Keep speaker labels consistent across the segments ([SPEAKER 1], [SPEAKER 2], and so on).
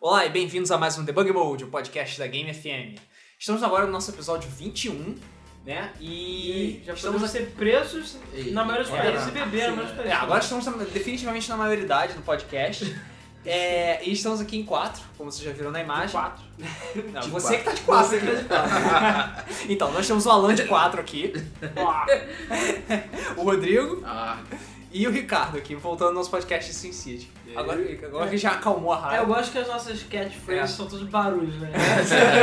[SPEAKER 1] Olá e bem-vindos a mais um Debug Mode, o podcast da Game FM. Estamos agora no nosso episódio 21, né? E,
[SPEAKER 2] E já
[SPEAKER 1] estamos
[SPEAKER 2] podemos ser presos
[SPEAKER 3] E-
[SPEAKER 2] na maioria dos
[SPEAKER 1] é,
[SPEAKER 2] países
[SPEAKER 1] é,
[SPEAKER 2] e beber na maioria dos
[SPEAKER 1] É,
[SPEAKER 2] países.
[SPEAKER 1] agora estamos na- definitivamente na maioridade do podcast. É, e estamos aqui em quatro, como vocês já viram na imagem.
[SPEAKER 2] Quatro.
[SPEAKER 1] Não,
[SPEAKER 3] De
[SPEAKER 1] você que tá de quatro.
[SPEAKER 2] Você que tá de
[SPEAKER 1] aqui. então, nós temos o Alan de quatro aqui,
[SPEAKER 2] Ó,
[SPEAKER 1] o Rodrigo
[SPEAKER 3] Ah,
[SPEAKER 1] e o Ricardo aqui, voltando ao nosso podcast de Sin City.
[SPEAKER 3] E aí?
[SPEAKER 1] Agora,
[SPEAKER 2] Então,
[SPEAKER 1] agora que já acalmou a
[SPEAKER 2] Eu
[SPEAKER 1] raiva.
[SPEAKER 2] gosto que as nossas catchphrases
[SPEAKER 1] É.
[SPEAKER 2] são todos barulhos, né?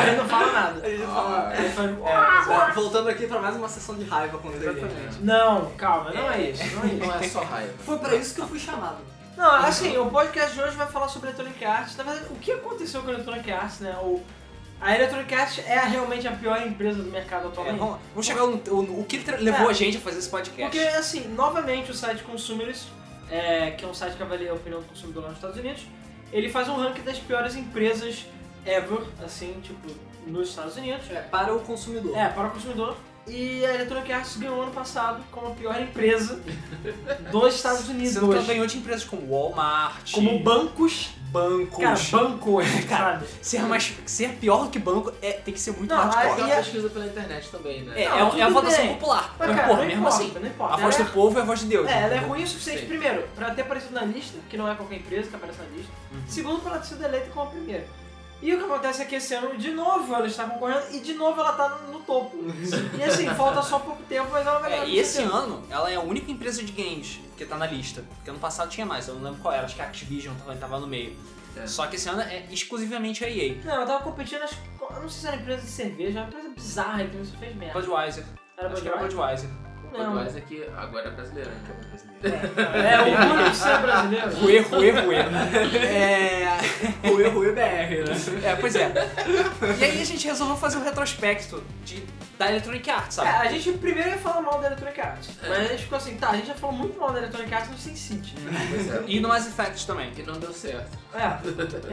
[SPEAKER 2] Ele não fala nada.
[SPEAKER 4] Ele
[SPEAKER 3] fala-
[SPEAKER 2] Ele faz...
[SPEAKER 4] É, voltando aqui pra mais uma sessão de raiva com o DD.
[SPEAKER 1] Exatamente.
[SPEAKER 2] Não, calma, não é isso, não é isso.
[SPEAKER 3] não é só raiva.
[SPEAKER 4] Foi pra isso que eu fui chamado.
[SPEAKER 2] Não, assim, o podcast de hoje vai falar sobre Electronic Arts. Na verdade, o que aconteceu com a Electronic Arts, né? Ou a Electronic Arts é realmente a pior empresa do
[SPEAKER 1] É,
[SPEAKER 2] mercado atualmente.
[SPEAKER 1] vamos, vamos chegar no, o, o que tra- levou
[SPEAKER 2] É.
[SPEAKER 1] a gente a fazer esse podcast.
[SPEAKER 2] Porque, assim, novamente o site Consumers, é, que é um site que avalia a opinião do consumidor lá nos Estados Unidos, ele faz um ranking das piores empresas ever, assim, tipo, nos Estados Unidos.
[SPEAKER 4] É, para o consumidor.
[SPEAKER 2] É, para o consumidor. E a Electronic Arts ganhou ano passado como a pior empresa dos Estados Unidos.
[SPEAKER 1] Sendo que ela ganhou de empresas como Walmart,
[SPEAKER 2] Como bancos.
[SPEAKER 1] bancos.
[SPEAKER 2] Cara, bancos, sabe?
[SPEAKER 1] ser, mais, ser pior do que banco é, tem que ser muito
[SPEAKER 2] Não,
[SPEAKER 3] É
[SPEAKER 1] hardcore.
[SPEAKER 2] aí-
[SPEAKER 3] uma
[SPEAKER 2] e a-
[SPEAKER 3] pesquisa pela internet também, né?
[SPEAKER 1] É, é,
[SPEAKER 2] Não,
[SPEAKER 1] é a
[SPEAKER 2] tudo
[SPEAKER 1] votação
[SPEAKER 2] bem.
[SPEAKER 1] popular.
[SPEAKER 2] Mas,
[SPEAKER 1] Mas,
[SPEAKER 2] cara,
[SPEAKER 1] porra,
[SPEAKER 2] não
[SPEAKER 1] mesmo
[SPEAKER 2] importa,
[SPEAKER 1] assim.
[SPEAKER 2] não importa.
[SPEAKER 1] A voz
[SPEAKER 2] Ela
[SPEAKER 1] do povo é a voz de Deus.
[SPEAKER 2] É, ela é
[SPEAKER 1] entendeu?
[SPEAKER 2] ruim o suficiente,
[SPEAKER 3] Sim.
[SPEAKER 2] primeiro, pra ter aparecido na lista, que não é qualquer empresa que aparece na lista.
[SPEAKER 1] Uhum.
[SPEAKER 2] Segundo, pra ela ter sido eleita como a primeira. E o que acontece é que esse ano, de novo, ela está concorrendo e de novo ela tá no topo. E assim, falta só pouco tempo, mas ela vai ganhar.
[SPEAKER 1] Uhum. É, e
[SPEAKER 2] com
[SPEAKER 1] esse
[SPEAKER 2] certeza.
[SPEAKER 1] ano, ela é a única empresa de games que tá na lista. Porque ano passado tinha mais, eu não lembro qual era, acho que a Activision também tava no meio.
[SPEAKER 3] É.
[SPEAKER 1] Só que esse ano é exclusivamente a EA.
[SPEAKER 2] Não, ela tava competindo, acho, que- eu não sei se era empresa de cerveja, uma empresa bizarra que não se fez merda.
[SPEAKER 1] Budweiser.
[SPEAKER 2] Era
[SPEAKER 1] acho que era
[SPEAKER 2] Budweiser?
[SPEAKER 1] Budweiser.
[SPEAKER 2] Não.
[SPEAKER 3] Mas é que agora é brasileiro. né?
[SPEAKER 2] É, o mundo de ser brasileiro.
[SPEAKER 1] Ruê, ruê, ruê. é...
[SPEAKER 4] O erro é BR, né?
[SPEAKER 1] é, pois é. E aí a gente resolveu fazer um retrospecto de, da Electronic Arts,
[SPEAKER 2] É,
[SPEAKER 1] sabe?
[SPEAKER 2] a gente primeiro ia falar mal da Electronic Arts, mas a gente ficou assim, tá, a gente já falou muito mal da Electronic Arts no Sin City. né?
[SPEAKER 3] Pois é.
[SPEAKER 1] E no Mass Effect também.
[SPEAKER 3] E não deu certo.
[SPEAKER 2] É,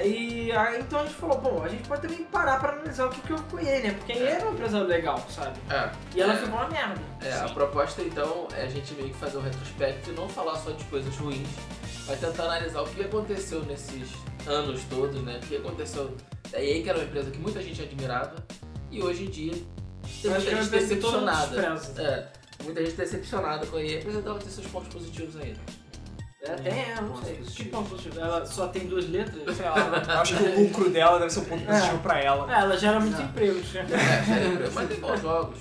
[SPEAKER 2] é, e aí, então a gente falou, bom, a gente pode também parar pra analisar o que, que eu conhei, né? Porque ele era uma empresa legal, sabe?
[SPEAKER 3] É.
[SPEAKER 2] E ela
[SPEAKER 3] é,
[SPEAKER 2] ficou assim. uma merda.
[SPEAKER 3] é, a
[SPEAKER 1] Sim.
[SPEAKER 3] proposta então é a gente meio que fazer um retrospecto e não falar só de coisas ruins, mas tentar analisar o que aconteceu nesses anos todos, né? O que aconteceu da EA, que era uma empresa que muita gente admirava, e hoje em dia tem
[SPEAKER 2] Eu
[SPEAKER 3] muita
[SPEAKER 2] acho que é uma
[SPEAKER 3] gente
[SPEAKER 2] empresa que todo mundo
[SPEAKER 3] decepcionada.
[SPEAKER 2] despreza.
[SPEAKER 3] É, muita gente decepcionada com a EA, mas ela tem seus pontos positivos ainda.
[SPEAKER 2] É, tem, é, não
[SPEAKER 1] Ponto
[SPEAKER 2] sei.
[SPEAKER 1] positivo.
[SPEAKER 2] Que ponto positivo? Ela só tem duas letras?
[SPEAKER 1] Sei lá, eu acho que o lucro dela deve ser um ponto positivo pra ela.
[SPEAKER 2] É, ela gera muitos empregos. né?
[SPEAKER 3] É, mas tem bons jogos.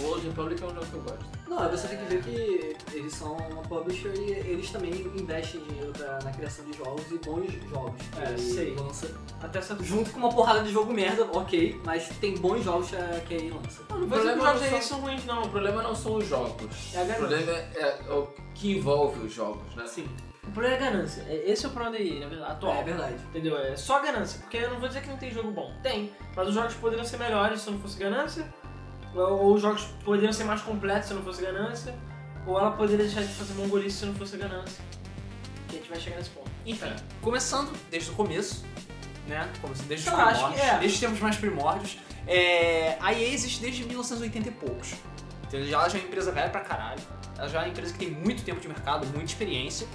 [SPEAKER 3] O Old Republic é um jogo que eu gosto.
[SPEAKER 4] Não, você tem que ver que eles são uma publisher e eles também investem dinheiro pra- na criação de jogos e bons jogos. que
[SPEAKER 2] É, sei.
[SPEAKER 4] lança.
[SPEAKER 2] Até essa.
[SPEAKER 4] Junto com uma porrada de jogo merda, ok, mas tem bons jogos que a- que aí lança.
[SPEAKER 2] Não, não vou dizer que
[SPEAKER 3] problema
[SPEAKER 2] os jogos
[SPEAKER 3] não
[SPEAKER 2] aí
[SPEAKER 3] são-
[SPEAKER 2] são ruins, não.
[SPEAKER 3] O problema não são os jogos.
[SPEAKER 2] É a
[SPEAKER 3] O
[SPEAKER 2] ganância.
[SPEAKER 3] problema é é o que envolve os jogos, né?
[SPEAKER 4] Sim,
[SPEAKER 2] O problema é a ganância. É- Esse é o problema daí, na verdade, atual.
[SPEAKER 4] é verdade.
[SPEAKER 2] Entendeu? É só a ganância. Porque eu não vou dizer que não tem jogo bom. Tem. Mas os jogos poderiam ser melhores se não fosse ganância. Ou, ou os jogos poderiam ser mais completos se não fosse ganância. Ou ela poderia deixar de fazer mongolice se não fosse ganância. Que a gente vai chegar nesse ponto.
[SPEAKER 1] Enfim,
[SPEAKER 3] É.
[SPEAKER 1] começando desde o começo, né? Começando desde os
[SPEAKER 2] Eu acho
[SPEAKER 1] primórdios,
[SPEAKER 2] que é.
[SPEAKER 1] desde os tempos mais primórdios. É, a EA existe desde 1980 e poucos. Então, ela já é uma empresa velha pra caralho. Ela já é uma empresa que tem muito tempo de mercado, muita experiência.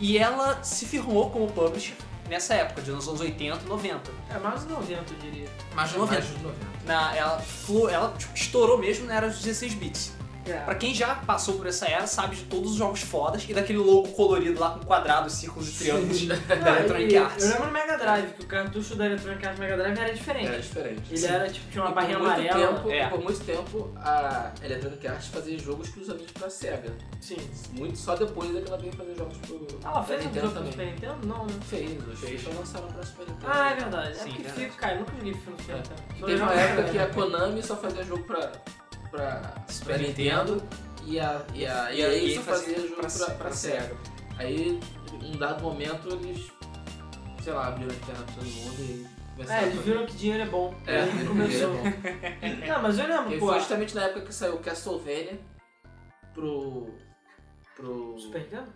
[SPEAKER 1] E ela se firmou como publisher nessa época, de nos anos 80, 90.
[SPEAKER 2] É mais 90, eu diria.
[SPEAKER 1] Mais de
[SPEAKER 3] É
[SPEAKER 1] 90.
[SPEAKER 3] mais de 90.
[SPEAKER 1] Na, ela flu- ela tipo, estourou mesmo na era dos 16 bits.
[SPEAKER 2] É.
[SPEAKER 1] Pra quem já passou por essa era, sabe de todos os jogos fodas e daquele logo colorido lá com quadrados, círculos e triângulos da
[SPEAKER 2] Não,
[SPEAKER 1] Electronic
[SPEAKER 2] e-
[SPEAKER 1] Arts.
[SPEAKER 2] Eu lembro no Mega Drive, que o cartucho da Electronic Arts Mega Drive era diferente.
[SPEAKER 3] Era É, diferente.
[SPEAKER 2] Ele era tipo, tinha
[SPEAKER 3] E
[SPEAKER 2] uma
[SPEAKER 3] por
[SPEAKER 2] barrinha
[SPEAKER 3] muito
[SPEAKER 2] amarela.
[SPEAKER 3] Tempo,
[SPEAKER 1] É.
[SPEAKER 3] e Por muito tempo, a Electronic Arts fazia jogos exclusivamente pra SEGA.
[SPEAKER 2] Sim.
[SPEAKER 3] Muito só depois é que ela veio fazer jogos pro
[SPEAKER 2] Ela fez
[SPEAKER 3] pra
[SPEAKER 2] um
[SPEAKER 3] Nintendo
[SPEAKER 2] jogo pro Super Nintendo? Não, né?
[SPEAKER 3] Fez, os filmes só lançaram pra Super Nintendo.
[SPEAKER 2] Ah, é verdade.
[SPEAKER 1] Sim,
[SPEAKER 2] é porque
[SPEAKER 1] verdade.
[SPEAKER 2] fico, cara, eu nunca joguei filme do Super Nintendo. Só
[SPEAKER 3] Teve uma
[SPEAKER 2] jogava
[SPEAKER 3] É. época que
[SPEAKER 2] Mega
[SPEAKER 3] a
[SPEAKER 2] Drive.
[SPEAKER 3] Konami só fazia jogo pra, pra Super Nintendo e a, e a
[SPEAKER 1] E a
[SPEAKER 3] EA
[SPEAKER 1] EA
[SPEAKER 3] só
[SPEAKER 1] fazia
[SPEAKER 3] fazia jogo
[SPEAKER 1] pra-
[SPEAKER 3] pra, pra,
[SPEAKER 1] pra
[SPEAKER 3] Sega. Aí, em um dado momento, eles, sei lá, abriram a perna pra todo mundo e
[SPEAKER 2] É,
[SPEAKER 3] começaram
[SPEAKER 2] eles viram que dinheiro é bom.
[SPEAKER 3] É,
[SPEAKER 2] É, aí começou.
[SPEAKER 3] é bom.
[SPEAKER 2] Não, mas eu lembro,
[SPEAKER 3] E
[SPEAKER 2] pô.
[SPEAKER 3] foi justamente na época que saiu Castlevania pro. pro.
[SPEAKER 2] Super Nintendo?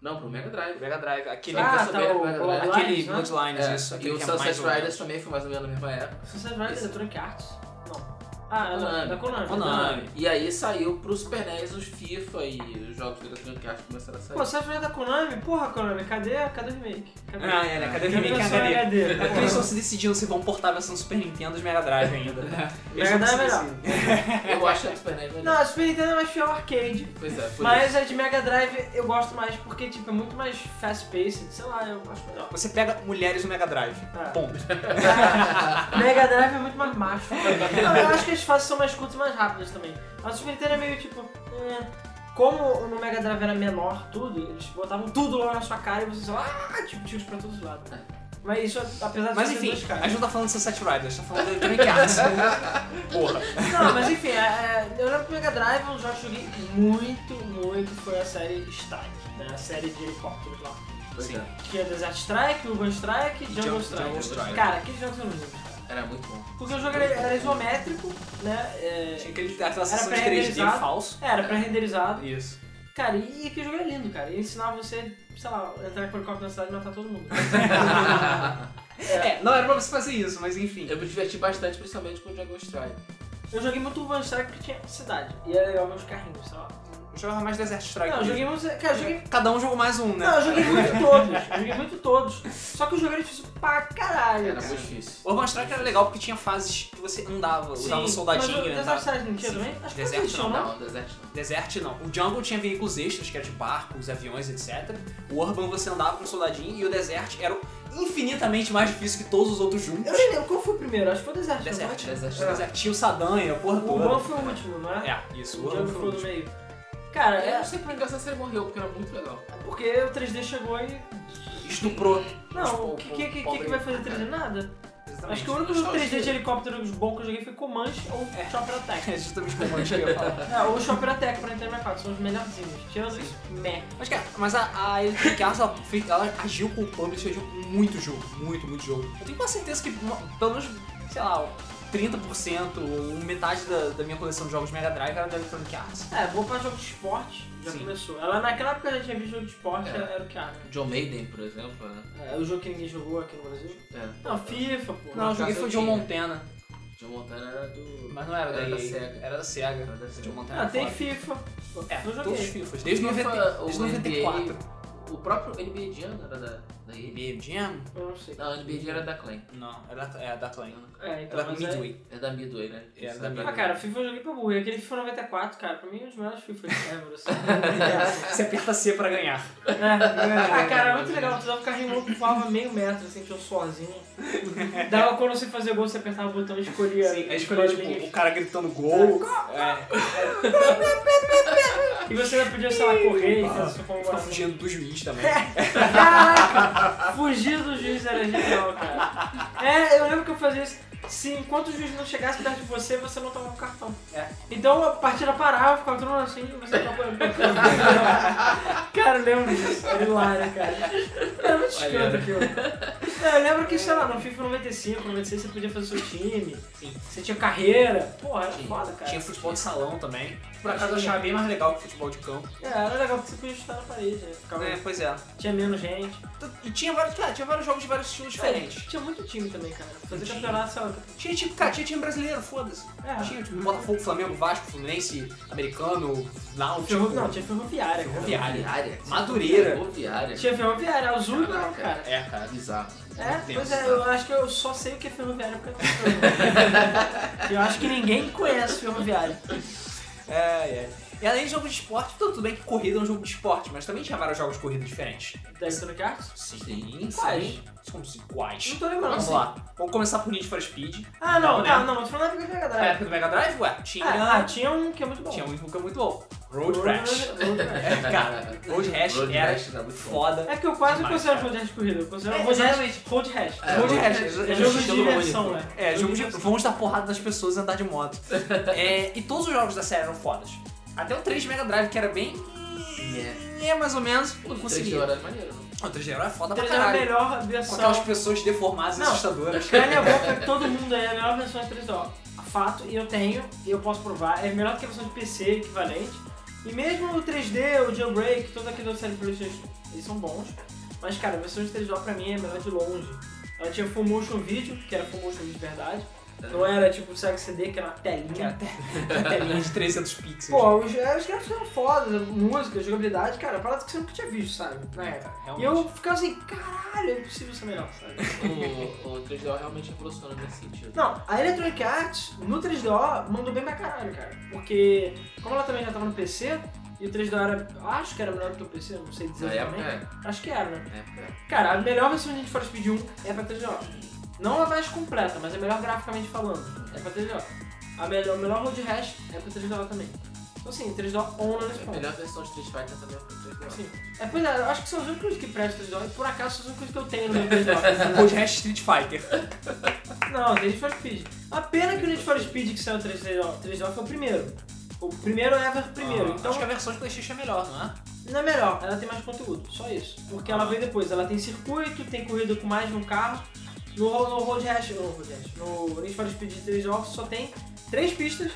[SPEAKER 3] Não, pro Mega Drive.
[SPEAKER 1] Mega Drive, aquele.
[SPEAKER 2] Ah,
[SPEAKER 3] Castlevania
[SPEAKER 2] tá, o-
[SPEAKER 3] pro Mega
[SPEAKER 2] o-
[SPEAKER 3] Drive.
[SPEAKER 2] Bloodlines,
[SPEAKER 1] aquele
[SPEAKER 2] né?
[SPEAKER 1] Bloodlines,
[SPEAKER 3] É,
[SPEAKER 1] isso.
[SPEAKER 3] e
[SPEAKER 1] Aquele
[SPEAKER 3] o
[SPEAKER 1] que é mais
[SPEAKER 3] Sunset
[SPEAKER 1] ou menos.
[SPEAKER 3] Riders também foi mais ou menos na mesma época.
[SPEAKER 2] Sociedade
[SPEAKER 3] Isso.
[SPEAKER 2] Electronic Arts? Não. Ah, é da-
[SPEAKER 3] Konami.
[SPEAKER 2] da Konami.
[SPEAKER 1] Konami.
[SPEAKER 3] E aí saiu pro Super NES os FIFA e os jogos do Dreamcast começaram a sair.
[SPEAKER 2] Pô, você vai da Konami? Porra, Konami, cadê, cadê o remake? Cadê?
[SPEAKER 1] Ah, é, né? Cadê o remake em
[SPEAKER 2] versão em
[SPEAKER 1] HD?
[SPEAKER 2] HD?
[SPEAKER 1] É porque eles estão se decidindo se vão portar a versão Super Nintendo e Mega Drive ainda. Eles
[SPEAKER 2] Mega
[SPEAKER 1] não se
[SPEAKER 2] Drive é melhor.
[SPEAKER 1] decidem.
[SPEAKER 3] Eu acho a Super NES
[SPEAKER 2] Não,
[SPEAKER 3] melhor.
[SPEAKER 2] a Super Nintendo é mais fiel ao arcade.
[SPEAKER 3] Pois é, foi
[SPEAKER 2] Mas a de Mega Drive eu gosto mais porque, tipo, é muito mais fast-paced. Sei lá, eu acho melhor.
[SPEAKER 1] Você pega mulheres no Mega Drive.
[SPEAKER 2] Ah.
[SPEAKER 1] Ponto.
[SPEAKER 2] Mega Drive é muito mais macho. Não, eu acho que as fases são mais curtas e mais rápidas também. Mas o Super Nintendo é meio tipo. eh, Como no Mega Drive era menor tudo, eles botavam tudo lá na sua cara e vocês só. Ah, tipo, tiros pra todos os lados. Mas isso, apesar de
[SPEAKER 1] É. Mas
[SPEAKER 2] ser
[SPEAKER 1] enfim,
[SPEAKER 2] dois
[SPEAKER 1] a
[SPEAKER 2] caras.
[SPEAKER 1] gente não tá falando de Sunset Riders, tá falando de Electronic Arts. Porra.
[SPEAKER 2] Não, mas enfim, é, é, eu lembro que o Mega Drive um jogo que eu joguei muito, muito foi a série Strike, né? A série de helicópteros lá.
[SPEAKER 3] Pois
[SPEAKER 1] Sim.
[SPEAKER 3] é.
[SPEAKER 2] Que é Desert Strike, Urban Strike e Jungle
[SPEAKER 1] Jungle
[SPEAKER 2] Strike.
[SPEAKER 1] Strike.
[SPEAKER 2] Cara, aqueles jogos são lindos, cara.
[SPEAKER 3] Era muito bom.
[SPEAKER 2] Porque o jogo era, era isométrico, né? É,
[SPEAKER 1] Tinha aquele, aquela sessão de 3D
[SPEAKER 2] pré-renderizado.
[SPEAKER 1] falso.
[SPEAKER 2] era pré-renderizado.
[SPEAKER 1] Isso.
[SPEAKER 2] Cara, e aquele jogo era lindo, cara. Ele ensinava você, sei lá, entrar com o helicóptero na cidade e matar todo mundo.
[SPEAKER 1] É, não era pra você fazer isso, mas enfim.
[SPEAKER 3] Eu me diverti bastante, principalmente com o Dragon Strike.
[SPEAKER 2] eu joguei muito Urban Strike porque tinha cidade. E era legal ver os carrinhos, sei lá.
[SPEAKER 1] Eu jogava mais Desert Strike.
[SPEAKER 2] Não, eu
[SPEAKER 1] mesmo.
[SPEAKER 2] joguei muito. Cara, eu joguei.
[SPEAKER 1] Cada um jogou mais um, né?
[SPEAKER 2] Não, eu joguei muito todos. Eu joguei muito todos. Só que o jogo era difícil pra caralho.
[SPEAKER 3] Era
[SPEAKER 2] cara.
[SPEAKER 3] muito difícil.
[SPEAKER 1] Urban Strike era legal porque tinha fases que você andava, usava soldadinho,
[SPEAKER 2] mas o
[SPEAKER 1] né?
[SPEAKER 2] Desert Strike não tinha também? Acho que
[SPEAKER 1] Deserto
[SPEAKER 2] não tinha,
[SPEAKER 1] não,
[SPEAKER 2] não?
[SPEAKER 3] Não, Desert não.
[SPEAKER 1] Desert não. O Jungle tinha veículos extras, que era de barcos, aviões, etc. O Urban você andava com um soldadinho e o Desert era infinitamente mais difícil que todos os outros juntos.
[SPEAKER 2] Eu nem lembro qual foi o primeiro, acho que foi o Desert. não
[SPEAKER 1] Desert.
[SPEAKER 2] foi?
[SPEAKER 3] Desert
[SPEAKER 1] O Desert tinha o Sadanha, a porra
[SPEAKER 2] O Urban
[SPEAKER 1] toda.
[SPEAKER 2] foi o último, não é?
[SPEAKER 1] É, isso, o
[SPEAKER 2] O
[SPEAKER 1] Urban
[SPEAKER 2] Django
[SPEAKER 1] foi o
[SPEAKER 2] ficou
[SPEAKER 1] último.
[SPEAKER 2] no meio. Cara,
[SPEAKER 3] Eu
[SPEAKER 2] é
[SPEAKER 3] não sei por que essa série morreu, porque era muito legal.
[SPEAKER 2] porque o 3D chegou e.
[SPEAKER 1] um Estuprou. Tipo, É,
[SPEAKER 2] Não, o que, que, que,
[SPEAKER 1] pobre-
[SPEAKER 2] que vai fazer 3D? Nada.
[SPEAKER 1] Exatamente.
[SPEAKER 2] Acho que o único jogo
[SPEAKER 3] Nostalgia.
[SPEAKER 2] 3D de helicóptero bom que eu joguei foi Comanche ou Chopper Attack.
[SPEAKER 1] É justamente como antes que eu ia falar.
[SPEAKER 2] Não, ou Chopper Attack pra Nintendo 64, são os melhorzinhos. Tirando isso, meh.
[SPEAKER 1] Mas, cara, mas a, a Electronic Arts, ela, fez- ela agiu com o publisher de muito jogo, muito, muito jogo. Eu tenho quase certeza que, uma- pelo menos, sei lá, 30% ou metade da, da minha coleção de jogos de Mega Drive era da Electronic Arts.
[SPEAKER 2] É, vou pra jogo de esporte, já
[SPEAKER 1] Sim.
[SPEAKER 2] começou. Ela naquela época já tinha visto jogo de esporte,
[SPEAKER 3] É.
[SPEAKER 2] era o que né? era.
[SPEAKER 3] John Maiden, por exemplo, né?
[SPEAKER 2] É, o jogo que ninguém jogou aqui no Brasil.
[SPEAKER 3] É.
[SPEAKER 2] Não, FIFA, pô.
[SPEAKER 1] Não, eu joguei foi o John
[SPEAKER 3] tinha.
[SPEAKER 1] Montana,
[SPEAKER 3] John Montana era do.
[SPEAKER 1] mas não era,
[SPEAKER 3] Era
[SPEAKER 1] da
[SPEAKER 3] da
[SPEAKER 1] EA,
[SPEAKER 3] Sega.
[SPEAKER 1] Era da Sega.
[SPEAKER 3] Era da Sega.
[SPEAKER 1] John Montana
[SPEAKER 2] Ah,
[SPEAKER 1] era
[SPEAKER 2] tem
[SPEAKER 1] foda.
[SPEAKER 2] FIFA.
[SPEAKER 1] É,
[SPEAKER 2] eu
[SPEAKER 1] todos os
[SPEAKER 2] joguei.
[SPEAKER 1] FIFAs, desde,
[SPEAKER 3] FIFA,
[SPEAKER 1] 90, desde
[SPEAKER 3] o
[SPEAKER 1] 94.
[SPEAKER 3] O próprio NBA Jam era da, da EA.
[SPEAKER 1] NBA Jam?
[SPEAKER 2] Eu não sei.
[SPEAKER 3] Não, NBA Jam era da Clan.
[SPEAKER 1] Não, era, da- é, da Clan.
[SPEAKER 2] É, então,
[SPEAKER 1] Era da
[SPEAKER 2] mas é-
[SPEAKER 1] Midway.
[SPEAKER 3] É da Midway, né?
[SPEAKER 1] Era da
[SPEAKER 2] Ah,
[SPEAKER 1] Midway.
[SPEAKER 2] cara, FIFA eu joguei pra burro. E aquele FIFA 94, cara, pra mim é um dos melhores FIFA ever, assim.
[SPEAKER 1] Você aperta C pra ganhar.
[SPEAKER 2] ah, cara, era muito legal. Tu dava o carrinho louco, voava meio metro, assim, que eu sozinho. Dava quando você fazia gol, você apertava o botão e escolhia.
[SPEAKER 1] Sim, aí escolheu, tipo, o cara gritando gol. É,
[SPEAKER 2] E você ainda podia, sei lá, correr e fazer sua
[SPEAKER 1] ficar
[SPEAKER 2] comemoração.
[SPEAKER 1] fugindo do juiz também.
[SPEAKER 2] Caraca! Fugir do juiz era genial, cara. É, eu lembro que eu fazia isso. Se enquanto o juiz não chegasse perto de você, você não tomava o cartão.
[SPEAKER 1] É.
[SPEAKER 2] Então a partida parava, ficava todo mundo assim e você ficava Cara, eu lembro disso. Era hilário, cara. Era muito escroto
[SPEAKER 1] né?
[SPEAKER 3] Olha.
[SPEAKER 2] aquilo. É, Eu lembro que, sei lá, no FIFA 95, 96 você podia fazer seu time.
[SPEAKER 1] Sim.
[SPEAKER 2] Você tinha carreira. Porra, era
[SPEAKER 3] Sim.
[SPEAKER 2] foda, cara.
[SPEAKER 1] Tinha futebol de salão também. Tipo, Por acaso eu
[SPEAKER 2] Tinha.
[SPEAKER 1] achava bem mais legal que futebol de campo.
[SPEAKER 2] É, era legal porque você podia chutar na parede, né? Ficava...
[SPEAKER 1] É, pois é.
[SPEAKER 2] Tinha menos gente.
[SPEAKER 1] E tinha vários, cara, tinha vários jogos de vários estilos diferentes.
[SPEAKER 2] Tinha muito time também, cara. Fazer
[SPEAKER 1] Tinha.
[SPEAKER 2] campeonato, sei lá,
[SPEAKER 1] Tinha tipo, cara, tinha time brasileiro, foda-se.
[SPEAKER 2] É.
[SPEAKER 1] Tinha tipo Botafogo, Flamengo, Vasco, Fluminense, Americano, Náutico,
[SPEAKER 2] Ferro... Não, tinha ferroviária, cara.
[SPEAKER 1] tipo- Ferroviária.
[SPEAKER 3] Ferroviária.
[SPEAKER 1] Madureira.
[SPEAKER 3] Ferroviária.
[SPEAKER 2] Tinha ferroviária, azul não, cara.
[SPEAKER 1] É, cara.
[SPEAKER 3] Bizarro.
[SPEAKER 2] É,
[SPEAKER 1] Deus.
[SPEAKER 2] pois é, eu acho que eu só sei o que é ferroviária porque eu tô falando. Eu acho que ninguém conhece ferroviária.
[SPEAKER 1] É, é. E além de jogo de esporte, tudo bem que corrida é um jogo de esporte, mas também tinha vários jogos de corrida diferentes.
[SPEAKER 2] Da Electronic Arts?
[SPEAKER 3] Sim,
[SPEAKER 1] Quais? Como se quais?
[SPEAKER 2] Não tô lembrando. assim.
[SPEAKER 1] Vamos lá. Vamos começar por Need for Speed.
[SPEAKER 2] Ah, não,
[SPEAKER 1] Não,
[SPEAKER 2] tá,
[SPEAKER 1] né?
[SPEAKER 2] não, eu tô falando da época do Mega
[SPEAKER 1] Na
[SPEAKER 2] Drive.
[SPEAKER 1] época do Mega Drive, ué, É, tinha.
[SPEAKER 2] Ah, ah, tinha um que é muito bom.
[SPEAKER 1] Tinha um que é muito bom. Road Rash. É,
[SPEAKER 2] Road Rash.
[SPEAKER 1] Cara, Road Rash
[SPEAKER 3] Road
[SPEAKER 1] era
[SPEAKER 3] Rash era muito bom.
[SPEAKER 1] foda.
[SPEAKER 2] É que eu quase não
[SPEAKER 1] Demais,
[SPEAKER 2] considero
[SPEAKER 1] cara.
[SPEAKER 2] Road Rash de corrida, eu considero
[SPEAKER 1] É,
[SPEAKER 2] Road Rash.
[SPEAKER 1] exatamente.
[SPEAKER 2] Road Rash.
[SPEAKER 3] É,
[SPEAKER 1] Road Rash.
[SPEAKER 2] É jogo de diversão, né?
[SPEAKER 1] É, jogo de. Vamos dar porrada nas pessoas e andar de moto. É, e todos os jogos da série eram fodas. Até o 3 de Mega Drive, que era bem.
[SPEAKER 3] É.
[SPEAKER 1] É, mais ou menos, eu
[SPEAKER 3] Os três de
[SPEAKER 1] conseguia.
[SPEAKER 3] hora era maneiro, né?
[SPEAKER 1] O 3 de era foda pra
[SPEAKER 2] Ele era a
[SPEAKER 1] caralho.
[SPEAKER 2] melhor
[SPEAKER 1] Com
[SPEAKER 2] versão.
[SPEAKER 1] aquelas pessoas deformadas e
[SPEAKER 2] Não.
[SPEAKER 1] assustadoras.
[SPEAKER 2] Cala a boca, que todo mundo aí, é a melhor versão de 3DO. Fato, e eu tenho, e eu posso provar, é melhor que a versão de PC equivalente. E mesmo o 3D, o Jailbreak, todo aquele outro série de PlayStation, eles são bons. Mas, cara, a versão de 3DO pra mim é a melhor de longe. Ela tinha Full Motion Video, que era Full Motion de verdade. Não era tipo o Sega CD, que era uma telinha.
[SPEAKER 1] Que era até a telinha de 300 pixels.
[SPEAKER 2] Pô, os, é, os gráficos eram fodas, música, jogabilidade, cara, é parada que você nunca tinha visto, sabe? Na
[SPEAKER 1] é,
[SPEAKER 2] época.
[SPEAKER 1] cara,
[SPEAKER 2] E
[SPEAKER 1] realmente.
[SPEAKER 2] eu ficava assim, caralho, é impossível ser melhor, sabe?
[SPEAKER 3] O, o 3DO realmente evoluciona nesse sentido.
[SPEAKER 2] Não, a Electronic Arts no 3DO mandou bem pra caralho, cara. Porque, como ela também já tava no PC, e o 3DO era, acho que era melhor do que o PC, não sei dizer
[SPEAKER 3] Na época,
[SPEAKER 2] exatamente.
[SPEAKER 3] é.
[SPEAKER 2] Acho que era, né?
[SPEAKER 3] Na época, é.
[SPEAKER 2] Cara, a melhor versão de Need for Speed 1 é pra 3DO. Não a mais completa, mas a melhor graficamente falando. É pra 3DO. A melhor, o melhor Road Rash é pra 3DO também. Então assim, 3DO honra nesse
[SPEAKER 3] É, A
[SPEAKER 2] ponto.
[SPEAKER 3] melhor versão de Street Fighter também foi o 3DO.
[SPEAKER 2] Sim. É, pois é, eu acho que são os únicos que prestam 3DO e por acaso são os únicos que eu tenho no meu 3DO.
[SPEAKER 1] Podcast Street Fighter.
[SPEAKER 2] Não, tem Need for Speed. A pena que o Need for Speed que saiu 3DO, 3DO foi o primeiro. O primeiro ever primeiro.
[SPEAKER 1] Ah,
[SPEAKER 2] então
[SPEAKER 1] acho que a versão de Playstation é melhor, não é?
[SPEAKER 2] não é melhor, ela tem mais conteúdo, só isso. Porque ela veio depois, ela tem circuito, tem corrida com mais de um carro. No, Ro- no Road Rash, no Road Rash, no Need for Speed 3 Off só tem três pistas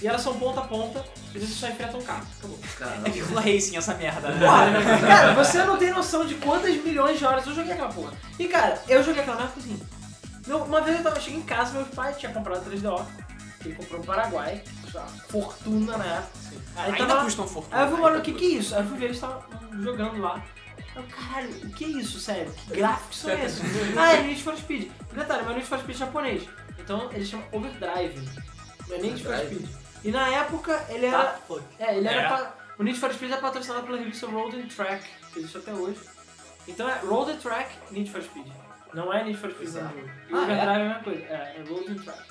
[SPEAKER 2] e elas são ponta a ponta e você só enfrenta um carro. Acabou.
[SPEAKER 1] É
[SPEAKER 3] Caramba.
[SPEAKER 1] Vírgula Racing essa merda, né?
[SPEAKER 2] Porra, cara, você não tem noção de quantas milhões de horas eu joguei aquela porra. E cara, eu joguei aquela merda e fiquei assim. meu- uma vez eu tava cheguei em casa, meu pai tinha comprado 3DO, que ele comprou no Paraguai, é uma fortuna na época. Aí
[SPEAKER 1] Ainda
[SPEAKER 2] tava-
[SPEAKER 1] custa um fortuna.
[SPEAKER 2] Aí eu fui, mano, o que que é isso? Aí eu fui ver, eles estavam jogando lá. Eu, caralho, o que é isso, sério? Que gráficos são esses? ah, é Need for Speed. Detalhe, mas Need for Speed é japonês. Então ele chama Overdrive. Não é nem Need for
[SPEAKER 3] Overdrive?
[SPEAKER 2] Speed. E na época ele
[SPEAKER 4] Tá,
[SPEAKER 2] era.
[SPEAKER 4] fuck.
[SPEAKER 2] É, ele era.
[SPEAKER 1] É.
[SPEAKER 2] pa- O Need for Speed é patrocinado pela revista Road and Track, que existe até hoje. Então é Road and Track, Need for Speed. Não é Need for Speed.
[SPEAKER 3] Exato.
[SPEAKER 2] não. E
[SPEAKER 1] Ah, é?
[SPEAKER 2] Overdrive é a mesma coisa. É, é Road and Track.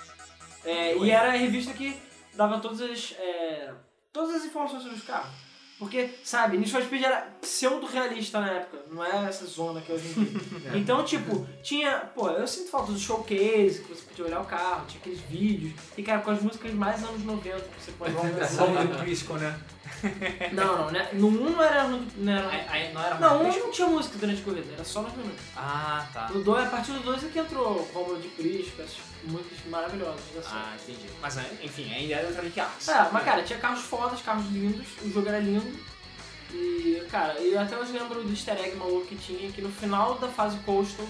[SPEAKER 2] É, e era a revista que dava todas as, é, todas as informações sobre os carros. Porque, sabe, Need for Speed era pseudo-realista na época, não é essa zona que hoje em dia.
[SPEAKER 3] É.
[SPEAKER 2] Então, tipo, tinha. Pô, eu sinto falta do showcase, que você podia olhar o carro, tinha aqueles vídeos. E, cara, com as músicas mais anos 90 que você pode
[SPEAKER 1] Salve
[SPEAKER 2] ouvir.
[SPEAKER 1] do Prisco, né?
[SPEAKER 2] Não, não, né? No 1 não era. Não, era,
[SPEAKER 1] Aí- aí não era
[SPEAKER 2] não,
[SPEAKER 1] mais
[SPEAKER 2] um
[SPEAKER 1] Prisco?
[SPEAKER 2] não tinha música durante a corrida, era só nos minutos.
[SPEAKER 1] Ah, tá.
[SPEAKER 2] No 2, a partir do 2 é que entrou o Rômulo de Prisco, essas músicas maravilhosas. da série.
[SPEAKER 1] Ah, entendi. Mas, enfim, ainda era Electronic Arts.
[SPEAKER 2] É, mas cara, tinha carros fodas, carros lindos, o jogo era lindo. E, cara, eu até hoje lembro do easter egg maluco que tinha, que no final da fase Coastal,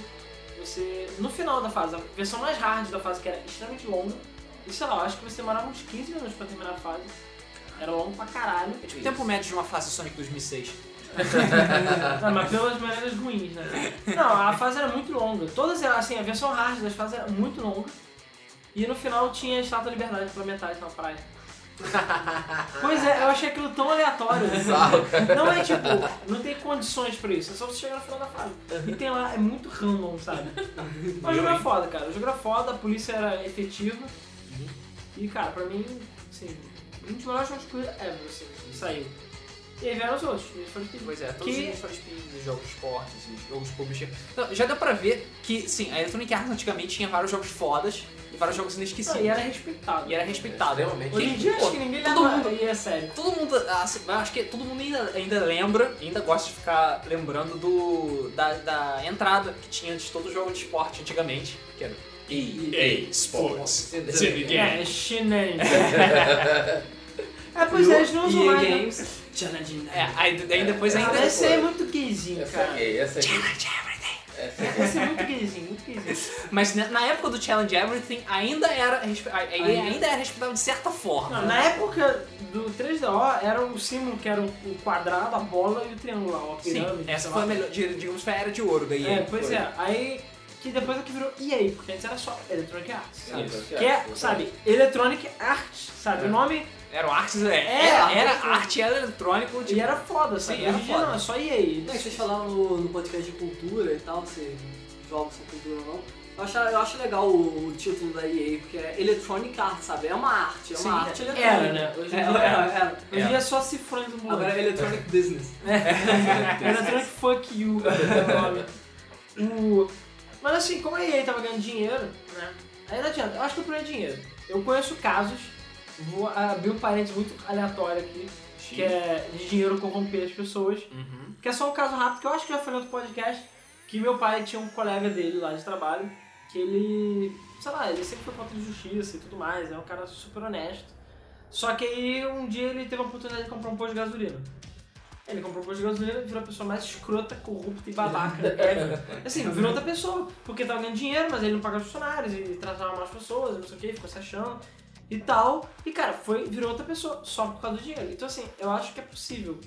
[SPEAKER 2] você. No final da fase, a versão mais hard da fase, que era extremamente longa, e sei lá, eu acho que você demorava uns 15 minutos pra terminar a fase. Era longo pra caralho.
[SPEAKER 1] É tipo o tempo médio de uma fase Sonic 2006.
[SPEAKER 2] Não, mas pelas maneiras ruins, né? Não, a fase era muito longa. Todas elas, assim, a versão hard das fases era muito longa. E no final tinha a Estátua da Liberdade pela metade na praia. pois é, eu achei aquilo tão aleatório.
[SPEAKER 3] Bizarro, cara.
[SPEAKER 2] Não é tipo, não tem condições pra isso, é só você chegar no final da fase. E tem lá, é muito random, sabe? Mas o jogo era foda, cara. O jogo era foda, a polícia era efetiva. E, cara, pra mim, assim, um dos melhores jogos de corrida ever, assim, que saiu. E aí vieram os outros, eles foram os primeiros.
[SPEAKER 1] Pois é, todos
[SPEAKER 2] Que-
[SPEAKER 1] os faz os jogos assim, de esportes, os jogos publisher. Não, já deu pra ver que, sim, a Electronic Arts antigamente tinha vários jogos fodas e vários jogos
[SPEAKER 2] Não, e
[SPEAKER 1] inesquecíveis.
[SPEAKER 2] era respeitado.
[SPEAKER 1] E era respeitado.
[SPEAKER 3] Extremamente.
[SPEAKER 2] Hoje em dia
[SPEAKER 1] Pô,
[SPEAKER 2] acho que ninguém
[SPEAKER 1] todo
[SPEAKER 2] leva
[SPEAKER 1] mundo-
[SPEAKER 2] e é sério.
[SPEAKER 1] Todo mundo, assim, acho que todo mundo ainda, ainda lembra, ainda gosta de ficar lembrando do da, da entrada que tinha de todo jogo de esporte antigamente, que era EA Sports.
[SPEAKER 2] É, shenanigans. é, pois é, eles não usam
[SPEAKER 4] EA
[SPEAKER 2] mais. né?
[SPEAKER 4] Games, Challenge
[SPEAKER 1] É, aí, aí depois
[SPEAKER 3] É,
[SPEAKER 1] ainda...
[SPEAKER 2] Cara, esse aí é muito gayzinho,
[SPEAKER 3] Essa é
[SPEAKER 2] cara.
[SPEAKER 3] gay, essa é gay.
[SPEAKER 1] Challenge everything.
[SPEAKER 3] Essa é
[SPEAKER 2] Esse é muito gayzinho, muito gayzinho.
[SPEAKER 1] Mas né, na época do Challenge Everything ainda era, respe- a- a EA
[SPEAKER 2] Ainda.
[SPEAKER 1] ainda era respeitável de certa forma.
[SPEAKER 2] Não, na época do 3DO era o símbolo que era o quadrado, a bola e o triângulo lá, a
[SPEAKER 1] Sim,
[SPEAKER 2] pirâmide.
[SPEAKER 1] essa
[SPEAKER 2] sei
[SPEAKER 1] foi a
[SPEAKER 2] lá.
[SPEAKER 1] melhor, di- digamos, foi a era de ouro da EA.
[SPEAKER 2] Ah, É, pois é. Aí, que depois é que virou EA, porque antes era só Electronic Arts, sabe?
[SPEAKER 3] Isso.
[SPEAKER 2] Que é, sabe, Electronic Arts,
[SPEAKER 1] É.
[SPEAKER 2] sabe? O nome
[SPEAKER 1] Era o artes, é,
[SPEAKER 2] É,
[SPEAKER 1] era, era
[SPEAKER 2] artes-
[SPEAKER 1] arte, era eletrônico.
[SPEAKER 2] e
[SPEAKER 1] De...
[SPEAKER 2] era foda, sabe?
[SPEAKER 1] Sim, era
[SPEAKER 2] Hoje em dia
[SPEAKER 1] foda.
[SPEAKER 2] não, é só EA. Eles-
[SPEAKER 4] Não, que vocês falaram no, no podcast de cultura e tal, se jogos são cultura ou não. Eu acho, eu acho legal o, o título da EA, porque é Electronic Arts, sabe? É uma arte, é
[SPEAKER 1] Sim,
[SPEAKER 4] uma arte eletrônica.
[SPEAKER 2] Era, né? Hoje em
[SPEAKER 4] É,
[SPEAKER 2] dia,
[SPEAKER 4] era, era.
[SPEAKER 2] hoje em dia é só cifrões do mundo.
[SPEAKER 4] Agora é Electronic Business.
[SPEAKER 2] Electronic Fuck You é o nome. O- Mas assim, como a EA tava ganhando dinheiro, né? Aí não adianta. Eu acho que o problema é dinheiro. Eu conheço casos, vou abrir um parênteses muito aleatório aqui, que é de dinheiro corromper as pessoas.
[SPEAKER 1] Uhum.
[SPEAKER 2] Que é só um caso rápido, que eu acho que já falei no outro podcast, que meu pai tinha um colega dele lá de trabalho, que ele, sei lá, ele sempre foi contra a injustiça e tudo mais, é um cara super honesto. Só que aí um dia ele teve a oportunidade de comprar um posto de gasolina. Ele comprou um posto de gasolina e virou a pessoa mais escrota, corrupta e babaca. ever. Assim, virou outra pessoa, porque tava ganhando dinheiro, mas ele não pagava os funcionários e tratava mais pessoas, e não sei o que, ficou se achando e tal. E cara, foi, virou outra pessoa, só por causa do dinheiro. Então assim, eu acho que é possível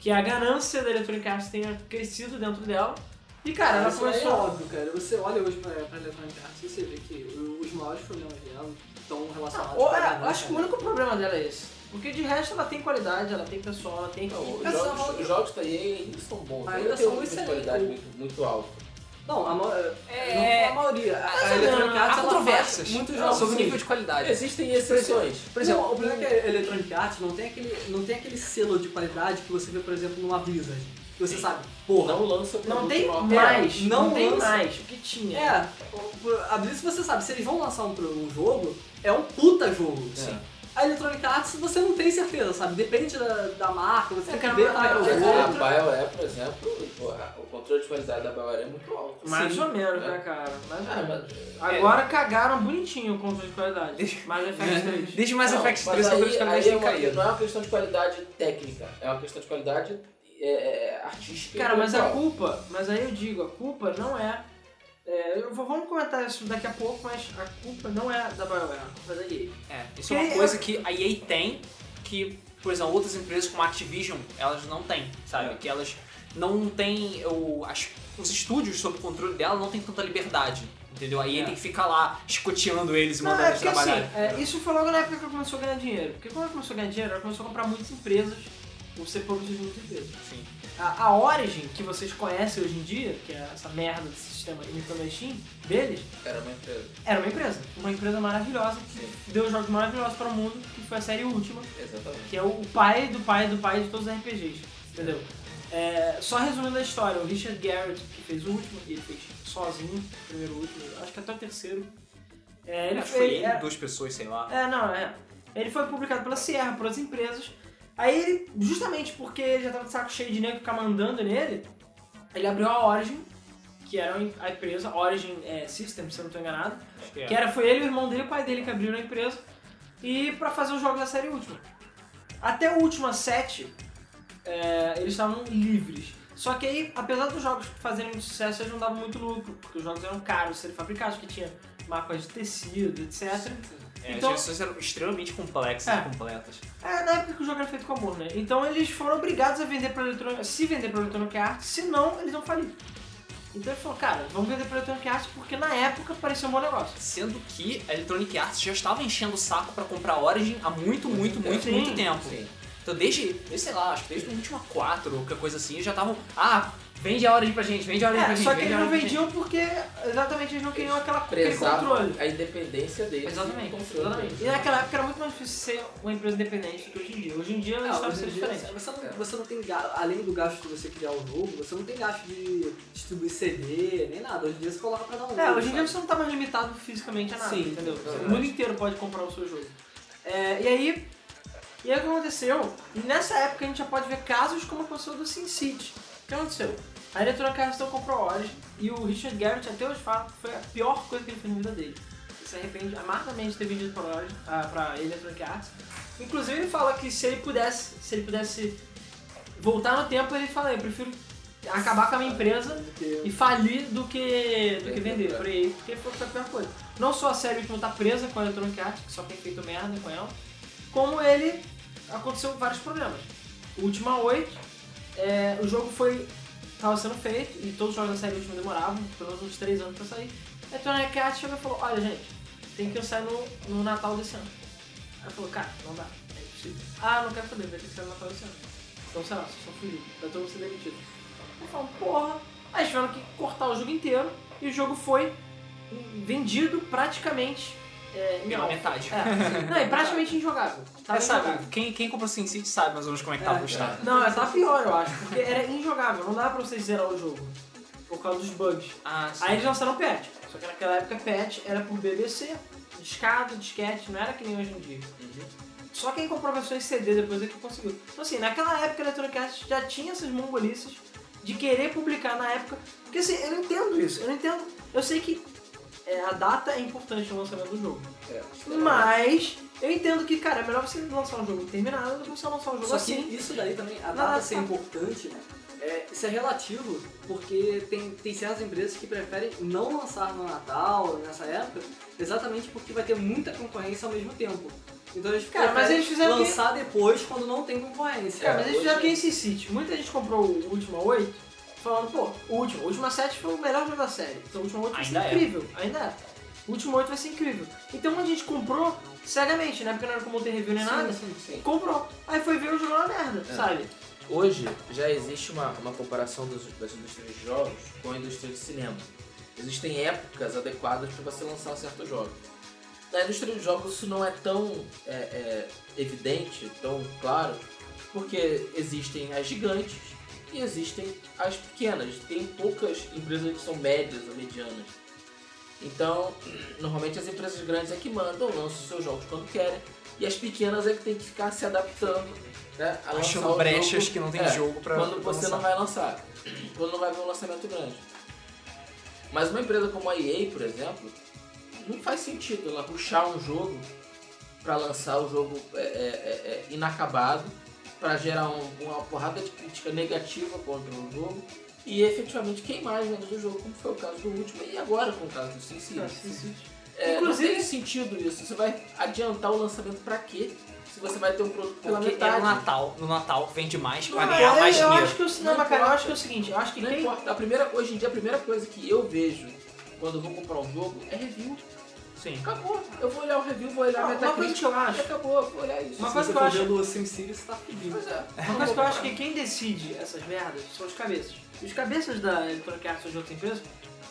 [SPEAKER 2] que a ganância da Electronic Arts tenha crescido dentro dela. E cara, ela
[SPEAKER 4] isso é
[SPEAKER 2] começou.
[SPEAKER 4] óbvio, cara. Você olha hoje pra, pra Electronic Arts e você vê que o- os maiores problemas dela estão relacionados
[SPEAKER 2] Ou,
[SPEAKER 4] com
[SPEAKER 2] é,
[SPEAKER 4] a
[SPEAKER 2] eu
[SPEAKER 4] ganância,
[SPEAKER 2] acho que o
[SPEAKER 4] né?
[SPEAKER 2] único problema dela é esse. Porque de resto ela tem qualidade, ela tem pessoal, ela tem.
[SPEAKER 3] Não, os,
[SPEAKER 4] Mas só
[SPEAKER 3] jogos,
[SPEAKER 4] rola-
[SPEAKER 3] os jogos da EA ainda são bons.
[SPEAKER 4] Ainda
[SPEAKER 3] tem
[SPEAKER 4] são
[SPEAKER 3] uma
[SPEAKER 4] excelentes.
[SPEAKER 3] qualidade muito, muito alta.
[SPEAKER 4] Não, a, ma-
[SPEAKER 1] É.
[SPEAKER 4] não a maioria. A,
[SPEAKER 2] Mais
[SPEAKER 4] a
[SPEAKER 2] ou menos,
[SPEAKER 4] Electronic Arts
[SPEAKER 1] Há
[SPEAKER 4] ela
[SPEAKER 1] controvérsias
[SPEAKER 4] faz muitos
[SPEAKER 1] sobre
[SPEAKER 4] jogos.
[SPEAKER 1] o nível
[SPEAKER 4] sim.
[SPEAKER 1] de qualidade.
[SPEAKER 3] Existem exceções.
[SPEAKER 4] Por exemplo, o problema é que a Electronic Arts não tem, aquele, não tem aquele selo de qualidade que você vê, por exemplo, numa Blizzard. Que você sabe, porra,
[SPEAKER 3] Não lança tipo,
[SPEAKER 2] Não
[SPEAKER 3] produto
[SPEAKER 2] tem
[SPEAKER 3] local.
[SPEAKER 2] mais,
[SPEAKER 4] não
[SPEAKER 2] não, tem
[SPEAKER 4] lança.
[SPEAKER 2] mais o que tinha.
[SPEAKER 4] um É, o- a Blizzard você sabe, se eles vão lançar um, pro- um jogo, é um puta jogo.
[SPEAKER 3] Sim.
[SPEAKER 4] A Electronic Arts você não tem certeza, sabe? Depende da, da marca, você
[SPEAKER 2] É,
[SPEAKER 4] tem
[SPEAKER 2] cara,
[SPEAKER 4] que ver
[SPEAKER 2] mas-
[SPEAKER 4] como é que é o
[SPEAKER 2] mas-
[SPEAKER 4] jogo.
[SPEAKER 3] A Bioware, é, por exemplo, pô, a- o controle de qualidade da Bioware é muito alto.
[SPEAKER 2] Mais
[SPEAKER 4] Sim.
[SPEAKER 2] ou menos,
[SPEAKER 3] É.
[SPEAKER 2] né, cara? Mais ou
[SPEAKER 3] Ah,
[SPEAKER 2] menos.
[SPEAKER 3] mas-
[SPEAKER 2] Agora cagaram bonitinho o controle de qualidade. Mas é FX3.
[SPEAKER 1] Desde Mass
[SPEAKER 3] Não,
[SPEAKER 1] Effect
[SPEAKER 3] mas
[SPEAKER 1] 3 que o
[SPEAKER 3] aí-
[SPEAKER 1] preço
[SPEAKER 3] aí
[SPEAKER 1] também
[SPEAKER 3] é
[SPEAKER 1] tem
[SPEAKER 3] uma-
[SPEAKER 1] caído.
[SPEAKER 3] Não é uma questão de qualidade técnica, é uma questão de qualidade é, é, artística. e
[SPEAKER 2] Cara, mas a
[SPEAKER 3] cultural.
[SPEAKER 2] culpa, mas aí eu digo, a culpa não é. é, eu vou, vamos comentar isso daqui a pouco, mas a culpa não é da BioWare, a culpa é da EA.
[SPEAKER 1] É, isso é uma
[SPEAKER 2] Que-
[SPEAKER 1] coisa que a EA tem, que, por exemplo, outras empresas como a Activision, elas não têm, sabe?
[SPEAKER 3] É.
[SPEAKER 1] Que elas não têm. O, as- os estúdios sob controle dela não têm tanta liberdade. Entendeu? A EA
[SPEAKER 2] É.
[SPEAKER 1] tem que ficar lá escoteando eles e
[SPEAKER 2] Não,
[SPEAKER 1] mandando
[SPEAKER 2] é
[SPEAKER 1] eles
[SPEAKER 2] porque assim,
[SPEAKER 1] trabalharem.
[SPEAKER 2] é, isso foi logo na época que ela começou a ganhar dinheiro. Porque quando ela começou a ganhar dinheiro, ela começou a comprar muitas empresas, ou ser produto de muitas empresas.
[SPEAKER 1] Enfim.
[SPEAKER 2] A, a Origin, que vocês conhecem hoje em dia, que é essa merda desse sistema imitando a Steam deles,
[SPEAKER 3] Era uma empresa.
[SPEAKER 2] era uma empresa. Uma empresa maravilhosa que deu jogos maravilhosos para o mundo, que foi a série última,
[SPEAKER 3] Exatamente.
[SPEAKER 2] que é o pai do pai do pai de todos os RPGs, entendeu? É, só resumindo a história, o Richard Garrett, que fez o último, e ele fez sozinho, o primeiro e o último, acho que até o terceiro. É, ele
[SPEAKER 1] Acho que foi
[SPEAKER 2] fez. é-
[SPEAKER 1] duas pessoas, sei lá.
[SPEAKER 2] é, não, é. Ele foi publicado pela Sierra, por outras empresas. Aí ele, justamente porque ele já tava de saco cheio de nego ficar mandando nele, ele abriu a Origin, que era a empresa, Origin é, System, se eu não tô enganado.
[SPEAKER 1] Acho que é.
[SPEAKER 2] Que era, foi ele, o irmão dele e o pai dele que abriram a empresa. E pra fazer os jogos da série última. Até o última sete, é, eles estavam livres. Só que aí, apesar dos jogos fazerem muito sucesso, eles não davam muito lucro. Porque os jogos eram caros de serem fabricados, que tinha mapas de tecido, etc.
[SPEAKER 1] É,
[SPEAKER 2] então-
[SPEAKER 1] As gerações eram extremamente complexas
[SPEAKER 2] É.
[SPEAKER 1] e completas.
[SPEAKER 2] É, na época que o jogo era feito com amor, né? Então eles foram obrigados a vender pra Electronic se vender pra Electronic Arts, senão eles vão falir. Então ele falou, cara, vamos vender pra Electronic Arts porque na época parecia um bom negócio.
[SPEAKER 1] Sendo que a Electronic Arts já estava enchendo o saco pra comprar Origin há muito, muito,
[SPEAKER 3] tempo.
[SPEAKER 1] muito,
[SPEAKER 2] Sim,
[SPEAKER 1] muito tempo.
[SPEAKER 3] Sim.
[SPEAKER 1] Então desde, desde, sei lá, acho que desde o último 4 ou qualquer coisa assim, já estavam, ah, vende a Origin pra gente, vende a Origin pra
[SPEAKER 2] É,
[SPEAKER 1] gente.
[SPEAKER 2] só que
[SPEAKER 1] vende
[SPEAKER 2] eles
[SPEAKER 1] a
[SPEAKER 2] não
[SPEAKER 1] Origin pra gente.
[SPEAKER 2] vendiam porque exatamente eles não queriam aquela, aquele controle.
[SPEAKER 3] Prezava a independência deles.
[SPEAKER 2] Exatamente,
[SPEAKER 3] e o controle
[SPEAKER 2] exatamente. E
[SPEAKER 3] deles.
[SPEAKER 2] naquela época era muito mais difícil ser uma empresa independente do que hoje em dia. Hoje em dia é assim. a
[SPEAKER 4] Ah,
[SPEAKER 2] história
[SPEAKER 4] hoje em
[SPEAKER 2] seria
[SPEAKER 4] dia,
[SPEAKER 2] diferente.
[SPEAKER 4] Você não, você não tem, ga- além do gasto de você criar o jogo, você não tem gasto de distribuir CD, nem nada. Hoje em dia você coloca pra dar um
[SPEAKER 2] É, hoje em dia você não tá mais limitado fisicamente a nada,
[SPEAKER 4] Sim,
[SPEAKER 2] entendeu?
[SPEAKER 3] verdade.
[SPEAKER 2] O mundo inteiro pode comprar o seu jogo. É, e aí, e aí o que aconteceu? E nessa época a gente já pode ver casos como aconteceu do Sin City. O que aconteceu? A Electronic Arts não comprou a Origin e o Richard Garrett até hoje fala que foi a pior coisa que ele fez na vida dele. Ele se arrepende amargamente de ter vendido pra, Origin, ah, pra Electronic Arts. Inclusive ele fala que se ele pudesse, se ele pudesse voltar no tempo, ele fala, eu prefiro acabar com a minha empresa e falir do que, do que vender por aí, porque foi a pior coisa. Não só a série última tá presa com a Electronic Arts, que só tem feito merda com ela, como ele aconteceu vários problemas. Última 8, é, o jogo foi. tava sendo feito, e todos os jogos da série última demoravam, pelo menos uns 3 anos pra sair. A Electronic Arts chegou e falou, olha gente, tem que eu sair no, no Natal desse ano. Aí falou, cara, não dá, é impossível. Ah, não quero saber, vai ter que sair no Natal desse ano. Então sei lá, vocês estão fugindo, vai todo mundo ser demitido. Aí falam, porra, aí tiveram que cortar o jogo inteiro e o jogo foi vendido praticamente. É, em
[SPEAKER 1] Pela
[SPEAKER 2] alfa.
[SPEAKER 1] metade.
[SPEAKER 2] É. Não, é praticamente injogável. Tava
[SPEAKER 1] É, sabe,
[SPEAKER 2] injogável.
[SPEAKER 1] quem, quem comprou SimCity sabe mais ou menos como é que tava
[SPEAKER 4] É,
[SPEAKER 1] o estado.
[SPEAKER 2] Não, é, tá pior, eu acho, porque era injogável, não dava pra você zerar o jogo. Por causa dos bugs.
[SPEAKER 1] Ah, sim.
[SPEAKER 2] Aí eles lançaram patch. Só que naquela época patch era por BBC, discado, disquete, não era que nem hoje em dia.
[SPEAKER 3] Uhum.
[SPEAKER 2] Só quem comprou a versão em CD depois é que conseguiu. Então assim, naquela época a Electronic Arts já tinha essas mongolices de querer publicar na época. Porque assim, eu não entendo isso, eu não entendo. Eu sei que é, a data é importante no lançamento do jogo.
[SPEAKER 4] É.
[SPEAKER 2] Mas eu entendo que, cara, é melhor você lançar um jogo terminado do que você lançar um jogo
[SPEAKER 4] Só que
[SPEAKER 2] assim.
[SPEAKER 4] isso daí também, a
[SPEAKER 2] Nossa.
[SPEAKER 4] data ser importante, né? É, isso é relativo, porque tem, tem certas empresas que preferem não lançar no Natal, nessa época, exatamente porque vai ter muita concorrência ao mesmo tempo. Então eles
[SPEAKER 2] Cara, mas
[SPEAKER 4] preferem
[SPEAKER 2] eles fizeram
[SPEAKER 4] lançar depois quando não tem concorrência.
[SPEAKER 2] Cara, mas eles
[SPEAKER 3] hoje-
[SPEAKER 2] fizeram que esse City. Muita gente comprou o Ultima 8 falando, pô, o Ultima, o Ultima 7 foi o melhor jogo da série. Então o Ultima 8 vai ser
[SPEAKER 1] Ainda é.
[SPEAKER 2] incrível. Ainda é. O Ultima 8 vai ser incrível. Então muita gente comprou cegamente, né? Porque não era como ter review nem nada.
[SPEAKER 4] Sim, sim, sim.
[SPEAKER 2] Comprou. Aí foi ver o jogo uma merda,
[SPEAKER 3] É.
[SPEAKER 2] sabe?
[SPEAKER 3] Hoje já existe uma, uma comparação dos- das indústrias de jogos com a indústria de cinema. Existem épocas adequadas para você lançar um certo jogo. Na indústria de jogos isso não é tão é, é, evidente, tão claro, porque existem as gigantes e existem as pequenas. Tem poucas empresas que são médias ou medianas. Então, normalmente as empresas grandes é que mandam, lançam seus jogos quando querem, e as pequenas é que tem que ficar se adaptando né, a lançar
[SPEAKER 1] Achando
[SPEAKER 3] o
[SPEAKER 1] brechas
[SPEAKER 3] jogo
[SPEAKER 1] que não tem
[SPEAKER 3] É,
[SPEAKER 1] jogo pra
[SPEAKER 3] quando
[SPEAKER 1] pra
[SPEAKER 3] você
[SPEAKER 1] lançar.
[SPEAKER 3] não vai lançar, quando não vai ver um lançamento grande. Mas uma empresa como a EA, por exemplo, não faz sentido ela puxar um jogo pra lançar o jogo é, é, é, é, inacabado, pra gerar um- uma porrada de crítica negativa contra o jogo e efetivamente queimar as vendas do jogo, como foi o caso do último e agora com o caso do Sin City.
[SPEAKER 2] Cara, esse City.
[SPEAKER 3] É,
[SPEAKER 2] Inclusive-
[SPEAKER 3] não tem sentido isso. Você vai adiantar o lançamento pra quê? Se você vai ter um produto pela
[SPEAKER 1] Porque é
[SPEAKER 3] metade.
[SPEAKER 1] no Natal, no Natal vende mais pra
[SPEAKER 2] Não,
[SPEAKER 1] ganhar
[SPEAKER 2] eu-
[SPEAKER 1] mais
[SPEAKER 2] eu
[SPEAKER 1] dinheiro.
[SPEAKER 2] acho que o cinema,
[SPEAKER 3] Não
[SPEAKER 2] cara, eu
[SPEAKER 3] importa.
[SPEAKER 2] acho que é o seguinte, eu acho que
[SPEAKER 3] Não
[SPEAKER 2] quem
[SPEAKER 3] importa. A primeira, hoje em dia, a primeira coisa que eu vejo quando eu vou comprar um jogo é review.
[SPEAKER 1] Sim.
[SPEAKER 3] Acabou. Eu vou olhar o review, vou olhar a
[SPEAKER 2] Não, Ah, uma coisa
[SPEAKER 3] Metacritic.
[SPEAKER 2] que eu acho,
[SPEAKER 3] Acabou, eu vou olhar isso.
[SPEAKER 2] Uma
[SPEAKER 4] Se
[SPEAKER 2] coisa
[SPEAKER 4] você
[SPEAKER 2] que eu
[SPEAKER 4] for
[SPEAKER 2] acho-
[SPEAKER 4] ver no SimCity, você tá fudido.
[SPEAKER 3] Pois é.
[SPEAKER 2] Uma coisa que eu acho que quem decide essas merdas são os cabeças. Os cabeças da Electronic Arts ou de outras empresas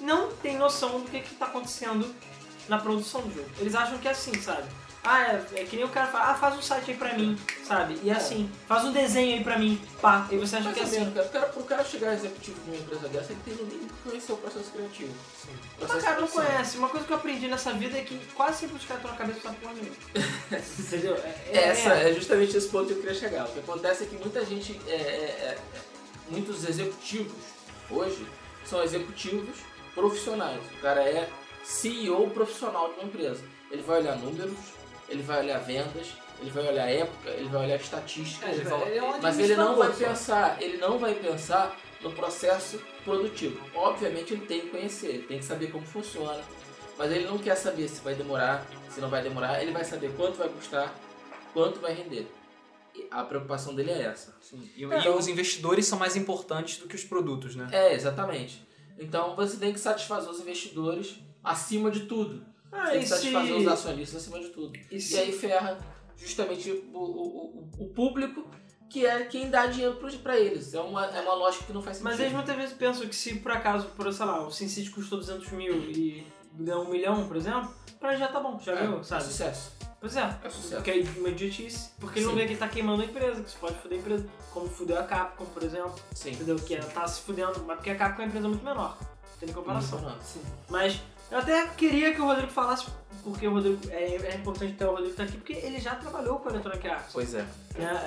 [SPEAKER 2] não tem noção do que, que tá acontecendo na produção do jogo. Eles acham que é assim, sabe? Ah, é, é que nem o cara fala, ah, faz um site aí pra mim, sabe? E é assim, faz um desenho aí pra mim, pá. E você acha
[SPEAKER 3] Mas
[SPEAKER 2] que é
[SPEAKER 3] assim,
[SPEAKER 2] assim.
[SPEAKER 3] cara, o cara, pro cara chegar executivo de uma empresa dessa, ele tem no mínimo que conhecer o processo criativo.
[SPEAKER 1] Sim.
[SPEAKER 3] Processo
[SPEAKER 2] Mas cara, não
[SPEAKER 3] criativo.
[SPEAKER 2] conhece. Uma coisa que eu aprendi nessa vida é que quase sempre os caras estão na cabeça da porra nenhuma. Entendeu? É- é-
[SPEAKER 3] Essa
[SPEAKER 2] é.
[SPEAKER 3] é justamente esse ponto que eu queria chegar. O que acontece é que muita gente, é, é, é, muitos executivos hoje são executivos profissionais. O cara é CEO profissional de uma empresa. Ele vai olhar números, ele vai olhar vendas, ele vai olhar época, ele vai olhar estatística, ele vai
[SPEAKER 4] é um
[SPEAKER 3] mas ele não vai
[SPEAKER 4] administrador, só.
[SPEAKER 3] pensar, ele não vai pensar no processo produtivo. Obviamente ele tem que conhecer, ele tem que saber como funciona, mas ele não quer saber se vai demorar, se não vai demorar, ele vai saber quanto vai custar, quanto vai render. E a preocupação dele é essa.
[SPEAKER 1] E, e os investidores são mais importantes do que os produtos, né?
[SPEAKER 3] É, exatamente. Então você tem que satisfazer os investidores acima de tudo. Você
[SPEAKER 2] Ah,
[SPEAKER 3] tem
[SPEAKER 2] e
[SPEAKER 3] que satisfazer os
[SPEAKER 2] se...
[SPEAKER 3] acionistas acima de tudo.
[SPEAKER 2] E
[SPEAKER 3] E
[SPEAKER 2] se...
[SPEAKER 3] aí ferra justamente o, o- o- o público, que é quem dá dinheiro pro- pra eles. É uma, é uma lógica que não faz sentido.
[SPEAKER 2] Mas eles muitas vezes pensam que se por acaso, por, sei lá, o Sin City custou 200 mil e ganhou um milhão, por exemplo, pra ele já tá bom, já
[SPEAKER 3] É,
[SPEAKER 2] ganhou,
[SPEAKER 3] É
[SPEAKER 2] sabe?
[SPEAKER 3] sucesso.
[SPEAKER 2] Pois é.
[SPEAKER 3] É sucesso.
[SPEAKER 2] Porque é imediatice. Porque ele não
[SPEAKER 3] Sim.
[SPEAKER 2] vê que ele tá queimando a empresa, que isso pode foder a empresa. Como fudeu a Capcom, por exemplo,
[SPEAKER 3] Sim.
[SPEAKER 2] entendeu? Que ela tá se fudendo, mas porque a Capcom é uma empresa muito menor, tendo comparação.
[SPEAKER 4] Sim.
[SPEAKER 3] Uhum.
[SPEAKER 2] Mas eu até queria que o Rodrigo falasse, porque o Rodrigo, é, é importante ter o Rodrigo tá aqui, porque ele já trabalhou com a Electronic Arts.
[SPEAKER 3] Pois é.
[SPEAKER 2] né?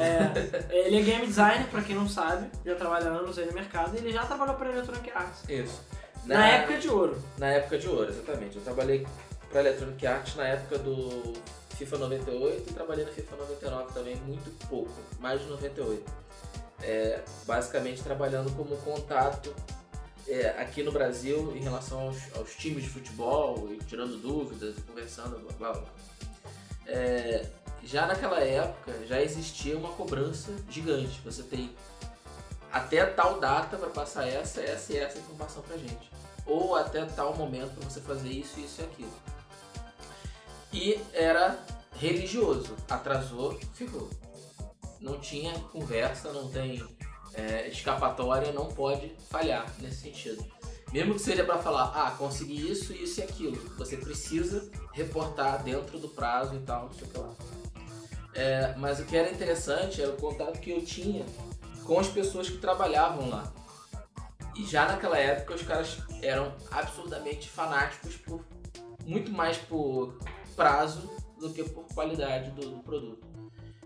[SPEAKER 2] É, ele é game designer, pra quem não sabe, já trabalha há anos aí no mercado, e ele já trabalhou pra Electronic Arts.
[SPEAKER 3] Isso.
[SPEAKER 2] Na, época de ouro.
[SPEAKER 3] na época de ouro, exatamente. Eu trabalhei pra Electronic Arts na época do FIFA 98 e trabalhei na FIFA 99 também, muito pouco, mais de 98. É, basicamente trabalhando como contato é, aqui no Brasil em relação aos, aos times de futebol, e tirando dúvidas, e conversando, blá blá blá. É, já naquela época já existia uma cobrança gigante. Você tem até tal data para passar essa, essa e essa informação pra gente. Ou até tal momento para você fazer isso, isso e aquilo. E era religioso. Atrasou, ficou. Não tinha conversa, não tem é, escapatória, não pode falhar nesse sentido. Mesmo que seja para falar, ah, consegui isso, isso e aquilo. Você precisa reportar dentro do prazo e tal, não sei o que lá. É, mas o que era interessante era o contato que eu tinha com as pessoas que trabalhavam lá. E já naquela época os caras eram absurdamente fanáticos por muito mais por prazo do que por qualidade do, do produto.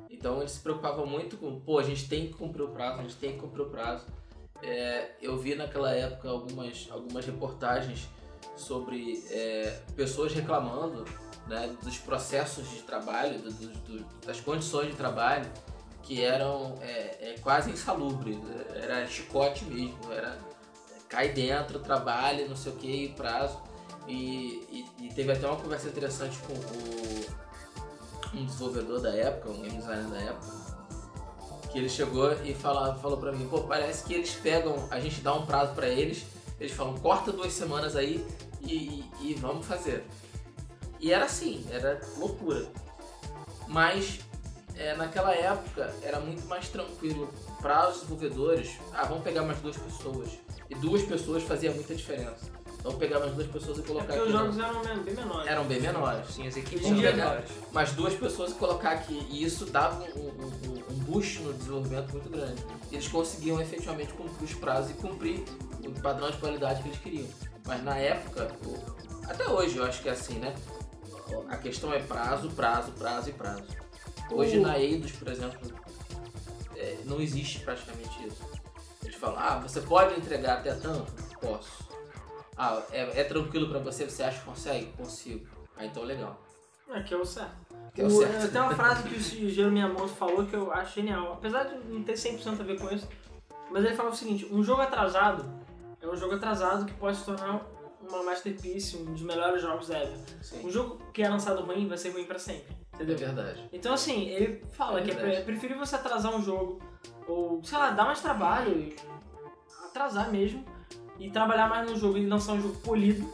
[SPEAKER 3] Então eles se preocupavam muito com, pô, a gente tem que cumprir o prazo, a gente tem que cumprir o prazo. É, eu vi naquela época algumas, algumas reportagens sobre é, pessoas reclamando né, dos processos de trabalho, do- do- do- das condições de trabalho que eram é, é, quase insalubres. Era chicote mesmo, era é, cai dentro, trabalha, não sei o que, prazo. E, e- e teve até uma conversa interessante com o, um desenvolvedor da época, um game designer da época, que ele chegou e fala, falou pra mim, pô, parece que eles pegam, a gente dá um prazo pra eles, eles falam, corta duas semanas aí e, e- e vamos fazer. E era assim, era loucura. Mas é, naquela época era muito mais tranquilo para os desenvolvedores. Ah, vamos pegar mais duas pessoas. E duas pessoas fazia muita diferença. Vamos pegar mais duas pessoas e
[SPEAKER 2] É
[SPEAKER 3] colocar
[SPEAKER 2] porque os
[SPEAKER 3] aqui no-
[SPEAKER 2] jogos eram men- bem menores.
[SPEAKER 3] eram bem menores
[SPEAKER 1] Sim, as equipes
[SPEAKER 2] Hoje em Um dia, né?
[SPEAKER 1] melhores.
[SPEAKER 3] mais duas pessoas e colocar aqui. E isso dava um, um- um- um boost no desenvolvimento muito grande. Eles conseguiam efetivamente cumprir os prazos e cumprir o padrão de qualidade que eles queriam. Mas na época, o- até hoje eu acho que é assim, né? A questão é prazo, prazo, prazo e prazo. Hoje
[SPEAKER 4] O-
[SPEAKER 3] na Eidos, por exemplo, é, não existe praticamente isso. Eles falam, ah, você pode entregar até tanto? Posso. Ah, é, é tranquilo pra você? Você acha que consegue? Consigo. Ah, então legal.
[SPEAKER 2] É, que é o certo.
[SPEAKER 3] Que é o
[SPEAKER 2] O-
[SPEAKER 3] certo.
[SPEAKER 2] Tem uma frase que o Shigeru Miyamoto falou que eu acho genial, apesar de não ter 100% a ver com isso, mas ele falava o seguinte, um jogo atrasado é um jogo atrasado que pode se tornar uma masterpiece, um dos melhores jogos ever.
[SPEAKER 3] Sim.
[SPEAKER 2] Um jogo que é lançado ruim vai ser ruim pra sempre,
[SPEAKER 3] É
[SPEAKER 2] entendeu?
[SPEAKER 3] verdade.
[SPEAKER 2] Então assim, ele fala
[SPEAKER 3] É
[SPEAKER 2] que
[SPEAKER 3] verdade.
[SPEAKER 2] é preferível você atrasar um jogo, ou sei lá, dar mais trabalho, e atrasar mesmo, e trabalhar mais no jogo e lançar um jogo polido,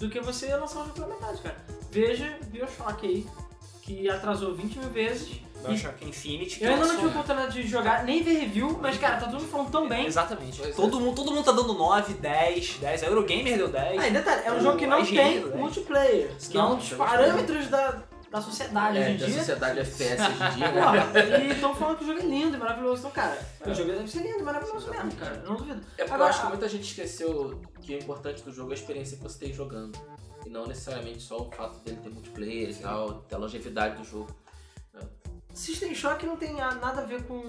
[SPEAKER 2] do que você lançar um jogo pela metade, cara. Veja Bioshock aí, que atrasou 20 mil vezes.
[SPEAKER 1] Eu acho que Infinity. que
[SPEAKER 2] Eu ainda não
[SPEAKER 1] lançou-
[SPEAKER 2] tive oportunidade de jogar, nem ver review, mas cara, tá todo mundo falando tão bem.
[SPEAKER 1] Exatamente.
[SPEAKER 3] Pois é.
[SPEAKER 1] Todo, mundo, todo mundo tá dando 9, 10, 10. A Eurogamer deu 10.
[SPEAKER 2] Ah, e detalhe, é um
[SPEAKER 1] O
[SPEAKER 2] jogo que não
[SPEAKER 1] IGN,
[SPEAKER 2] tem
[SPEAKER 1] né?
[SPEAKER 2] multiplayer, que é
[SPEAKER 3] Não,
[SPEAKER 2] um dos
[SPEAKER 3] isso é
[SPEAKER 2] parâmetros da, da sociedade hoje
[SPEAKER 3] É,
[SPEAKER 2] em
[SPEAKER 3] da
[SPEAKER 2] dia.
[SPEAKER 3] sociedade FPS hoje em dia, né?
[SPEAKER 2] Porra, e estão falando que o jogo é lindo e maravilhoso. Então, cara, o jogo deve ser lindo e maravilhoso mesmo, cara. Não duvido.
[SPEAKER 3] É porque eu
[SPEAKER 2] Agora,
[SPEAKER 3] acho que muita gente esqueceu que o importante do jogo é a experiência que você tem jogando. E não necessariamente só o fato dele ter multiplayer e tal, da longevidade do jogo.
[SPEAKER 2] System Shock não tem a- nada a ver com,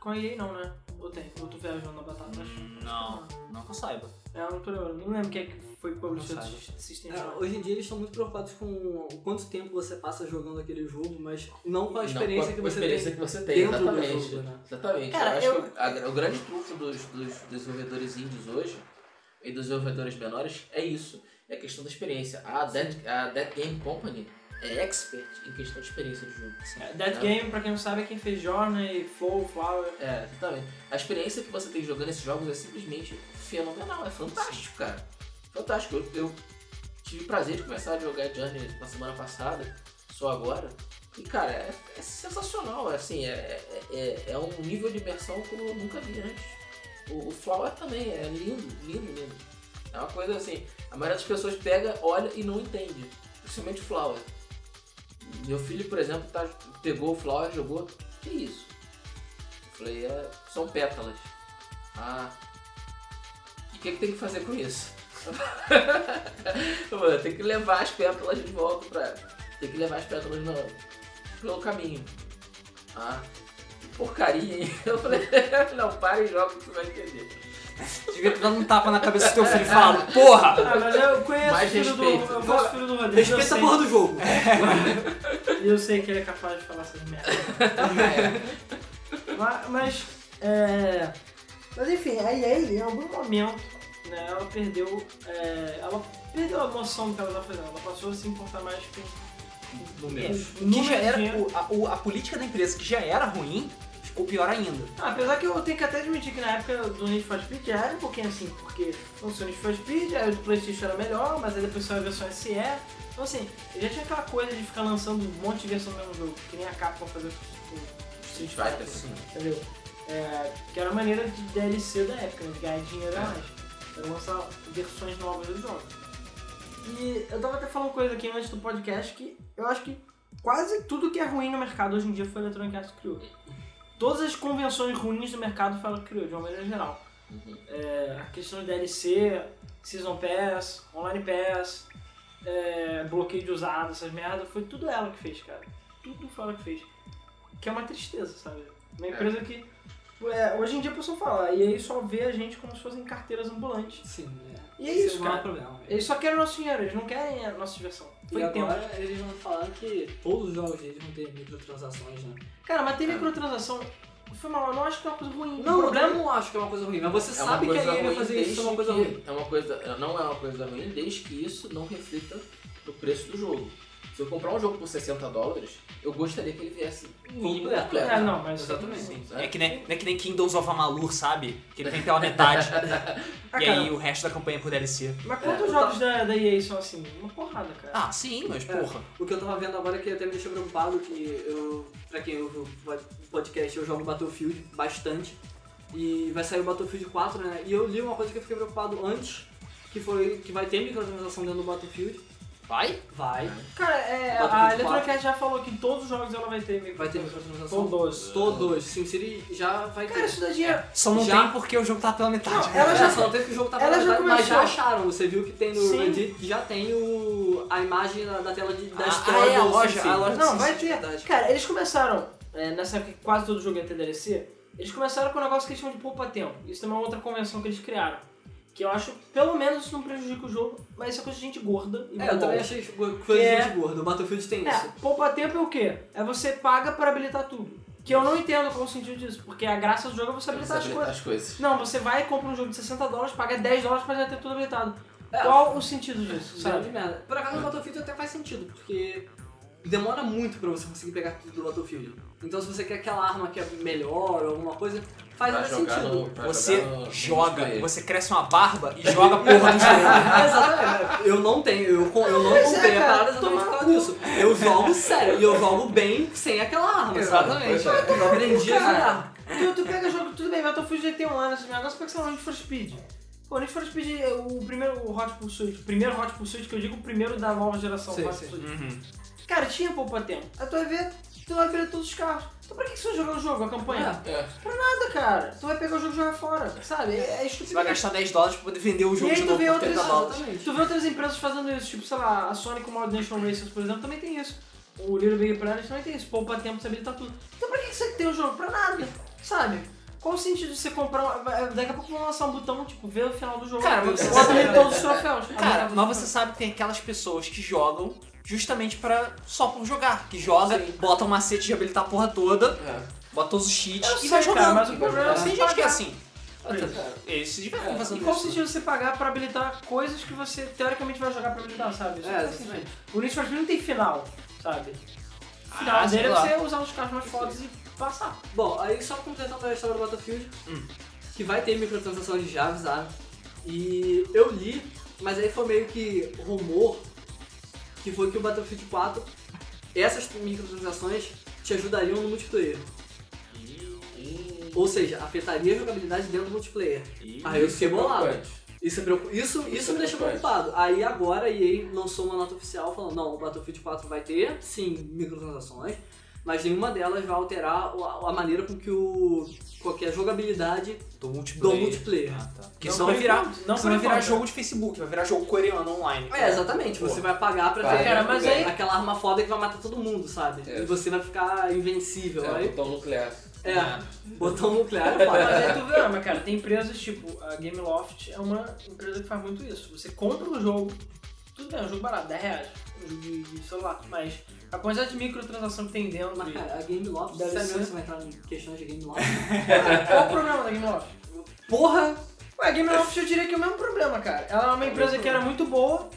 [SPEAKER 2] com a EA, não, né? Ou tem? Ou tô viajando na batata, mas...
[SPEAKER 1] Não, não que eu saiba.
[SPEAKER 2] É, eu não tô lembrando. Não lembro quem é que foi publisher
[SPEAKER 1] Não
[SPEAKER 2] do
[SPEAKER 1] sabe.
[SPEAKER 2] System
[SPEAKER 4] É,
[SPEAKER 2] Shock.
[SPEAKER 4] hoje em dia eles estão muito preocupados com o quanto tempo você passa jogando aquele jogo, mas não com a
[SPEAKER 3] Não,
[SPEAKER 4] experiência
[SPEAKER 3] com a
[SPEAKER 4] que você
[SPEAKER 3] experiência
[SPEAKER 4] tem
[SPEAKER 3] que você tem,
[SPEAKER 4] dentro do
[SPEAKER 3] exatamente.
[SPEAKER 4] jogo, né?
[SPEAKER 3] Exatamente.
[SPEAKER 2] Cara,
[SPEAKER 3] eu acho
[SPEAKER 2] eu-
[SPEAKER 3] que a- o grande truque dos, dos desenvolvedores indies hoje e dos desenvolvedores menores é isso. É a questão da experiência. A Dead, a Dead Game Company é expert em questão de experiência de jogo.
[SPEAKER 2] É, Dead Game, pra quem não sabe, é quem fez Journey, Flow, Flower.
[SPEAKER 3] É, exatamente. A experiência que você tem jogando esses jogos é simplesmente fenomenal, é fantástico, cara. Fantástico. Eu, eu tive prazer de começar a jogar Journey na semana passada, só agora. E, cara, é, é sensacional, assim, é, é, é- é um nível de imersão como eu nunca vi antes. O, o Flower também é lindo, lindo, lindo. É uma coisa assim, a maioria das pessoas pega, olha e não entende. Principalmente o Flower. Meu filho, por exemplo, tá- pegou o Flower, jogou. Que isso? Eu falei, é, são pétalas. Ah. E o que, que tem que fazer com isso? Eu falei, tem que levar as pétalas de volta pra. Tem que levar as pétalas no... pelo caminho. Ah. que Porcaria, hein? Eu falei, não, para e joga que tu vai entender.
[SPEAKER 1] Devia ter dado um tapa na cabeça do teu filho e falado, porra!
[SPEAKER 2] Ah, mas eu conheço
[SPEAKER 3] Mais
[SPEAKER 2] o filho
[SPEAKER 3] respeito.
[SPEAKER 2] do... Eu gosto do filho do Rodrigo, eu
[SPEAKER 1] assim,
[SPEAKER 4] Respeita
[SPEAKER 2] sei.
[SPEAKER 4] a porra do jogo.
[SPEAKER 2] E eu sei que ele é capaz de falar essas merdas.
[SPEAKER 3] É,
[SPEAKER 2] Ma- Mas, é... Mas enfim, a EA em algum momento, né, ela perdeu. é, Ela perdeu a noção do que ela tá fazendo. Ela passou a se importar mais com com É,
[SPEAKER 1] Que já era,
[SPEAKER 2] dinheiro.
[SPEAKER 1] o- a, o- a política da empresa, que já era ruim, ficou pior ainda.
[SPEAKER 2] Ah, apesar que eu tenho que até admitir que na época do Need for Speed já era um pouquinho assim, porque lançou o Need for Speed, aí o do Playstation era melhor, mas aí depois saiu a versão SE. Então assim, já tinha aquela coisa de ficar lançando um monte de versão do mesmo jogo, que nem a Capcom fazer com o Street Fighter.
[SPEAKER 3] assim.
[SPEAKER 2] entendeu? É, que era a maneira de DLC da época, né? de ganhar dinheiro a mais. Era lançar versões novas dos jogos. E eu tava até falando coisa aqui antes do podcast que eu acho que quase tudo que é ruim no mercado hoje em dia foi a Electronic Arts que criou. Todas as convenções ruins do mercado foi ela que criou, de uma maneira geral.
[SPEAKER 3] Uhum.
[SPEAKER 2] É, a questão de DLC, Season Pass, Online Pass, é, bloqueio de usado, essas merdas, foi tudo ela que fez, cara. Tudo foi ela que fez. Que é uma tristeza, sabe? Uma empresa que. é, hoje em dia a pessoa fala, e aí só vê a gente como se fossem carteiras ambulantes.
[SPEAKER 4] Sim, é.
[SPEAKER 2] E é isso,
[SPEAKER 4] não é
[SPEAKER 2] cara.
[SPEAKER 4] problema. velho.
[SPEAKER 2] Eles só querem o nosso dinheiro, eles não querem a nossa diversão. Foi
[SPEAKER 4] e
[SPEAKER 2] tempo.
[SPEAKER 4] agora eles vão falar que todos os jogos deles vão ter microtransações, né?
[SPEAKER 2] Cara, mas tem microtransação. Foi mal, eu não acho que é uma coisa ruim.
[SPEAKER 4] Não,
[SPEAKER 2] o
[SPEAKER 4] eu
[SPEAKER 2] problema
[SPEAKER 4] não acho que é uma coisa ruim, mas você
[SPEAKER 3] É uma
[SPEAKER 4] sabe que a
[SPEAKER 3] coisa
[SPEAKER 4] EA vai
[SPEAKER 3] ruim
[SPEAKER 4] fazer isso é uma
[SPEAKER 3] desde
[SPEAKER 4] coisa
[SPEAKER 3] que-
[SPEAKER 4] ruim.
[SPEAKER 3] É uma coisa, não é uma coisa ruim desde que isso não reflita no preço do jogo. Se eu comprar um jogo por 60 dólares, eu gostaria que ele viesse mínimo
[SPEAKER 4] Completo.
[SPEAKER 3] completo.
[SPEAKER 2] É, não, mas.
[SPEAKER 4] Exatamente.
[SPEAKER 1] É que nem, não é que nem Kingdoms of Amalur, sabe? Que ele vem pela metade.
[SPEAKER 2] Ah,
[SPEAKER 1] e
[SPEAKER 2] cara,
[SPEAKER 1] aí o resto da campanha é por DLC.
[SPEAKER 2] Mas quantos
[SPEAKER 4] É,
[SPEAKER 2] jogos da, da EA são assim? Uma porrada, cara.
[SPEAKER 1] Ah, sim, mas porra.
[SPEAKER 4] O que eu tava vendo agora é que até me deixou preocupado, que eu, pra quem ouve o pod- podcast, eu jogo Battlefield bastante. E vai sair o Battlefield 4, né? E eu li uma coisa que eu fiquei preocupado antes, que foi que vai ter microtransação dentro do Battlefield.
[SPEAKER 1] Vai?
[SPEAKER 4] Vai.
[SPEAKER 2] Cara, é,
[SPEAKER 4] Battlefield
[SPEAKER 2] a Electronic Arts já falou que em todos os jogos ela vai ter microtransação.
[SPEAKER 4] Vai ter microtransação.
[SPEAKER 2] Todos.
[SPEAKER 4] Todos. SimCity já vai ter.
[SPEAKER 2] Cara, isso dá dinheiro.
[SPEAKER 1] Só não
[SPEAKER 4] Já.
[SPEAKER 1] tem porque o jogo tá pela metade.
[SPEAKER 2] Não, ela
[SPEAKER 4] É,
[SPEAKER 2] já-
[SPEAKER 4] só teve que o jogo tá
[SPEAKER 2] ela já
[SPEAKER 4] paralisado, mas
[SPEAKER 2] começou.
[SPEAKER 4] já acharam. Você viu que tem no
[SPEAKER 2] Sim.
[SPEAKER 4] Reddit que já tem o, a imagem da, da tela de, da
[SPEAKER 1] Ah,
[SPEAKER 4] história
[SPEAKER 1] é, a
[SPEAKER 4] do
[SPEAKER 1] loja,
[SPEAKER 4] SimCity.
[SPEAKER 1] a loja do
[SPEAKER 2] Não, vai ter.
[SPEAKER 4] SimCity, é verdade.
[SPEAKER 2] Cara, eles começaram, é, nessa época que quase todo jogo ia ter DLC, eles começaram com um negócio que eles chamam de poupa-tempo. Isso também é uma outra convenção que eles criaram. Que eu acho, pelo menos, isso não prejudica o jogo, mas isso é coisa de gente gorda. E
[SPEAKER 4] É, eu
[SPEAKER 2] bom.
[SPEAKER 4] também achei go- coisa
[SPEAKER 2] Que é-
[SPEAKER 4] de gente gorda. O Battlefield tem isso.
[SPEAKER 2] É, poupa-tempo é o quê? É você paga para habilitar tudo. Que eu não entendo qual o sentido disso, porque a graça do jogo é você habilitar as
[SPEAKER 3] habilitar
[SPEAKER 2] coisas.
[SPEAKER 3] as coisas.
[SPEAKER 2] Não, você vai e compra um jogo de 60 dólares, paga 10 dólares pra já ter tudo habilitado.
[SPEAKER 4] É,
[SPEAKER 2] Qual o sentido disso,
[SPEAKER 4] Grande
[SPEAKER 2] sabe?
[SPEAKER 4] merda. Por acaso o Battlefield até faz sentido, porque demora muito pra você conseguir pegar tudo do Battlefield. Então se você quer aquela arma que é melhor, alguma coisa, faz
[SPEAKER 3] Pra
[SPEAKER 4] até
[SPEAKER 3] jogar
[SPEAKER 4] sentido.
[SPEAKER 3] no- pra
[SPEAKER 1] Você
[SPEAKER 3] jogar no- no
[SPEAKER 1] joga,
[SPEAKER 3] multiplayer.
[SPEAKER 1] você cresce uma barba e joga a porra do jogo.
[SPEAKER 4] É, Exatamente. Eu não tenho, eu, co- eu não
[SPEAKER 2] Pois é,
[SPEAKER 4] comprei a
[SPEAKER 2] cara,
[SPEAKER 4] parada exatamente por causa disso. Eu jogo sério, e eu jogo bem sem aquela arma.
[SPEAKER 1] Exatamente.
[SPEAKER 4] sabe?
[SPEAKER 3] é.
[SPEAKER 4] Eu aprendi a
[SPEAKER 2] Cara,
[SPEAKER 4] jogar.
[SPEAKER 2] Tu, tu pega jogo, tudo bem, Battlefield já tem um ano, esses negócios, por que você não Need for Speed? Pô, Need for Speed, é o primeiro o Hot Pursuit, o primeiro Hot Pursuit que eu digo, o primeiro da nova geração
[SPEAKER 4] Sim,
[SPEAKER 2] Hot
[SPEAKER 4] sim.
[SPEAKER 2] Pursuit.
[SPEAKER 1] Uhum.
[SPEAKER 2] Cara, tinha poupa tempo. A tua ver, tu vai abrir todos os carros. Então pra que que você vai jogar o jogo, a campanha?
[SPEAKER 3] É.
[SPEAKER 2] Nada, cara. Tu vai pegar o jogo e jogar fora, sabe? É, é
[SPEAKER 1] Você
[SPEAKER 2] estupidez.
[SPEAKER 1] vai gastar 10 dólares pra poder vender o
[SPEAKER 2] E
[SPEAKER 1] jogo
[SPEAKER 2] aí
[SPEAKER 1] de
[SPEAKER 2] tu
[SPEAKER 1] novo
[SPEAKER 2] vê,
[SPEAKER 1] por
[SPEAKER 2] outras,
[SPEAKER 1] 30 dólares.
[SPEAKER 2] tu vê outras empresas fazendo isso, tipo, sei lá, a Sony com o Modern Nation Racers, por exemplo, também tem isso. O Little Big Planet também tem isso, poupa tempo, você habilita tudo. Então pra que que você tem o jogo? Pra nada, sabe? Qual o sentido de você comprar, uma- daqui a pouco vão lançar um botão, tipo, ver o final do jogo.
[SPEAKER 1] Cara, mas você-
[SPEAKER 2] Bota ali todos os troféus.
[SPEAKER 1] Cara,
[SPEAKER 2] Habilita
[SPEAKER 1] mas
[SPEAKER 2] todos
[SPEAKER 1] você
[SPEAKER 2] os
[SPEAKER 1] sabe que tem aquelas pessoas que jogam justamente para só por jogar. Que joga,
[SPEAKER 2] Sim.
[SPEAKER 1] bota um macete de habilitar a porra toda,
[SPEAKER 3] É.
[SPEAKER 1] bota todos os cheats
[SPEAKER 2] Eu
[SPEAKER 1] e
[SPEAKER 2] sei,
[SPEAKER 1] vai
[SPEAKER 2] cara,
[SPEAKER 1] jogando.
[SPEAKER 2] mas o problema
[SPEAKER 1] tem
[SPEAKER 2] é
[SPEAKER 1] gente
[SPEAKER 2] pagar.
[SPEAKER 1] que é assim.
[SPEAKER 2] troféus.
[SPEAKER 1] Eles se divertem
[SPEAKER 2] E
[SPEAKER 1] fazendo
[SPEAKER 2] qual o
[SPEAKER 1] isso.
[SPEAKER 2] sentido de você pagar pra habilitar coisas que você teoricamente vai jogar pra habilitar, sabe? Isso não
[SPEAKER 4] É,
[SPEAKER 2] faz
[SPEAKER 4] exatamente.
[SPEAKER 2] sentido. O Need for Speed não tem final, sabe? O final
[SPEAKER 1] Ah, sei
[SPEAKER 2] dele é
[SPEAKER 1] lá.
[SPEAKER 2] você usar os carros mais fodas e passar.
[SPEAKER 4] Bom, aí só completando a história do Battlefield,
[SPEAKER 1] Hum.
[SPEAKER 4] que vai ter microtransação de Javes, sabe? E eu li, mas aí foi meio que rumor, que foi que o Battlefield 4, essas microtransações te ajudariam no multiplayer. Ou seja, afetaria a jogabilidade dentro do multiplayer.
[SPEAKER 2] Ah,
[SPEAKER 4] Aí eu fiquei bolado. Isso, é preocup- isso, isso,
[SPEAKER 3] Isso é
[SPEAKER 4] me deixa
[SPEAKER 3] preocupante.
[SPEAKER 4] preocupado. Aí agora a EA lançou uma nota oficial falando, não, o Battlefield 4 vai ter, sim, microtransações, mas nenhuma delas vai alterar o- a, a maneira com que o qualquer jogabilidade
[SPEAKER 1] Do
[SPEAKER 4] do
[SPEAKER 1] multiplayer.
[SPEAKER 4] multiplayer.
[SPEAKER 1] Ah, tá. Porque
[SPEAKER 2] Não
[SPEAKER 1] senão vai
[SPEAKER 2] por
[SPEAKER 1] virar,
[SPEAKER 2] enquanto,
[SPEAKER 1] senão
[SPEAKER 2] não
[SPEAKER 1] vai
[SPEAKER 2] por
[SPEAKER 1] virar
[SPEAKER 2] enquanto.
[SPEAKER 1] jogo de Facebook, vai virar jogo coreano online.
[SPEAKER 4] É, exatamente, você vai pagar pra
[SPEAKER 3] Vai,
[SPEAKER 4] ter
[SPEAKER 2] Cara, mas aí-
[SPEAKER 4] aquela arma foda que vai matar todo mundo, sabe?
[SPEAKER 3] É.
[SPEAKER 4] E você vai ficar invencível.
[SPEAKER 3] É,
[SPEAKER 4] Aí,
[SPEAKER 3] botão nuclear.
[SPEAKER 4] é, botão nuclear
[SPEAKER 2] Mas
[SPEAKER 4] é foda.
[SPEAKER 2] aí tu vê, ah, mas cara, tem empresas tipo, a Gameloft é uma empresa que faz muito isso. Você compra o jogo, tudo bem, é um jogo barato, 10 reais, um jogo de, de celular, mas a quantidade de microtransação que tem dentro.
[SPEAKER 4] Mas,
[SPEAKER 2] e-
[SPEAKER 4] cara, a Game Loft,
[SPEAKER 2] Deve
[SPEAKER 4] sério mesmo
[SPEAKER 2] ser.
[SPEAKER 4] que você vai entrar em questões de Game Loft?
[SPEAKER 2] Qual o problema da Gameloft?
[SPEAKER 4] Porra!
[SPEAKER 2] Ué, a GameLoft eu diria que é o mesmo problema, cara. Ela é uma empresa que era muito boa,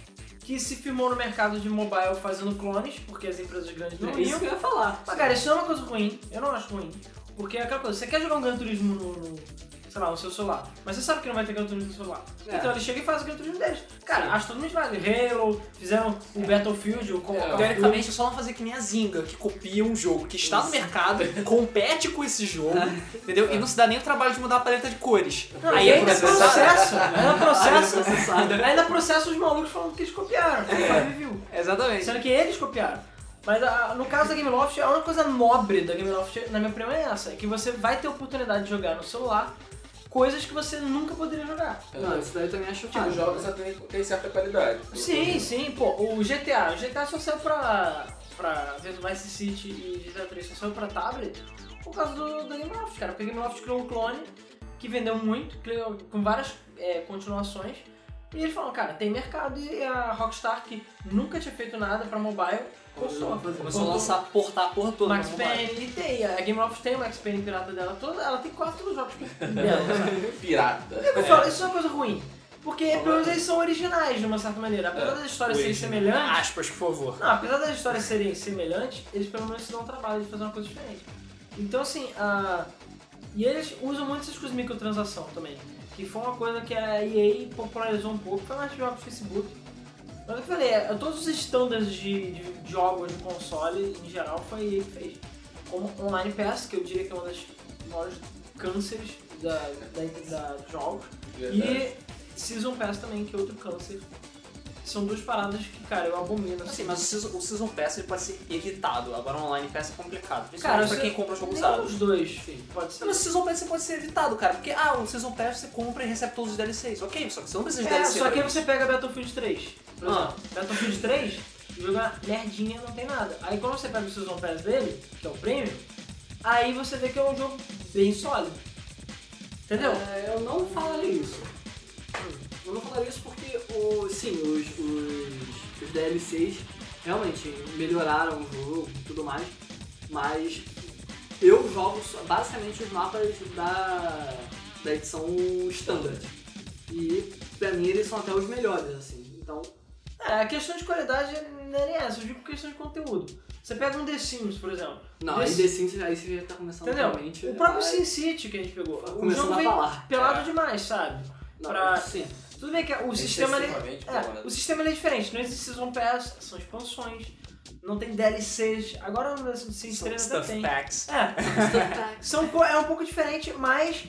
[SPEAKER 2] que se firmou no mercado de mobile fazendo clones, porque as empresas grandes não
[SPEAKER 4] é isso
[SPEAKER 2] iam.
[SPEAKER 4] que eu ia falar.
[SPEAKER 2] Mas, cara, isso não é uma coisa ruim. Eu não acho ruim. Porque é aquela coisa, você quer jogar um Gran Turismo no, no- sei lá, no seu celular, mas você sabe que não vai ter Gran Turismo no celular.
[SPEAKER 4] É.
[SPEAKER 2] Então ele chega e faz o Gran Turismo deles. Cara, acho totalmente válido. Halo, fizeram o Battlefield, o Call of
[SPEAKER 3] É.
[SPEAKER 2] Duty.
[SPEAKER 1] Teoricamente é só não fazer que nem a Zinga, que copia um jogo que está no mercado, compete com esse jogo, entendeu? E não se dá nem o trabalho de mudar a paleta de cores.
[SPEAKER 2] Não,
[SPEAKER 1] Aí
[SPEAKER 2] e
[SPEAKER 1] é
[SPEAKER 2] ainda
[SPEAKER 1] processado.
[SPEAKER 2] processa,
[SPEAKER 4] é
[SPEAKER 2] ainda processa,
[SPEAKER 4] Processado.
[SPEAKER 2] ainda processa os malucos falando que eles copiaram, que não review.
[SPEAKER 1] É, Exatamente.
[SPEAKER 2] Sendo que eles copiaram. Mas a- no caso da Gameloft, a única coisa nobre da Gameloft, na minha opinião, é essa. É que você vai ter a oportunidade de jogar no celular coisas que você nunca poderia jogar.
[SPEAKER 4] Não, isso daí eu também é acho
[SPEAKER 3] É. Tipo,
[SPEAKER 4] válido.
[SPEAKER 3] os jogos já tem, tem certa qualidade.
[SPEAKER 2] Sim, sim, pô. O GTA. O GTA só saiu pra, pra Vice City e GTA 3 só saiu pra tablet por causa do, da Gameloft, cara. Porque a Gameloft criou um clone que vendeu muito, criou, com várias é, continuações. E eles falam, cara, tem mercado e a Rockstar que nunca tinha feito nada pra mobile começou a fazer.
[SPEAKER 1] Começou a
[SPEAKER 2] Botou
[SPEAKER 1] lançar, portar a porra toda.
[SPEAKER 2] Max
[SPEAKER 1] no mobile.
[SPEAKER 2] Payne, e tem, a Game Loft tem o Max Payne pirata dela toda, ela tem quatro jogos dela, sabe?
[SPEAKER 3] Pirata.
[SPEAKER 2] Eu falo, isso é uma coisa ruim. Porque pelo menos eles são originais, de uma certa maneira. Apesar
[SPEAKER 3] É,
[SPEAKER 2] das histórias serem
[SPEAKER 1] hoje.
[SPEAKER 2] semelhantes.
[SPEAKER 1] Aspas, por favor.
[SPEAKER 2] Não, apesar das histórias serem semelhantes, eles pelo menos se dão o trabalho de fazer uma coisa diferente. Então assim, a. E eles usam muito essas coisas de microtransação também. Que foi uma coisa que a EA popularizou um pouco, foi mais jogos do Facebook. Mas eu falei, é, todos os standards de, de jogos de console em geral foi a EA que fez. Como Online Pass, que eu diria que é um dos maiores cânceres da, da, da jogos.
[SPEAKER 3] É Verdade.
[SPEAKER 2] E Season Pass também, que é outro câncer. São duas paradas que, cara, eu abomino.
[SPEAKER 1] Assim, mas o Season, o season Pass ele pode ser evitado, agora o Online Pass é complicado.
[SPEAKER 2] Cara,
[SPEAKER 1] Principalmente pra
[SPEAKER 2] você-
[SPEAKER 1] quem compra jogo
[SPEAKER 2] Nem
[SPEAKER 1] usado.
[SPEAKER 2] os dois, filho. Pode ser.
[SPEAKER 1] Não, Mas assim, o Season Pass você pode ser evitado, cara, porque, ah, o Season Pass você compra e recebe todos os DLCs. Ok, só que você não precisa de
[SPEAKER 2] É,
[SPEAKER 1] DLC.
[SPEAKER 2] só que aí
[SPEAKER 1] pra isso.
[SPEAKER 2] você pega Battlefield 3. Por
[SPEAKER 1] né? Ah.
[SPEAKER 2] exemplo, Battlefield 3, o jogo é uma merdinha, não tem nada. Aí quando você pega o Season Pass dele, que é o prêmio, aí você vê que é um jogo bem sólido. Entendeu?
[SPEAKER 4] É, eu não falaria isso. Eu não falaria isso porque, o, sim, os, os, os DLCs realmente melhoraram o jogo e tudo mais, mas eu jogo só- basicamente os mapas da, da edição standard. E pra mim eles são até os melhores, assim. Então,
[SPEAKER 2] É, a questão de qualidade não é nem essa, eu digo questão de conteúdo. Você pega um The Sims, por exemplo.
[SPEAKER 4] não,
[SPEAKER 2] Esse-
[SPEAKER 4] aí The Sims, aí você já tá começando
[SPEAKER 2] Entendeu?
[SPEAKER 4] realmente. é.
[SPEAKER 2] O próprio
[SPEAKER 4] a-
[SPEAKER 2] SimCity que a gente pegou. O
[SPEAKER 4] Começando
[SPEAKER 2] jogo
[SPEAKER 4] a
[SPEAKER 2] vem
[SPEAKER 4] falar.
[SPEAKER 2] pelado
[SPEAKER 3] É.
[SPEAKER 2] demais, sabe?
[SPEAKER 4] Não,
[SPEAKER 2] pra-
[SPEAKER 4] sim.
[SPEAKER 2] Tudo bem que o sistema ele,
[SPEAKER 3] Excessivamente
[SPEAKER 4] assim, né?
[SPEAKER 2] é,
[SPEAKER 3] pelado.
[SPEAKER 2] o sistema ele é diferente, não existe Season Pass, são expansões, não tem DLCs, agora no Sims
[SPEAKER 1] São
[SPEAKER 2] 3 até
[SPEAKER 1] Stuff
[SPEAKER 2] tem.
[SPEAKER 1] Packs.
[SPEAKER 2] É, são, co- é um pouco diferente, mas,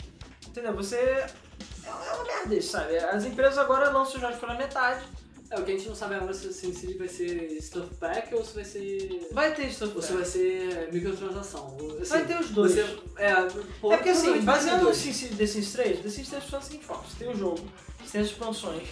[SPEAKER 2] entendeu, você, é uma é uma merda isso, sabe? As empresas agora lançam os jogos pela metade,
[SPEAKER 4] É, o que a gente não sabe agora se o SimCity vai ser Stuff Pack ou se vai ser.
[SPEAKER 2] vai ter Stuff
[SPEAKER 4] Ou
[SPEAKER 2] Pass,
[SPEAKER 4] se vai ser microtransação. Ou, assim,
[SPEAKER 2] vai ter os dois.
[SPEAKER 4] Você, é, pô,
[SPEAKER 2] é porque assim,
[SPEAKER 4] provavelmente
[SPEAKER 2] baseando no
[SPEAKER 4] dois.
[SPEAKER 2] Sin City- The Sims 3, The Sims 3 funciona da seguinte forma. Você tem o jogo, você tem as expansões,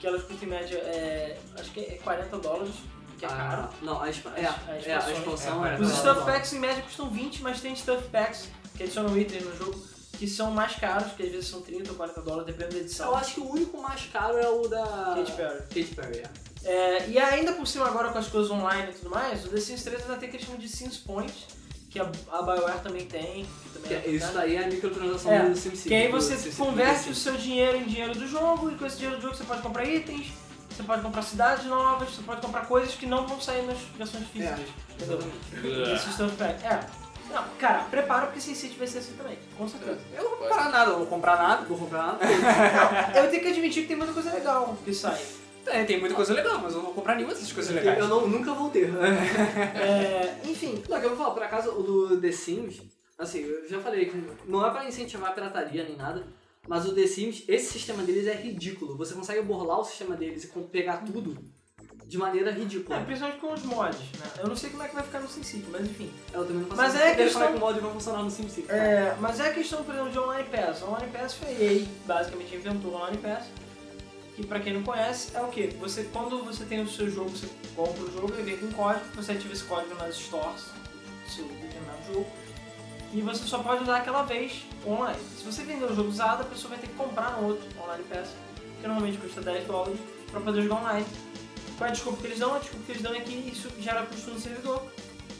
[SPEAKER 2] que elas custam em média, é, acho que é 40 dólares, que é caro.
[SPEAKER 4] Ah, não, a, expa- é,
[SPEAKER 2] As- as
[SPEAKER 4] é, a
[SPEAKER 2] expansões,
[SPEAKER 4] expansão
[SPEAKER 3] é,
[SPEAKER 4] é.
[SPEAKER 2] Os
[SPEAKER 4] tá,
[SPEAKER 2] Stuff
[SPEAKER 4] tá.
[SPEAKER 2] Packs em média custam 20, mas tem Stuff Packs que adicionam itens no jogo que são mais caros, que às vezes são 30 ou 40 dólares, dependendo da edição.
[SPEAKER 4] Eu acho que o único mais caro é o da.
[SPEAKER 2] Katy Perry.
[SPEAKER 4] Katy Perry, é.
[SPEAKER 2] É, e ainda por cima agora com as coisas online e tudo mais, o The Sims 3 ainda tem a questão de Sims Points, que a, a Bioware também tem, que também
[SPEAKER 4] Que
[SPEAKER 2] é
[SPEAKER 4] é- isso
[SPEAKER 2] verdade.
[SPEAKER 4] daí é a microtransação
[SPEAKER 2] É,
[SPEAKER 4] do SimCity.
[SPEAKER 2] Que aí
[SPEAKER 4] do
[SPEAKER 2] você
[SPEAKER 4] SimCity
[SPEAKER 2] converte o
[SPEAKER 4] 35.
[SPEAKER 2] seu dinheiro em dinheiro do jogo, e com esse dinheiro do jogo você pode comprar itens, você pode comprar cidades novas, você pode comprar coisas que não vão sair nas versões físicas. entendeu?
[SPEAKER 4] Exatamente.
[SPEAKER 2] Esse Stuff Pack. É. Não, cara, prepara porque SimCity vai ser assim também, com certeza.
[SPEAKER 3] É.
[SPEAKER 1] Eu não vou comprar nada, não vou comprar nada.
[SPEAKER 4] Vou comprar nada.
[SPEAKER 2] Eu tenho que admitir que tem muita coisa legal que sai.
[SPEAKER 1] Tem, É, tem muita coisa legal, mas eu não vou comprar nenhuma dessas coisas legais.
[SPEAKER 4] Eu não, nunca vou ter.
[SPEAKER 2] É, enfim,
[SPEAKER 4] Não, que eu vou falar, por acaso, o do The Sims, assim, eu já falei que não é pra incentivar a pirataria nem nada, mas o The Sims, esse sistema deles é ridículo. Você consegue burlar o sistema deles e com- pegar tudo de maneira
[SPEAKER 2] é,
[SPEAKER 4] ridícula.
[SPEAKER 2] principalmente com os mods, né? Eu não sei como é que vai ficar no SimCity, mas enfim.
[SPEAKER 4] Eu também não faço
[SPEAKER 2] Mas
[SPEAKER 4] ideia
[SPEAKER 2] é a
[SPEAKER 4] de como
[SPEAKER 2] questão-
[SPEAKER 4] é que o mod vai funcionar no SimCity.
[SPEAKER 2] É, mas é a questão, por exemplo, de Online Pass. Online Pass foi a EA, basicamente inventou o Online Pass. Que pra quem não conhece, é o quê? Você, quando você tem o seu jogo, você compra o jogo e vem com código, você ativa esse código nas stores do seu determinado jogo. E você só pode usar aquela vez online. Se você vender o jogo usado, a pessoa vai ter que comprar no outro Online Pass, que normalmente custa 10 dólares, pra poder jogar online. Qual é a desculpa que eles dão? A desculpa que eles dão é que isso gera custo no servidor.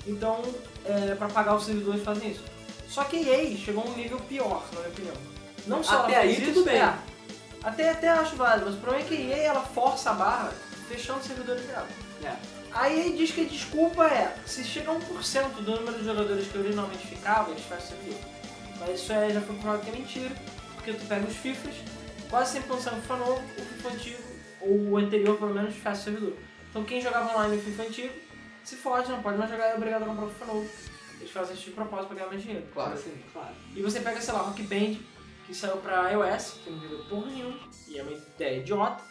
[SPEAKER 2] Então, é, pra pagar os servidores fazem isso. Só que a EA chegou a um nível pior, na minha opinião. Não só
[SPEAKER 4] Até
[SPEAKER 2] ela fez
[SPEAKER 4] aí,
[SPEAKER 2] isso,
[SPEAKER 4] tudo bem.
[SPEAKER 2] é, até, até acho válido, mas o problema é que a EA ela força a barra fechando o servidor liberado.
[SPEAKER 4] É.
[SPEAKER 2] A EA diz que a desculpa é, se chega a 1% do número de jogadores que originalmente ficavam, eles fecham o servidor. Mas isso é, já foi provado que é mentira, porque tu pega os FIFAs, quase 100% do FIFA novo, o FIFA antigo, ou o anterior pelo menos, fecha o servidor. Então quem jogava online no FIFA antigo, se fode, não pode mais jogar, é obrigado a comprar o FIFA novo. Eles fazem isso de propósito pra ganhar mais dinheiro.
[SPEAKER 3] Claro.
[SPEAKER 4] Assim, claro.
[SPEAKER 2] E você pega, sei lá, Rock Band, que saiu pra iOS, que não vendeu porra nenhuma, e é uma ideia idiota.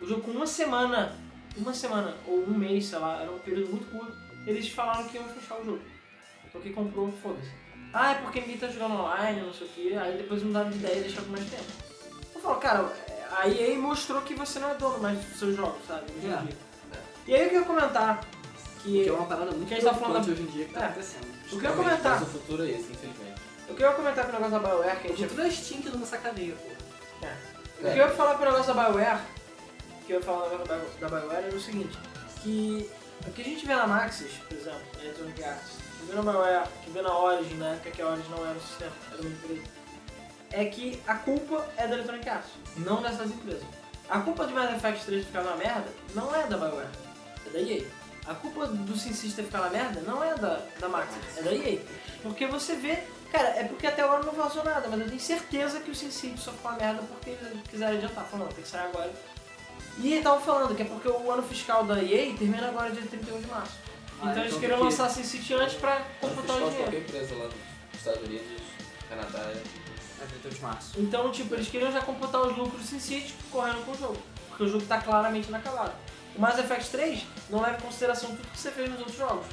[SPEAKER 2] O jogo com uma semana, uma semana ou um mês, sei lá, era um período muito curto, eles falaram que iam fechar o jogo. Então quem comprou, foda-se. Ah, é porque ninguém tá jogando online, não sei o que, aí depois mudaram de ideia e deixaram por mais tempo. Eu falo, cara, a EA mostrou que você não é dono mais dos seus jogos, sabe? Hoje em
[SPEAKER 4] É.
[SPEAKER 2] dia. E aí eu queria comentar que.
[SPEAKER 4] Que é uma parada muito
[SPEAKER 2] que a gente tá falando
[SPEAKER 4] preocupante hoje em dia que tá
[SPEAKER 2] É.
[SPEAKER 4] acontecendo.
[SPEAKER 2] Eu queria comentar.
[SPEAKER 3] Mas o futuro é esse, infelizmente.
[SPEAKER 2] Eu queria comentar com o negócio da BioWare que a gente
[SPEAKER 4] O
[SPEAKER 2] Então
[SPEAKER 4] futuro é Steam que não sacaneia, pô.
[SPEAKER 2] O que eu ia falar pro negócio da BioWare que eu ia falar agora da, da BioWare era o seguinte, que o que a gente vê na Maxis, por exemplo, na Electronic Arts, que vê na BioWare, que vê na Origin, na época que a Origin não era um sistema, era uma empresa, é que a culpa é da Electronic Arts, não dessas empresas. A culpa de Mass Effect 3 ficar na merda não é da BioWare, é da EA. A culpa do Sin City ficar na merda não é da, da Maxis, é da EA. Porque você vê Cara, é porque até agora não vazou nada, mas eu tenho certeza que o SimCity só ficou uma merda porque eles quiseram adiantar. Falaram, não, tem que sair agora. E estavam falando que é porque o ano fiscal da EA termina agora dia 31 de março.
[SPEAKER 4] Ah,
[SPEAKER 2] então eles
[SPEAKER 4] então
[SPEAKER 2] queriam
[SPEAKER 4] tem que-
[SPEAKER 2] lançar SimCity antes pra computar o
[SPEAKER 3] Fiscal de
[SPEAKER 2] dinheiro.
[SPEAKER 3] qualquer empresa lá nos Estados Unidos, Canadá.
[SPEAKER 1] É 28 de março.
[SPEAKER 2] Então, tipo, eles queriam já computar os lucros do SimCity correndo com o jogo. Porque o jogo tá claramente inacabado. O Mass Effect 3 não leva em consideração tudo que você fez nos outros jogos.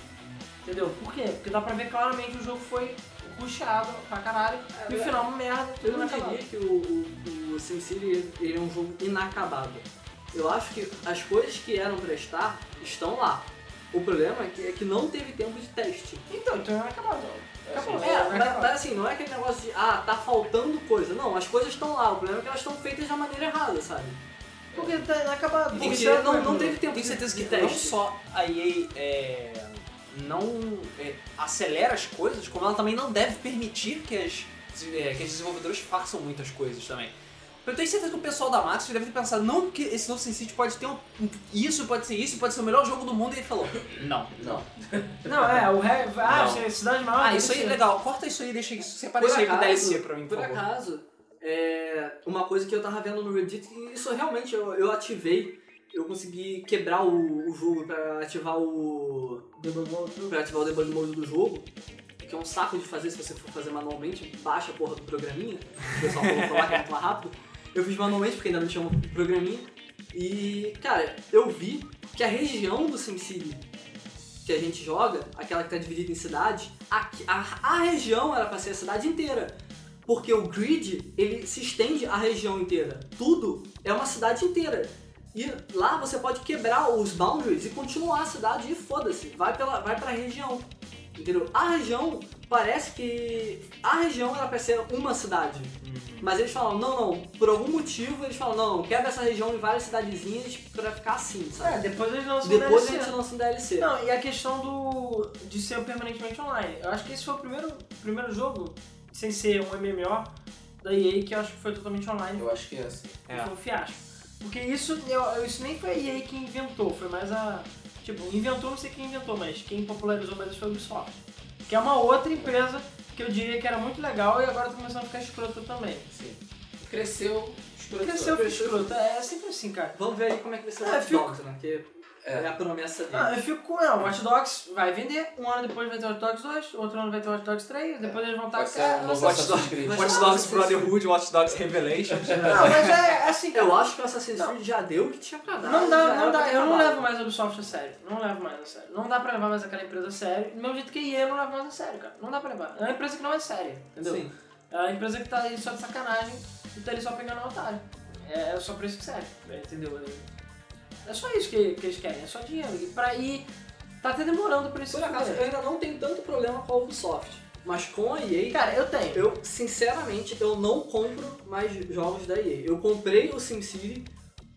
[SPEAKER 2] Entendeu? Por quê? Porque dá pra ver claramente o jogo foi ruxado pra caralho. E o final é uma merda,
[SPEAKER 4] Eu
[SPEAKER 2] tudo
[SPEAKER 4] não
[SPEAKER 2] inacabado.
[SPEAKER 4] diria que o, o, o Sin City ele é um jogo inacabado. Eu acho que as coisas que eram pra estar estão lá. O problema é que, é que não teve tempo de teste.
[SPEAKER 2] Então, então não é acabado. Acabou.
[SPEAKER 3] Assim,
[SPEAKER 4] É,
[SPEAKER 2] não é
[SPEAKER 4] mas,
[SPEAKER 2] acabado.
[SPEAKER 4] mas assim, não é aquele negócio de, ah, tá faltando coisa. Não, as coisas estão lá. O problema é que elas estão feitas da maneira errada, sabe?
[SPEAKER 2] Porque tá inacabado.
[SPEAKER 1] Tem que
[SPEAKER 4] Porque
[SPEAKER 1] ser-
[SPEAKER 4] não, não teve
[SPEAKER 1] Eu
[SPEAKER 4] tempo
[SPEAKER 1] tenho
[SPEAKER 4] de-
[SPEAKER 1] certeza que
[SPEAKER 4] de
[SPEAKER 1] não
[SPEAKER 4] teste.
[SPEAKER 1] só a EA é, não é, acelera as coisas, como ela também não deve permitir que as, é, que as desenvolvedoras façam muitas coisas também. Eu tenho certeza que o pessoal da Maxis deve ter pensado, não, que esse novo SimCity pode ter um, isso, pode ser isso, pode ser o melhor jogo do mundo, e ele falou, não.
[SPEAKER 3] Não.
[SPEAKER 2] Não, é, o ré. Ah,
[SPEAKER 3] Não.
[SPEAKER 2] você- cidade maior. né?
[SPEAKER 1] Ah, isso aí é legal, corta isso aí e deixa isso, separa isso aí pro DLC pra mim, por
[SPEAKER 4] Por
[SPEAKER 1] favor.
[SPEAKER 4] acaso, é, uma coisa que eu tava vendo no Reddit, e isso realmente eu, eu ativei, eu consegui quebrar o, o jogo pra ativar o.
[SPEAKER 2] Debug mode.
[SPEAKER 4] pra ativar o debug mode do jogo, que é um saco de fazer se você for fazer manualmente, baixa a porra do programinha, o pessoal falou falar que é muito mais rápido. Eu fiz manualmente porque ainda não tinha um programinha. E, cara, eu vi que a região do SimCity que a gente joga, aquela que tá dividida em cidades, a, a, a região era pra ser a cidade inteira. Porque o grid, ele se estende à região inteira. Tudo é uma cidade inteira. E lá você pode quebrar os boundaries e continuar a cidade e foda-se. Vai, pela, vai pra região. Entendeu? A região parece que. A região era pra ser uma cidade.
[SPEAKER 1] Hum.
[SPEAKER 4] Mas eles falam, não, não. Por algum motivo eles falam, não, não, quebra essa região em várias cidadezinhas pra ficar assim,
[SPEAKER 2] É,
[SPEAKER 4] sabe?
[SPEAKER 2] depois eles lançam o
[SPEAKER 4] Depois
[SPEAKER 2] DLC.
[SPEAKER 4] a gente lança um DLC.
[SPEAKER 2] Não, e a questão do. de ser permanentemente online. Eu acho que esse foi o primeiro, primeiro jogo, sem ser um MMO, da EA, que eu acho que foi totalmente online.
[SPEAKER 3] Eu acho que é assim.
[SPEAKER 2] e
[SPEAKER 1] É.
[SPEAKER 2] Foi um fiasco. Porque isso, eu, eu- isso nem foi a EA que inventou, foi mais a. Tipo, inventou, não sei quem inventou, mas quem popularizou mais isso foi a Ubisoft. Que é uma outra empresa que eu diria que era muito legal e agora tá começando a ficar escrota também.
[SPEAKER 3] Sim. Cresceu, escrotou.
[SPEAKER 2] Cresceu, foi escrota. É sempre assim, cara.
[SPEAKER 4] Vamos ver aí como é que vai ser o
[SPEAKER 2] É,
[SPEAKER 4] Watch
[SPEAKER 2] fico-
[SPEAKER 4] Dogs, né? Porque é.
[SPEAKER 3] É.
[SPEAKER 4] a promessa dele.
[SPEAKER 2] Ah, eu fico com. Não, Watch Dogs vai vender, um ano depois vai ter Watch Dogs 2, outro ano vai ter Watch Dogs 3, depois eles vão tá estar.
[SPEAKER 3] Vai ser um novo
[SPEAKER 1] Watch
[SPEAKER 3] Assassin's Creed.
[SPEAKER 4] Mas-
[SPEAKER 1] Watch Dogs Brotherhood, Watch Dogs Revelations.
[SPEAKER 2] Não, mas é, é assim, cara.
[SPEAKER 4] Eu acho que o Assassin's
[SPEAKER 2] Não.
[SPEAKER 4] Creed já deu o que tinha pra dar.
[SPEAKER 2] assim. Não dá,
[SPEAKER 4] já
[SPEAKER 2] não
[SPEAKER 4] era
[SPEAKER 2] dá.
[SPEAKER 4] pra
[SPEAKER 2] Eu não
[SPEAKER 4] acabar.
[SPEAKER 2] levo mais a Ubisoft a sério. Não levo mais a sério. Não dá pra levar mais aquela empresa a sério. Do mesmo jeito que a EA eu não levo mais a sério, cara. Não dá pra levar. É uma empresa que não é séria, entendeu?
[SPEAKER 4] Sim.
[SPEAKER 2] É uma empresa que tá ali só de sacanagem e tá ali só pegando um otário. É, é só pra isso que serve, entendeu? É só isso que, que eles querem, é só dinheiro. E pra ir. Tá até demorando pra isso.
[SPEAKER 4] Por acaso,
[SPEAKER 2] acontecer.
[SPEAKER 4] eu ainda não tenho tanto problema com a Ubisoft. Mas com a EA,
[SPEAKER 2] Cara, eu tenho.
[SPEAKER 4] eu, sinceramente, eu não compro mais jogos da EA. Eu comprei o SimCity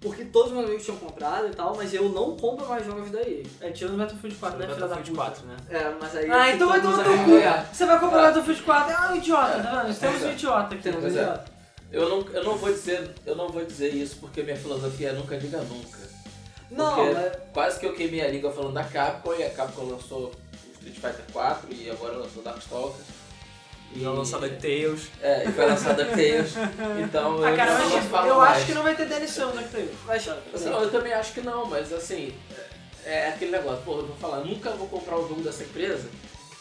[SPEAKER 4] porque todos os meus amigos tinham comprado e tal, mas eu não compro mais jogos da EA.
[SPEAKER 2] É, tirando o Battlefield 4, né, filha da puta?
[SPEAKER 1] Battlefield 4, né?
[SPEAKER 4] É, mas aí...
[SPEAKER 2] Ah,
[SPEAKER 4] eu
[SPEAKER 2] então vai
[SPEAKER 4] tô
[SPEAKER 2] tomar
[SPEAKER 4] nos
[SPEAKER 2] teu
[SPEAKER 4] amigos-
[SPEAKER 2] cu. Você vai comprar o Battlefield 4, ah, um idiota,
[SPEAKER 3] É.
[SPEAKER 2] tá vendo? Temos um idiota aqui.
[SPEAKER 4] Temos um
[SPEAKER 3] Pois é.
[SPEAKER 4] idiota.
[SPEAKER 3] Eu não, eu não vou dizer, eu não vou dizer isso porque minha filosofia é nunca diga nunca.
[SPEAKER 4] Não,
[SPEAKER 3] Porque-
[SPEAKER 4] mas...
[SPEAKER 3] Quase que eu queimei a língua falando da Capcom e a Capcom lançou o Street Fighter 4 e agora lançou Darkstalkers.
[SPEAKER 1] E é o lançado DuckTales.
[SPEAKER 3] É, e foi lançada Tails. Então eu
[SPEAKER 2] Ah, cara,
[SPEAKER 3] não
[SPEAKER 2] mas tipo,
[SPEAKER 3] falo
[SPEAKER 2] eu
[SPEAKER 3] mais.
[SPEAKER 2] acho que não vai ter DLC um no DuckTales.
[SPEAKER 4] mas
[SPEAKER 3] Assim, eu também acho que não, mas assim, é é aquele negócio, porra, eu vou falar, nunca vou comprar o jogo dessa empresa.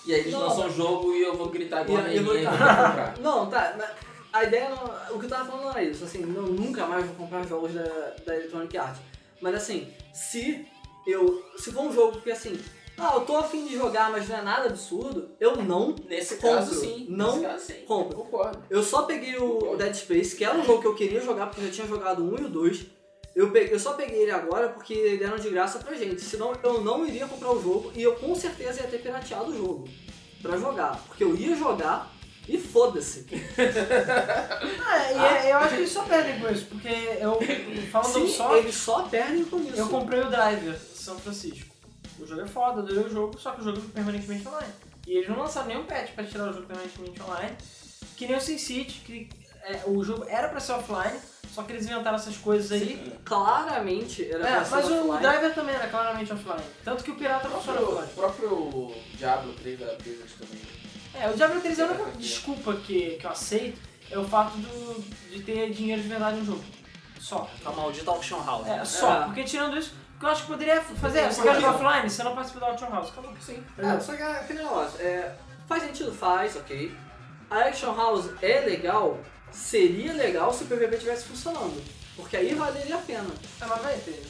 [SPEAKER 3] E aí eles
[SPEAKER 4] Não.
[SPEAKER 3] lançam o jogo e eu vou gritar igual a
[SPEAKER 4] E- e eu vou
[SPEAKER 3] menininha e vou comprar.
[SPEAKER 4] Não, tá, mas a ideia não. O que eu tava falando não era isso, assim, eu nunca mais vou comprar jogos da, da Electronic Arts. Mas assim, se eu. Se for um jogo que assim, ah, eu tô afim de jogar, mas não é nada absurdo, eu não
[SPEAKER 3] Nesse
[SPEAKER 4] Compro.
[SPEAKER 3] caso sim,
[SPEAKER 4] Não
[SPEAKER 3] nesse caso sim.
[SPEAKER 4] compro.
[SPEAKER 3] Concordo.
[SPEAKER 4] eu só peguei o Dead Space, que era um jogo que eu queria jogar, porque eu já tinha jogado o 1 e o 2. Eu, peguei- eu só peguei ele agora porque deram de graça pra gente. Senão eu não iria comprar o jogo e eu com certeza ia ter pirateado o jogo pra jogar. Porque eu ia jogar e E foda-se.
[SPEAKER 2] Ah, e é- eu acho que eles só perdem com isso, porque eu, falando
[SPEAKER 4] Sim,
[SPEAKER 2] só,
[SPEAKER 4] eles só perdem com isso.
[SPEAKER 2] eu comprei o Driver São Francisco. O jogo é foda, adorei o jogo, só que o jogo é permanentemente online. E eles não lançaram nenhum patch pra tirar o jogo permanentemente online. Que nem o SimCity, que é, o jogo era pra ser offline, só que eles inventaram essas coisas aí.
[SPEAKER 4] Claramente era
[SPEAKER 2] É,
[SPEAKER 4] pra ser
[SPEAKER 2] mas o, o
[SPEAKER 4] offline.
[SPEAKER 2] Driver também era claramente offline. Tanto que o Pirata
[SPEAKER 3] O
[SPEAKER 2] funciona
[SPEAKER 3] próprio,
[SPEAKER 2] offline.
[SPEAKER 3] o próprio Diablo 3 era Blizzard também.
[SPEAKER 2] É, o Diablo 3 é a única desculpa que, que eu aceito é o fato do, de ter dinheiro de verdade no jogo. Só.
[SPEAKER 1] Com a é maldita Auction House.
[SPEAKER 2] É, só.
[SPEAKER 4] É.
[SPEAKER 2] Porque tirando isso, o que eu acho que poderia fazer é, você quer jogar offline, você não participa do Auction House. Acabou. Sim.
[SPEAKER 4] É, só que é aquele negócio, é, faz sentido? Faz, ok. A Action House é legal? Seria legal se o PVP tivesse funcionando. Porque aí valeria a pena.
[SPEAKER 2] Ela vai ter.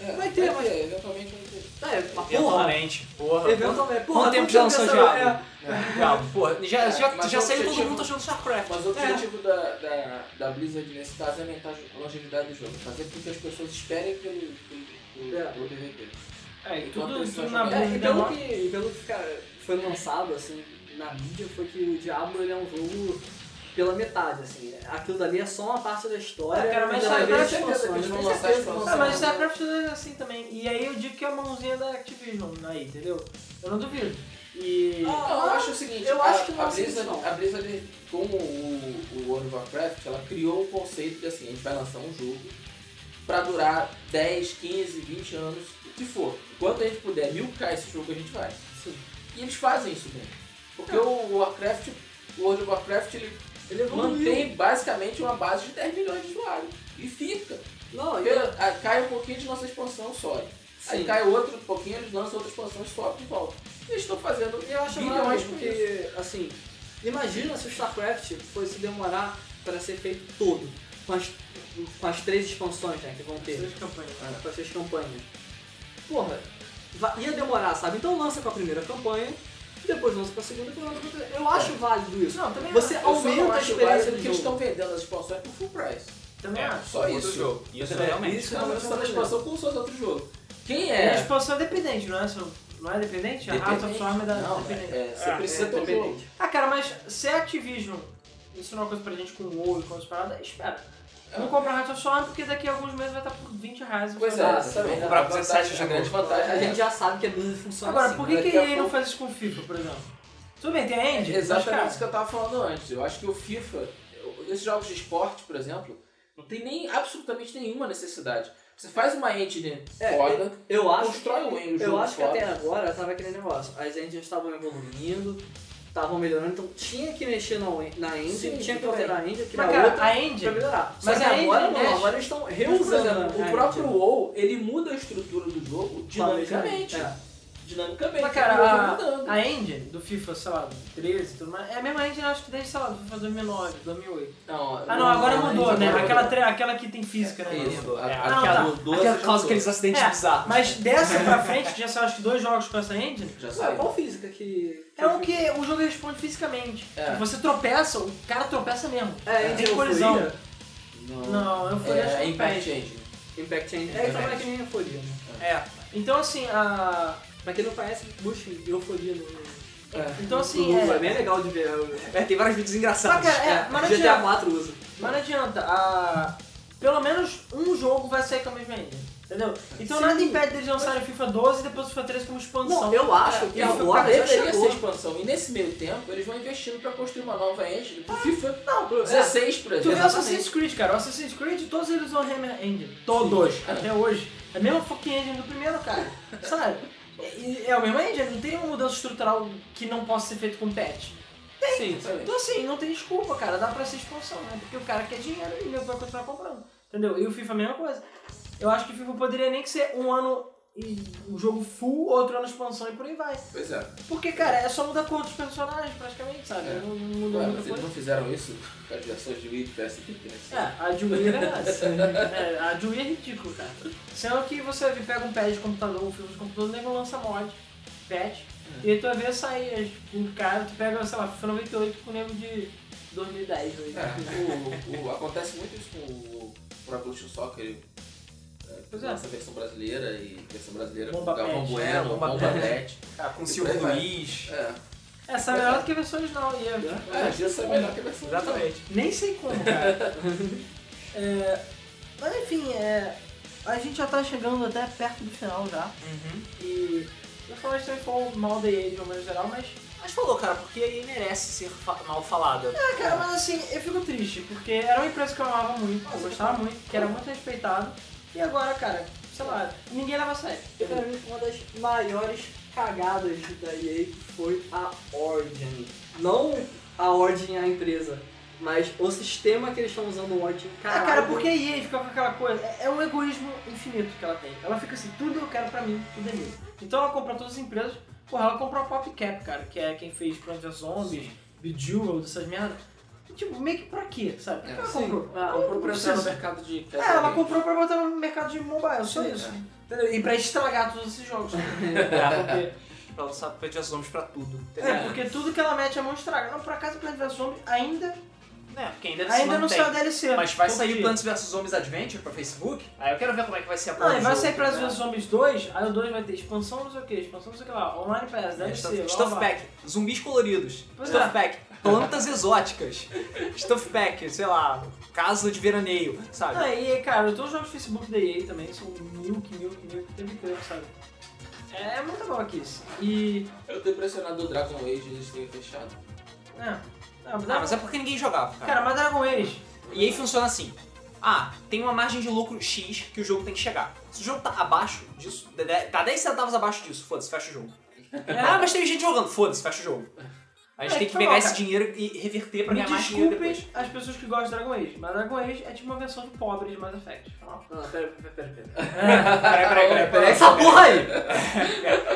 [SPEAKER 3] É,
[SPEAKER 4] Vai ter, mas-
[SPEAKER 3] é, eventualmente vai ter.
[SPEAKER 4] É, uma porra.
[SPEAKER 1] Eventualmente. Porra.
[SPEAKER 4] Eventualmente. Porra,
[SPEAKER 1] Quanto tempo
[SPEAKER 4] quanto
[SPEAKER 1] já lançou
[SPEAKER 4] essa-
[SPEAKER 1] Diablo?
[SPEAKER 4] é,
[SPEAKER 1] Diabo, porra. Já,
[SPEAKER 3] É,
[SPEAKER 1] já,
[SPEAKER 3] mas
[SPEAKER 1] já
[SPEAKER 3] o
[SPEAKER 1] saiu todo
[SPEAKER 3] objetivo-
[SPEAKER 1] mundo achando StarCraft.
[SPEAKER 3] Mas o objetivo da, da, da Blizzard nesse caso é aumentar a longevidade do jogo, fazer com que as pessoas esperem pelo, pelo, pelo,
[SPEAKER 4] É.
[SPEAKER 3] pelo PVP.
[SPEAKER 2] É, e tudo,
[SPEAKER 3] Enquanto
[SPEAKER 2] tudo
[SPEAKER 3] isso,
[SPEAKER 2] na
[SPEAKER 3] eu
[SPEAKER 4] É,
[SPEAKER 2] bunda
[SPEAKER 4] e pelo
[SPEAKER 2] dela.
[SPEAKER 4] que, e pelo que cara, foi lançado, assim, na mídia, foi que o Diablo ele é um jogo pela metade, assim. Aquilo dali é só uma parte da história.
[SPEAKER 2] É, cara, mas
[SPEAKER 4] dela
[SPEAKER 2] StarCraft
[SPEAKER 3] é-
[SPEAKER 4] vem expansões,
[SPEAKER 3] eles vão
[SPEAKER 4] tem
[SPEAKER 3] lançar
[SPEAKER 4] certeza que
[SPEAKER 3] expansão.
[SPEAKER 4] vão
[SPEAKER 2] Ah, mas
[SPEAKER 4] lançar.
[SPEAKER 2] StarCraft é assim também. E aí eu digo que é a mãozinha da Activision aí, entendeu? Eu não duvido. E.
[SPEAKER 4] Ah,
[SPEAKER 3] Não, Então, eu acho o seguinte,
[SPEAKER 4] eu
[SPEAKER 3] a,
[SPEAKER 4] acho que não
[SPEAKER 3] a
[SPEAKER 4] é assim,
[SPEAKER 3] Blizzard,
[SPEAKER 4] não.
[SPEAKER 3] a Blizzard, com o, o World of Warcraft, ela criou o conceito de assim, a gente vai lançar um jogo pra durar 10, 15, 20 anos, o que for. Quando a gente puder milcar esse jogo, a gente vai.
[SPEAKER 4] Sim. Então.
[SPEAKER 3] E eles fazem isso bem. Porque o Warcraft, o World of Warcraft, ele
[SPEAKER 4] Ele evoluiu.
[SPEAKER 3] mantém basicamente uma base de 10 milhões de usuários. E fica.
[SPEAKER 4] Não,
[SPEAKER 3] Porque
[SPEAKER 4] eu,
[SPEAKER 3] ah, cai um pouquinho de nossa expansão, sobe. Aí
[SPEAKER 4] sim.
[SPEAKER 3] cai outro pouquinho, eles lançam outra expansão, sobe de volta. E eles estão fazendo
[SPEAKER 4] E eu acho
[SPEAKER 3] bilhões
[SPEAKER 4] maravilhoso,
[SPEAKER 3] com isso.
[SPEAKER 4] é porque, assim, imagina se o StarCraft fosse demorar para ser feito todo, com as, com as três expansões né, que vão ter, né,
[SPEAKER 2] Essas campanhas.
[SPEAKER 4] com as três campanhas. Porra, va- ia demorar, sabe? Então lança com a primeira campanha, depois lança com a segunda, depois lança com a terceira. Eu acho válido isso.
[SPEAKER 2] Não, também
[SPEAKER 4] Você
[SPEAKER 3] Eu só não
[SPEAKER 4] aumenta a
[SPEAKER 3] acho
[SPEAKER 4] experiência
[SPEAKER 3] válido
[SPEAKER 4] do
[SPEAKER 3] que eles
[SPEAKER 4] jogo.
[SPEAKER 3] estão vendendo as expansões por full price.
[SPEAKER 2] acho. Também acho.
[SPEAKER 3] Só isso.
[SPEAKER 1] Jogo. Isso é, realmente.
[SPEAKER 3] Eles estão lançando a
[SPEAKER 4] verdade.
[SPEAKER 3] expansão com os seus outros jogos. Quem
[SPEAKER 2] E a
[SPEAKER 3] é?
[SPEAKER 2] expansão é dependente, não é? Só- Não é dependente? A House of
[SPEAKER 3] Dependente?
[SPEAKER 2] Swarm é da-
[SPEAKER 3] Não,
[SPEAKER 2] dependente.
[SPEAKER 3] é, você
[SPEAKER 2] Ah,
[SPEAKER 3] precisa
[SPEAKER 4] é,
[SPEAKER 3] ter um jogo.
[SPEAKER 4] dependente.
[SPEAKER 2] Ah, cara, mas se a Activision ensinou é uma coisa pra gente com o WoW e com as paradas, espera.
[SPEAKER 3] É.
[SPEAKER 2] Não compra a Hearts of Swarm porque daqui a alguns meses vai estar por 20 reais.
[SPEAKER 3] Pois é,
[SPEAKER 2] Vai lá.
[SPEAKER 4] Ah,
[SPEAKER 3] exatamente.
[SPEAKER 1] comprar
[SPEAKER 3] A vantagem-
[SPEAKER 1] 17
[SPEAKER 3] A
[SPEAKER 1] jogos.
[SPEAKER 3] grande vantagem
[SPEAKER 4] A
[SPEAKER 3] é
[SPEAKER 4] gente já sabe que a Blizzard funciona
[SPEAKER 2] Agora,
[SPEAKER 4] assim.
[SPEAKER 2] por que,
[SPEAKER 3] daqui
[SPEAKER 2] que
[SPEAKER 3] a
[SPEAKER 2] a EA não
[SPEAKER 3] pouco- É,
[SPEAKER 2] faz isso com o FIFA, por exemplo? Tudo bem, tem a engine, mas,
[SPEAKER 3] Exatamente
[SPEAKER 2] cara,
[SPEAKER 3] isso que eu tava falando antes. Eu acho que o FIFA, eu- esses jogos de esporte, por exemplo, não tem nem absolutamente nenhuma necessidade. Você faz uma engine
[SPEAKER 4] É,
[SPEAKER 3] foda,
[SPEAKER 4] Eu acho
[SPEAKER 3] constrói um jogo
[SPEAKER 4] Eu acho que
[SPEAKER 3] foda.
[SPEAKER 4] até agora tava aquele negócio. As engines estavam evoluindo, estavam melhorando, então tinha que mexer na, na engine,
[SPEAKER 3] Sim,
[SPEAKER 4] tinha que
[SPEAKER 3] tudo bem.
[SPEAKER 4] alterar a engine, criar
[SPEAKER 2] mas, cara,
[SPEAKER 4] outra
[SPEAKER 2] a
[SPEAKER 4] pra
[SPEAKER 2] engine...
[SPEAKER 4] melhorar. Só
[SPEAKER 2] mas
[SPEAKER 4] que
[SPEAKER 2] a engine
[SPEAKER 4] agora não,
[SPEAKER 2] mexe.
[SPEAKER 4] agora eles estão
[SPEAKER 3] Mas, por
[SPEAKER 4] reusando.
[SPEAKER 3] exemplo, é, tipo,
[SPEAKER 4] a
[SPEAKER 3] o próprio
[SPEAKER 4] engine.
[SPEAKER 3] WoW, ele muda a estrutura do jogo dinamicamente.
[SPEAKER 4] É.
[SPEAKER 3] Dinamicamente.
[SPEAKER 2] Mas,
[SPEAKER 3] o jogo
[SPEAKER 2] cara,
[SPEAKER 3] vai mudando.
[SPEAKER 2] a, a engine do FIFA, sei lá, 13 e tudo mais, é a mesma engine, acho que desde, sei lá, do FIFA 2009, 2008.
[SPEAKER 3] Não,
[SPEAKER 2] Ah, não, agora
[SPEAKER 4] não,
[SPEAKER 2] mudou,
[SPEAKER 4] não,
[SPEAKER 2] né?
[SPEAKER 4] não.
[SPEAKER 2] Aquela, tre- aquela que tem física, né?
[SPEAKER 3] Isso, a-
[SPEAKER 1] É,
[SPEAKER 3] a-
[SPEAKER 2] não,
[SPEAKER 3] aquela
[SPEAKER 2] tá.
[SPEAKER 3] mudou.
[SPEAKER 1] Aquela
[SPEAKER 3] essa
[SPEAKER 1] causa
[SPEAKER 3] já
[SPEAKER 1] aqueles acidentes
[SPEAKER 2] É,
[SPEAKER 1] bizarros.
[SPEAKER 2] Mas dessa pra frente, que já são acho que dois jogos com essa né? engine,
[SPEAKER 3] mudou. Já
[SPEAKER 4] Ah,
[SPEAKER 3] saiu.
[SPEAKER 4] qual física um que.
[SPEAKER 2] É o que o jogo responde fisicamente. Tipo,
[SPEAKER 3] É.
[SPEAKER 2] Você tropeça, o cara tropeça mesmo.
[SPEAKER 4] É, a
[SPEAKER 2] Tem
[SPEAKER 4] engine
[SPEAKER 2] colisão.
[SPEAKER 4] euforia.
[SPEAKER 2] Não, eu falei acho
[SPEAKER 3] É,
[SPEAKER 2] que
[SPEAKER 3] é
[SPEAKER 2] não
[SPEAKER 3] Impact
[SPEAKER 2] perde.
[SPEAKER 3] Engine.
[SPEAKER 4] Impact Change. É, então é que nem euforia, né?
[SPEAKER 1] É.
[SPEAKER 2] Então assim, a.
[SPEAKER 4] Pra quem não conhece, busque euforia no.
[SPEAKER 2] Então assim,
[SPEAKER 4] no Google, é
[SPEAKER 2] é.
[SPEAKER 4] bem legal de ver. eu-
[SPEAKER 1] É, tem vários vídeos
[SPEAKER 2] Mas,
[SPEAKER 1] engraçados.
[SPEAKER 2] cara, é, mas não
[SPEAKER 4] GTA
[SPEAKER 2] adianta.
[SPEAKER 4] 4 usa.
[SPEAKER 2] Mas não adianta. A... Pelo menos um jogo vai sair com a mesma engine. Entendeu? Então
[SPEAKER 4] Sim.
[SPEAKER 2] nada impede deles lançarem FIFA 12 e depois o FIFA 13 como expansão.
[SPEAKER 4] Não, eu acho que
[SPEAKER 3] E Então, o
[SPEAKER 4] agora
[SPEAKER 3] cara já
[SPEAKER 4] já
[SPEAKER 3] chega essa
[SPEAKER 4] chegou.
[SPEAKER 3] expansão. E nesse meio tempo, eles vão investindo pra construir uma nova engine pro FIFA
[SPEAKER 4] Não, pro- é,
[SPEAKER 3] 16, por
[SPEAKER 2] Tu vê o
[SPEAKER 3] exemplo.
[SPEAKER 2] Assassin's Creed, cara. O Assassin's Creed, todos eles usam Hammer Engine. Todos.
[SPEAKER 3] Sim.
[SPEAKER 2] Até hoje. É a mesma fucking engine do primeiro, cara. Sabe? E- e É a mesma engine. Não tem uma mudança estrutural que não possa ser feito com patch.
[SPEAKER 4] sim.
[SPEAKER 2] Então assim, não tem desculpa, cara. Dá pra ser expansão, né? Porque o cara quer dinheiro e o nego vai continuar comprando. Entendeu? E o FIFA é a mesma coisa. Eu acho que o FIFA poderia nem que ser um ano e o jogo full, outro ano expansão e por aí vai.
[SPEAKER 3] Pois é.
[SPEAKER 2] Porque, cara, é só mudar cor dos personagens, praticamente, sabe?
[SPEAKER 3] É.
[SPEAKER 2] Não não muda
[SPEAKER 3] Ué, mas
[SPEAKER 2] muita
[SPEAKER 3] eles
[SPEAKER 2] coisa.
[SPEAKER 3] não fizeram isso com as versões de Wii, PS e PS.
[SPEAKER 2] É, a Dewey é essa. É, a Dewey é ridículo, cara. Sendo que você pega um pad de computador, um filme de computador, o nego lança mod, patch, e aí tu vai ver sair as- um cara, tu pega, sei lá, FIFA 98 com o nego de 2010. né?
[SPEAKER 3] É, o- o- acontece muito isso com o Pro Evolution Soccer. é,
[SPEAKER 2] Pois é.
[SPEAKER 3] Essa versão brasileira e versão brasileira
[SPEAKER 2] Bomba
[SPEAKER 3] com Galvão
[SPEAKER 2] Pet.
[SPEAKER 3] Bueno,
[SPEAKER 1] É, Bomba
[SPEAKER 3] Bomba Pet.
[SPEAKER 1] Cara, com o Silvio
[SPEAKER 3] Vai, vai.
[SPEAKER 1] Luiz.
[SPEAKER 3] É.
[SPEAKER 2] Essa é melhor do que a versão original. E é-
[SPEAKER 3] É, isso é melhor que a versão
[SPEAKER 1] Exatamente.
[SPEAKER 2] Nem sei como, cara. É, mas enfim, é, a gente já tá chegando até perto do final já.
[SPEAKER 1] Uhum.
[SPEAKER 2] E não falamos também falou mal da EA de uma maneira geral, mas.
[SPEAKER 1] Mas falou, cara, porque aí merece ser fa- mal falada.
[SPEAKER 2] Ah, cara, mas assim, eu fico triste, porque era uma empresa que eu amava muito, que eu gostava muito, que era muito respeitado. E agora, cara, sei lá, ninguém leva a sério.
[SPEAKER 4] E pra mim, uma das maiores cagadas da EA foi a Origin. Não a Origin, a empresa, mas o sistema que eles estão usando o Origin.
[SPEAKER 2] Ah,
[SPEAKER 4] Caralho,
[SPEAKER 2] cara, porque a EA fica com aquela coisa. É, é um egoísmo infinito que ela tem. Ela fica assim, tudo eu quero pra mim, tudo é meu. Então ela compra todas as empresas. Porra, ela comprou a PopCap, cara, que é quem fez Plants vs Zombies, Bejeweled, essas merdas. E, tipo, meio que pra quê, sabe? Por que
[SPEAKER 3] É,
[SPEAKER 2] ela
[SPEAKER 3] sim.
[SPEAKER 2] comprou?
[SPEAKER 4] Ah,
[SPEAKER 2] Não- não
[SPEAKER 4] o
[SPEAKER 3] Comprou pra entrar no
[SPEAKER 2] precisa.
[SPEAKER 3] mercado de
[SPEAKER 2] É, ela comprou pra botar no mercado de mobile, só
[SPEAKER 3] Sim,
[SPEAKER 2] isso.
[SPEAKER 3] é.
[SPEAKER 2] Entendeu? E pra estragar todos esses jogos.
[SPEAKER 1] É, porque pra lançar Plants vs Zombies pra tudo.
[SPEAKER 2] É,
[SPEAKER 1] entendeu?
[SPEAKER 2] porque tudo que ela mete a mão estraga. Não, por acaso Plants vs Zombies ainda,
[SPEAKER 1] É, porque ainda, se
[SPEAKER 2] ainda não
[SPEAKER 1] mantém.
[SPEAKER 2] saiu a DLC.
[SPEAKER 1] Mas vai
[SPEAKER 2] Todo
[SPEAKER 1] sair
[SPEAKER 2] dia.
[SPEAKER 1] Plants vs Zombies Adventure pra Facebook? Aí eu quero ver como é que vai ser a
[SPEAKER 2] Não, e vai
[SPEAKER 1] do
[SPEAKER 2] sair
[SPEAKER 1] jogo,
[SPEAKER 2] Plants
[SPEAKER 1] né?
[SPEAKER 2] vs Zombies 2, aí o 2 vai ter expansão não sei o que, expansão não sei o que lá, online pass,
[SPEAKER 1] É,
[SPEAKER 2] deve
[SPEAKER 1] stuff,
[SPEAKER 2] ser.
[SPEAKER 1] stuff pack, zumbis coloridos,
[SPEAKER 2] Pois
[SPEAKER 1] stuff
[SPEAKER 2] é.
[SPEAKER 1] pack, plantas exóticas, stuff pack, sei lá, casa de veraneio, sabe?
[SPEAKER 2] Aí, cara, todos os jogos do Facebook da EA também são mil, que mil, que mil, que tempo inteiro, sabe? É muito bom aqui isso. E.
[SPEAKER 3] Eu tô impressionado do Dragon Age eles terem fechado.
[SPEAKER 2] É. Não, mas
[SPEAKER 1] Ah, mas é porque ninguém jogava, cara.
[SPEAKER 2] Cara, mas Dragon Age.
[SPEAKER 1] E aí funciona assim. Ah, tem uma margem de lucro X que o jogo tem que chegar. Se o jogo tá abaixo disso, de- de- tá 10 centavos abaixo disso, foda-se, fecha o jogo. Ah, mas tem gente jogando, foda-se, fecha o jogo. A gente
[SPEAKER 2] É,
[SPEAKER 1] tem que
[SPEAKER 2] então,
[SPEAKER 1] pegar
[SPEAKER 2] ó,
[SPEAKER 1] esse
[SPEAKER 2] cara,
[SPEAKER 1] dinheiro e reverter pra
[SPEAKER 2] Me
[SPEAKER 1] ganhar mais dinheiro
[SPEAKER 2] desculpem
[SPEAKER 1] depois.
[SPEAKER 2] as pessoas que gostam de Dragon Age, mas Dragon Age é tipo uma versão de pobre de Mass Effect. Fala.
[SPEAKER 4] Não, Ah, pera, pera, pera. pera.
[SPEAKER 2] É.
[SPEAKER 1] Peraí, peraí, peraí, peraí.
[SPEAKER 4] Essa porra aí!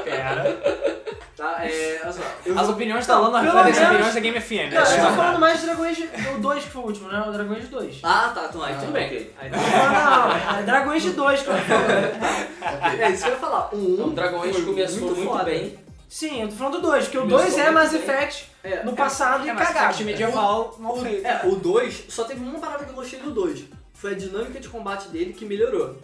[SPEAKER 1] Pera.
[SPEAKER 4] Tá, é. Olha só. Eu
[SPEAKER 1] As opiniões da Lana
[SPEAKER 2] Pelo
[SPEAKER 1] Arfana e as
[SPEAKER 2] menos-
[SPEAKER 1] opiniões da Game FM.
[SPEAKER 2] Não, eu tô
[SPEAKER 1] né?
[SPEAKER 2] falando mais de Dragon Age o 2 que foi o último, né? O Dragon Age 2.
[SPEAKER 4] Ah, tá, então aí
[SPEAKER 3] Ah,
[SPEAKER 4] tudo bem.
[SPEAKER 3] ok.
[SPEAKER 4] Aí,
[SPEAKER 2] Não, não, não. É Dragon Age 2 que eu tô falando.
[SPEAKER 4] é isso que eu ia falar. O 1
[SPEAKER 3] Então, Dragon Age
[SPEAKER 4] foi
[SPEAKER 3] começou muito,
[SPEAKER 4] foda.
[SPEAKER 3] bem.
[SPEAKER 2] Sim, eu tô falando do 2, porque o
[SPEAKER 3] Começou
[SPEAKER 2] 2 é
[SPEAKER 3] muito
[SPEAKER 2] Mass
[SPEAKER 3] bem.
[SPEAKER 2] Effect
[SPEAKER 4] É,
[SPEAKER 2] no passado
[SPEAKER 1] É,
[SPEAKER 2] e
[SPEAKER 1] mas
[SPEAKER 2] cagado.
[SPEAKER 1] arte medieval mal feito.
[SPEAKER 4] É, o 2, só teve uma parada que eu gostei do 2. Foi a dinâmica de combate dele que melhorou.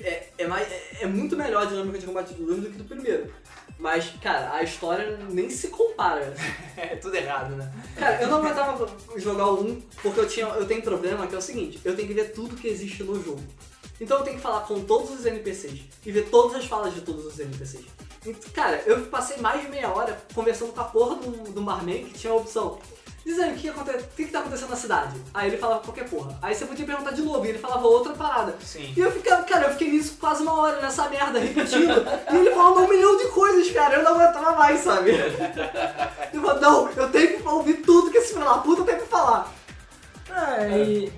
[SPEAKER 4] É, é, mais, é, é muito melhor a dinâmica de combate do 2 do que do primeiro. Mas, cara, a história nem se compara.
[SPEAKER 1] É tudo errado, né?
[SPEAKER 4] Cara, eu não aguentava jogar o 1 porque eu, tinha, eu tenho um problema que é o seguinte: eu tenho que ver tudo que existe no jogo. Então eu tenho que falar com todos os NPCs e ver todas as falas de todos os NPCs. E, cara, eu passei mais de meia hora conversando com a porra do, do barman que tinha a opção. Dizendo o que, aconte- o que que tá acontecendo na cidade. Aí ele falava qualquer porra. Aí você podia perguntar de novo e ele falava outra parada.
[SPEAKER 1] Sim.
[SPEAKER 4] E eu ficava, cara, eu fiquei nisso quase uma hora nessa merda, repetindo. e ele falava um milhão de coisas, cara. Eu não aguentava mais, sabe? Eu falava, não, eu tenho que ouvir tudo que esse filho da puta tem pra falar.
[SPEAKER 2] Ah, e.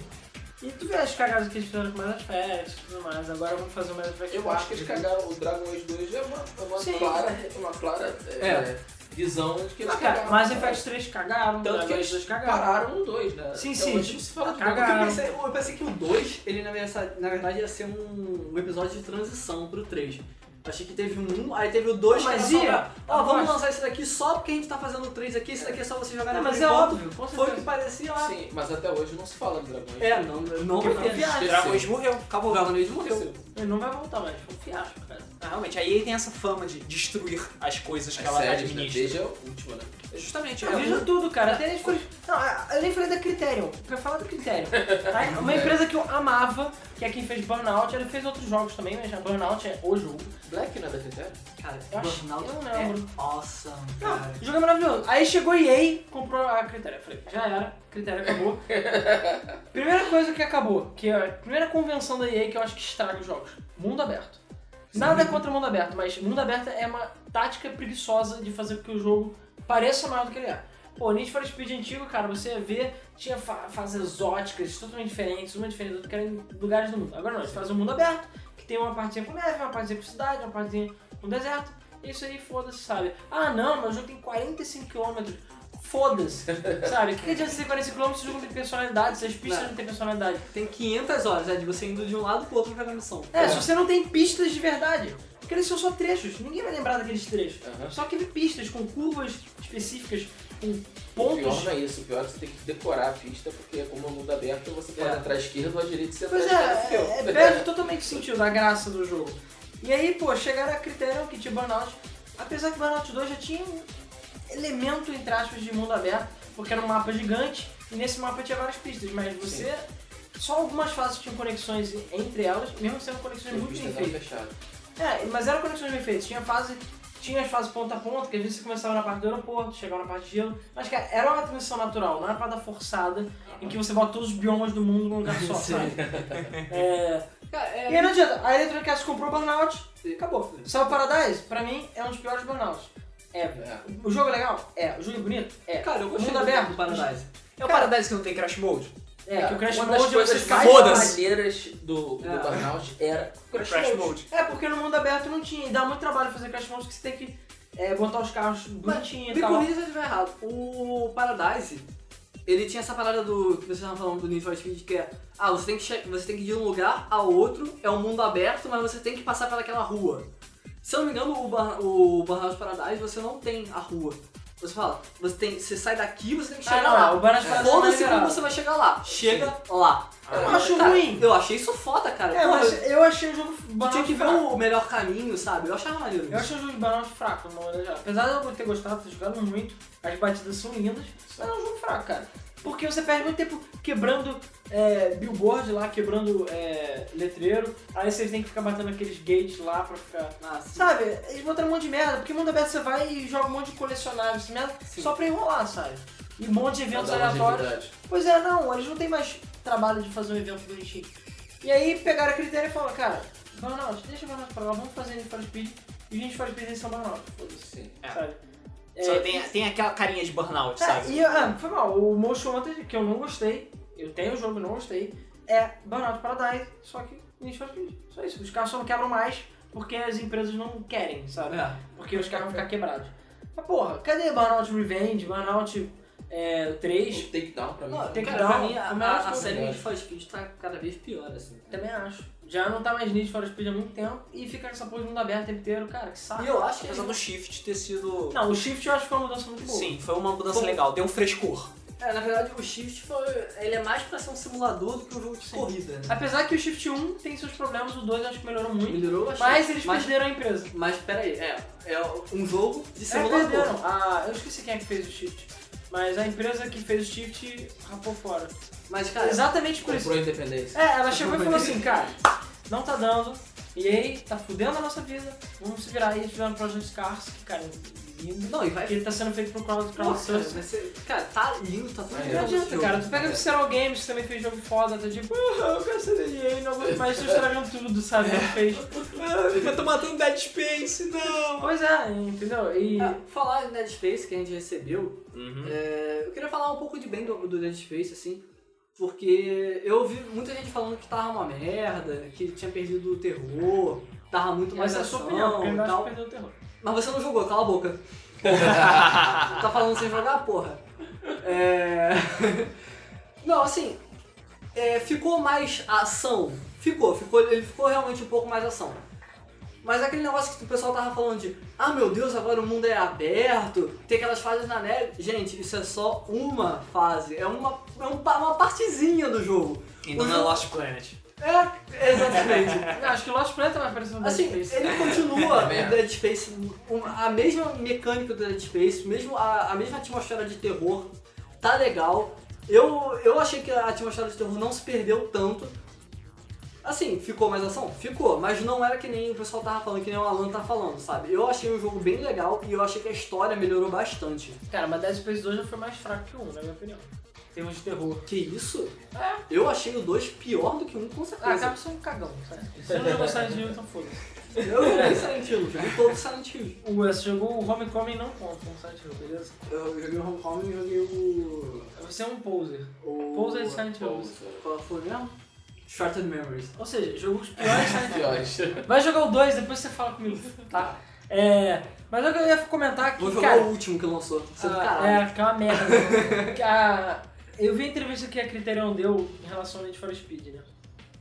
[SPEAKER 2] E tu vê as cagadas que eles fizeram com Mass Effect e tudo mais, agora vamos fazer o Mass Effect.
[SPEAKER 3] Eu acho que eles cagaram. O Dragon Age 2 é uma, é uma
[SPEAKER 2] Sim.
[SPEAKER 3] clara, uma clara é, visão de que eles
[SPEAKER 2] Ah, cara,
[SPEAKER 3] cagaram.
[SPEAKER 2] Mass Effect 3 cagaram,
[SPEAKER 3] Tanto que
[SPEAKER 2] Dragon Age
[SPEAKER 3] eles
[SPEAKER 2] 2 cagaram.
[SPEAKER 3] pararam no 2, né?
[SPEAKER 2] Sim,
[SPEAKER 3] Então,
[SPEAKER 2] sim.
[SPEAKER 3] hoje não se fala de
[SPEAKER 2] Cagaram.
[SPEAKER 4] Eu pensei, eu pensei que o 2, ele na verdade, na verdade ia ser um, um episódio de transição pro 3. Achei que teve um, aí teve o 2 que era
[SPEAKER 2] Mas
[SPEAKER 4] só
[SPEAKER 2] ia?
[SPEAKER 4] pra, Tá, Ó,
[SPEAKER 2] Eu
[SPEAKER 4] vamos
[SPEAKER 2] gosto.
[SPEAKER 4] lançar esse daqui só porque a gente tá fazendo o 3 aqui, esse daqui é só você jogar
[SPEAKER 2] Não,
[SPEAKER 4] na
[SPEAKER 2] mas
[SPEAKER 4] Play
[SPEAKER 2] é
[SPEAKER 4] One.
[SPEAKER 2] óbvio, com
[SPEAKER 4] Foi o que
[SPEAKER 2] certeza.
[SPEAKER 4] parecia lá.
[SPEAKER 3] Sim, mas até hoje não se fala do Dragon Age.
[SPEAKER 4] É, não, não
[SPEAKER 2] Porque
[SPEAKER 4] foi
[SPEAKER 2] foi
[SPEAKER 4] confiar.
[SPEAKER 2] fiasco.
[SPEAKER 1] Dragon Age morreu, acabou.
[SPEAKER 4] O Dragon Age morreu.
[SPEAKER 2] Ele não vai voltar mais, foi um fiasco, cara.
[SPEAKER 1] Ah, realmente, a EA tem essa fama de destruir as coisas que
[SPEAKER 3] As
[SPEAKER 1] ela
[SPEAKER 3] séries, né?
[SPEAKER 1] administra.
[SPEAKER 3] Desde a última, né?
[SPEAKER 1] É Justamente, é
[SPEAKER 2] Eu
[SPEAKER 1] um-
[SPEAKER 2] vejo tudo, cara. Até eles foram. Não, eu nem falei da Criterion. Eu ia falar do Criterion. Aí,
[SPEAKER 4] é.
[SPEAKER 2] uma empresa que eu amava, que é quem fez Burnout, ele fez outros jogos também, mas a Burnout é o jogo.
[SPEAKER 3] Black, né, da Critério?
[SPEAKER 4] Cara,
[SPEAKER 2] Eu acho-
[SPEAKER 4] Burnout
[SPEAKER 2] eu lembro.
[SPEAKER 4] é awesome,
[SPEAKER 2] Não,
[SPEAKER 4] cara.
[SPEAKER 2] o jogo é maravilhoso. Aí chegou a EA, comprou a Critério. Eu falei, já era, Critério acabou. primeira coisa que acabou, que é a primeira convenção da EA que eu acho que estraga os jogos. Mundo aberto. Nada contra mundo aberto, mas mundo aberto é uma tática preguiçosa de fazer com que o jogo pareça maior do que ele é. Pô, Need for Speed antigo, cara, você ia ver, tinha fa- fases exóticas, totalmente diferentes, uma diferente do que era em lugares do mundo. Agora não, eles fazem um mundo aberto, que tem uma partezinha com neve, uma partezinha com cidade, uma partezinha com deserto. Isso aí, foda-se, sabe? Ah, não, mas o jogo tem 45km. Foda-se, sabe? O que, que adianta ser 45km se o jogo não tem personalidade, se as pistas
[SPEAKER 4] Não.
[SPEAKER 2] não, têm personalidade?
[SPEAKER 4] Tem 500 horas, né, de você indo de um lado pro outro pra pegar a missão.
[SPEAKER 2] É, se você não tem pistas de verdade, porque eles são só trechos, ninguém vai lembrar daqueles trechos.
[SPEAKER 3] Aham.
[SPEAKER 2] Só que tem pistas com curvas específicas, com
[SPEAKER 3] O pior
[SPEAKER 2] pontos.
[SPEAKER 3] não é isso, o pior é que você tem que decorar a pista, porque como é mundo aberto, você pode
[SPEAKER 4] É.
[SPEAKER 3] entrar à esquerda ou à direita e você
[SPEAKER 2] Pois
[SPEAKER 3] entra à esquerda,
[SPEAKER 2] é,
[SPEAKER 3] fudeu.
[SPEAKER 2] é, perde totalmente o sentido, a graça do jogo. E aí, pô, chegaram a critério que tinha Burnout, apesar que Burnout 2 já tinha elemento, entre aspas, de mundo aberto, porque era um mapa gigante e nesse mapa tinha várias pistas, mas você. Só algumas fases tinham conexões entre elas, mesmo sendo conexões
[SPEAKER 3] Tem
[SPEAKER 2] muito
[SPEAKER 3] pista
[SPEAKER 2] bem
[SPEAKER 3] não
[SPEAKER 2] feitas.
[SPEAKER 3] fechada.
[SPEAKER 2] É, mas eram conexões bem feitas. Tinha fase. Tinha as fases ponta a ponta, que às vezes você começava na parte do aeroporto, chegava na parte de gelo. Mas, cara, era uma transição natural, não era uma parada forçada, em que você bota todos os biomas do mundo num lugar só, sabe? É,
[SPEAKER 4] Cara,
[SPEAKER 2] E aí não adianta, a Electronic Arts comprou o Burnout e acabou.
[SPEAKER 4] Sim.
[SPEAKER 2] Saiu Paradise, pra mim, é um dos piores Burnouts. É.
[SPEAKER 3] É.
[SPEAKER 2] O jogo é legal? É. O jogo é bonito? É.
[SPEAKER 4] Cara, eu gostei
[SPEAKER 2] Mundo
[SPEAKER 4] do
[SPEAKER 2] aberto.
[SPEAKER 4] do Paradise.
[SPEAKER 1] É o Paradise que não tem Crash Mode.
[SPEAKER 2] É, que o Crash
[SPEAKER 3] uma
[SPEAKER 2] Mode
[SPEAKER 3] das coisas
[SPEAKER 2] você cai
[SPEAKER 1] mais
[SPEAKER 2] na
[SPEAKER 1] Foda-se.
[SPEAKER 3] maneiras do, do
[SPEAKER 4] É.
[SPEAKER 3] Burnout era o Crash, Mode.
[SPEAKER 2] É, porque no mundo aberto não tinha. E dá muito trabalho fazer Crash Mode, que você tem que é, botar os carros bonitinhos e
[SPEAKER 4] Me
[SPEAKER 2] tal.
[SPEAKER 4] corrija se eu estiver errado. O Paradise, ele tinha essa parada do que vocês estavam falando do Need for Speed, que é, ah, você tem que, che- você tem que ir de um lugar a outro, é um mundo aberto, mas você tem que passar pelaquela rua. Se eu não me engano, o, Bar o Barhouse Paradise, você não tem a rua. Você fala, você, tem, você sai daqui, você tem que
[SPEAKER 2] Ah,
[SPEAKER 4] chegar
[SPEAKER 2] não,
[SPEAKER 4] lá.
[SPEAKER 2] não, o Burnout Paradise não é
[SPEAKER 4] Foda-se
[SPEAKER 2] liberado.
[SPEAKER 4] como você vai chegar lá. Chega lá.
[SPEAKER 2] Eu não acho
[SPEAKER 4] Cara,
[SPEAKER 2] ruim.
[SPEAKER 4] Eu achei isso foda, cara.
[SPEAKER 2] É,
[SPEAKER 4] Porra,
[SPEAKER 2] mas eu achei o jogo
[SPEAKER 4] tu
[SPEAKER 2] banal
[SPEAKER 4] tinha que ver um
[SPEAKER 2] fraco.
[SPEAKER 4] o melhor caminho, sabe? Eu achava maneiro
[SPEAKER 2] Eu
[SPEAKER 4] isso.
[SPEAKER 2] achei o jogo de banal fraco, mano. Apesar de eu ter gostado, ter jogado muito, as batidas são lindas, mas é um jogo fraco, cara. Porque você perde muito tempo quebrando é, billboard lá, quebrando é, letreiro, aí você tem que ficar batendo aqueles gates lá pra ficar...
[SPEAKER 4] Ah, sim.
[SPEAKER 2] Sabe, eles botaram um monte de merda, porque mundo aberto você vai e joga um monte de colecionáveis, essa merda,
[SPEAKER 4] Sim.
[SPEAKER 2] só pra enrolar, sabe? E um monte de
[SPEAKER 3] Pra
[SPEAKER 2] eventos
[SPEAKER 3] dar
[SPEAKER 2] aleatórios.
[SPEAKER 3] longevidade.
[SPEAKER 2] Pois é, não, eles não têm mais trabalho de fazer um evento bonitinho. E aí pegaram a critério e falaram, cara, Burnout, deixa o Burnout pra lá, vamos fazer Need for Speed, e Need for Speed em São Burnout, foda-se,
[SPEAKER 3] Sim.
[SPEAKER 1] É.
[SPEAKER 2] sabe?
[SPEAKER 1] Só
[SPEAKER 2] É,
[SPEAKER 1] tem, tem aquela carinha de burnout,
[SPEAKER 2] é,
[SPEAKER 1] sabe?
[SPEAKER 2] e, ah, foi mal, o Motion Hunter, que eu não gostei, eu tenho o jogo e não gostei, é Burnout Paradise, só que Need for Speed, só isso. Os carros só não quebram mais porque as empresas não querem, sabe?
[SPEAKER 4] É.
[SPEAKER 2] Porque os carros vão ficar quebrados. Mas porra, cadê Burnout Revenge, Burnout é, 3?
[SPEAKER 3] O takedown pra mim.
[SPEAKER 2] Não, tem- que
[SPEAKER 4] Cara,
[SPEAKER 2] dar
[SPEAKER 4] pra
[SPEAKER 2] um-
[SPEAKER 4] mim, a,
[SPEAKER 2] um
[SPEAKER 4] a-
[SPEAKER 2] médico,
[SPEAKER 4] a série
[SPEAKER 3] né?
[SPEAKER 4] Need for Speed tá cada vez pior, assim.
[SPEAKER 2] Também acho. Já não tá mais Need for Speed há muito tempo e fica essa porra de mundo aberto o tempo inteiro, cara, que saco.
[SPEAKER 4] E eu acho que...
[SPEAKER 1] Apesar do shift ter sido.
[SPEAKER 2] Não, o Shift eu acho que foi uma mudança muito boa.
[SPEAKER 1] Sim, foi uma mudança
[SPEAKER 4] Bom.
[SPEAKER 1] legal, deu um frescor.
[SPEAKER 4] É, na verdade, o Shift foi... Ele é mais pra ser um simulador do que um jogo de
[SPEAKER 2] Sim.
[SPEAKER 4] corrida, né?
[SPEAKER 2] Apesar que o Shift 1 tem seus problemas, o 2 eu acho que melhorou muito.
[SPEAKER 4] Melhorou, acho.
[SPEAKER 2] Mas eles
[SPEAKER 4] mas,
[SPEAKER 2] perderam a empresa.
[SPEAKER 4] mas peraí, é, é um jogo de
[SPEAKER 2] É,
[SPEAKER 4] simulador.
[SPEAKER 2] perderam. Ah, eu esqueci quem é que fez o Shift. Mas a empresa que fez o Shift rapou fora.
[SPEAKER 4] Mas, cara,
[SPEAKER 2] Exatamente por isso.
[SPEAKER 3] Comprou a independência.
[SPEAKER 2] É, ela chegou e falou assim, cara, não tá dando, e aí tá fudendo a nossa vida, vamos se virar. E eles fizeram o Project Cars, que, cara, é lindo.
[SPEAKER 4] não, e vai...
[SPEAKER 2] Que ele tá sendo feito pro crowd,
[SPEAKER 4] Nossa, cara,
[SPEAKER 2] crowdsourcing.
[SPEAKER 4] vai ser- cara, tá lindo, tá tudo
[SPEAKER 3] Não
[SPEAKER 2] Não
[SPEAKER 4] legal esse
[SPEAKER 2] adianta,
[SPEAKER 4] jogo.
[SPEAKER 2] cara. Tu pega o Visceral Games, que também fez jogo foda, tá tipo, ah, eu quero ser DJ, não aguento mais, tô estragando tudo, sabe? Não fez.
[SPEAKER 1] Ah, Eu tô matando Dead Space, não!
[SPEAKER 2] Pois é, entendeu? E.
[SPEAKER 4] Ah, falar em Dead Space que a gente recebeu,
[SPEAKER 1] Uhum.
[SPEAKER 4] É, eu queria falar um pouco de bem do, do Dead Space, assim, porque eu ouvi muita gente falando que tava uma merda, que tinha perdido o terror, tava muito mais
[SPEAKER 2] Mas é a sua
[SPEAKER 4] ação
[SPEAKER 2] opinião, porque
[SPEAKER 4] e
[SPEAKER 2] eu acho que
[SPEAKER 4] tal.
[SPEAKER 2] perdeu o terror.
[SPEAKER 4] Mas você não jogou, cala a boca. tá falando sem jogar, porra. É... não, assim, é, ficou mais ação. Ficou, ficou, ele ficou realmente um pouco mais ação. Mas é aquele negócio que o pessoal tava falando de ah meu Deus, agora o mundo é aberto, tem aquelas fases na neve. Gente, isso é só uma fase, é uma, é um pa- uma partezinha do jogo.
[SPEAKER 1] E não é Lost Planet.
[SPEAKER 4] É, exatamente.
[SPEAKER 2] Não, acho que o Lost Planet é vai aparecer no
[SPEAKER 4] Assim,
[SPEAKER 2] Dead Space.
[SPEAKER 4] ele continua
[SPEAKER 3] É.
[SPEAKER 4] o Dead Space, um- a mesma mecânica do Dead Space, mesmo a, a mesma atmosfera de terror, tá legal. Eu, eu achei que a atmosfera de terror não se perdeu tanto. Assim, ficou mais ação? Ficou, mas não era que nem o pessoal tava falando, que nem o Alan tá falando, sabe? Eu achei o jogo bem legal e eu achei que a história melhorou bastante.
[SPEAKER 2] Cara, mas Dead Space 2 já foi mais fraco que o 1, na minha opinião. Em termos de terror.
[SPEAKER 4] Que isso? Eu achei o 2 pior do que um, com
[SPEAKER 2] Ah,
[SPEAKER 4] certeza.
[SPEAKER 2] acaba sendo um cagão, sabe? Se eu não jogou Silent Hill, então foda-se.
[SPEAKER 4] é eu joguei Silent Hill, joguei todo Silent Hill.
[SPEAKER 2] O- Você jogou o Homecoming não conta com Silent Hill, beleza?
[SPEAKER 4] Eu joguei o Homecoming e joguei o...
[SPEAKER 2] Você é um poser.
[SPEAKER 4] o...
[SPEAKER 2] Poser de é Silent Hill.
[SPEAKER 4] Qual foi mesmo? Shorted Memories.
[SPEAKER 2] Ou seja, jogou os piores Silent Hill.
[SPEAKER 3] Piores.
[SPEAKER 2] Vai jogar o 2, depois você fala comigo, tá? É. Mas eu ia comentar que,
[SPEAKER 4] Vou jogar
[SPEAKER 2] cara.
[SPEAKER 4] o último que lançou. Você do
[SPEAKER 2] ah,
[SPEAKER 4] caralho.
[SPEAKER 2] é, que é uma merda. ah, né? Que a- eu vi a entrevista que a Criterion deu em relação ao Need for Speed, né?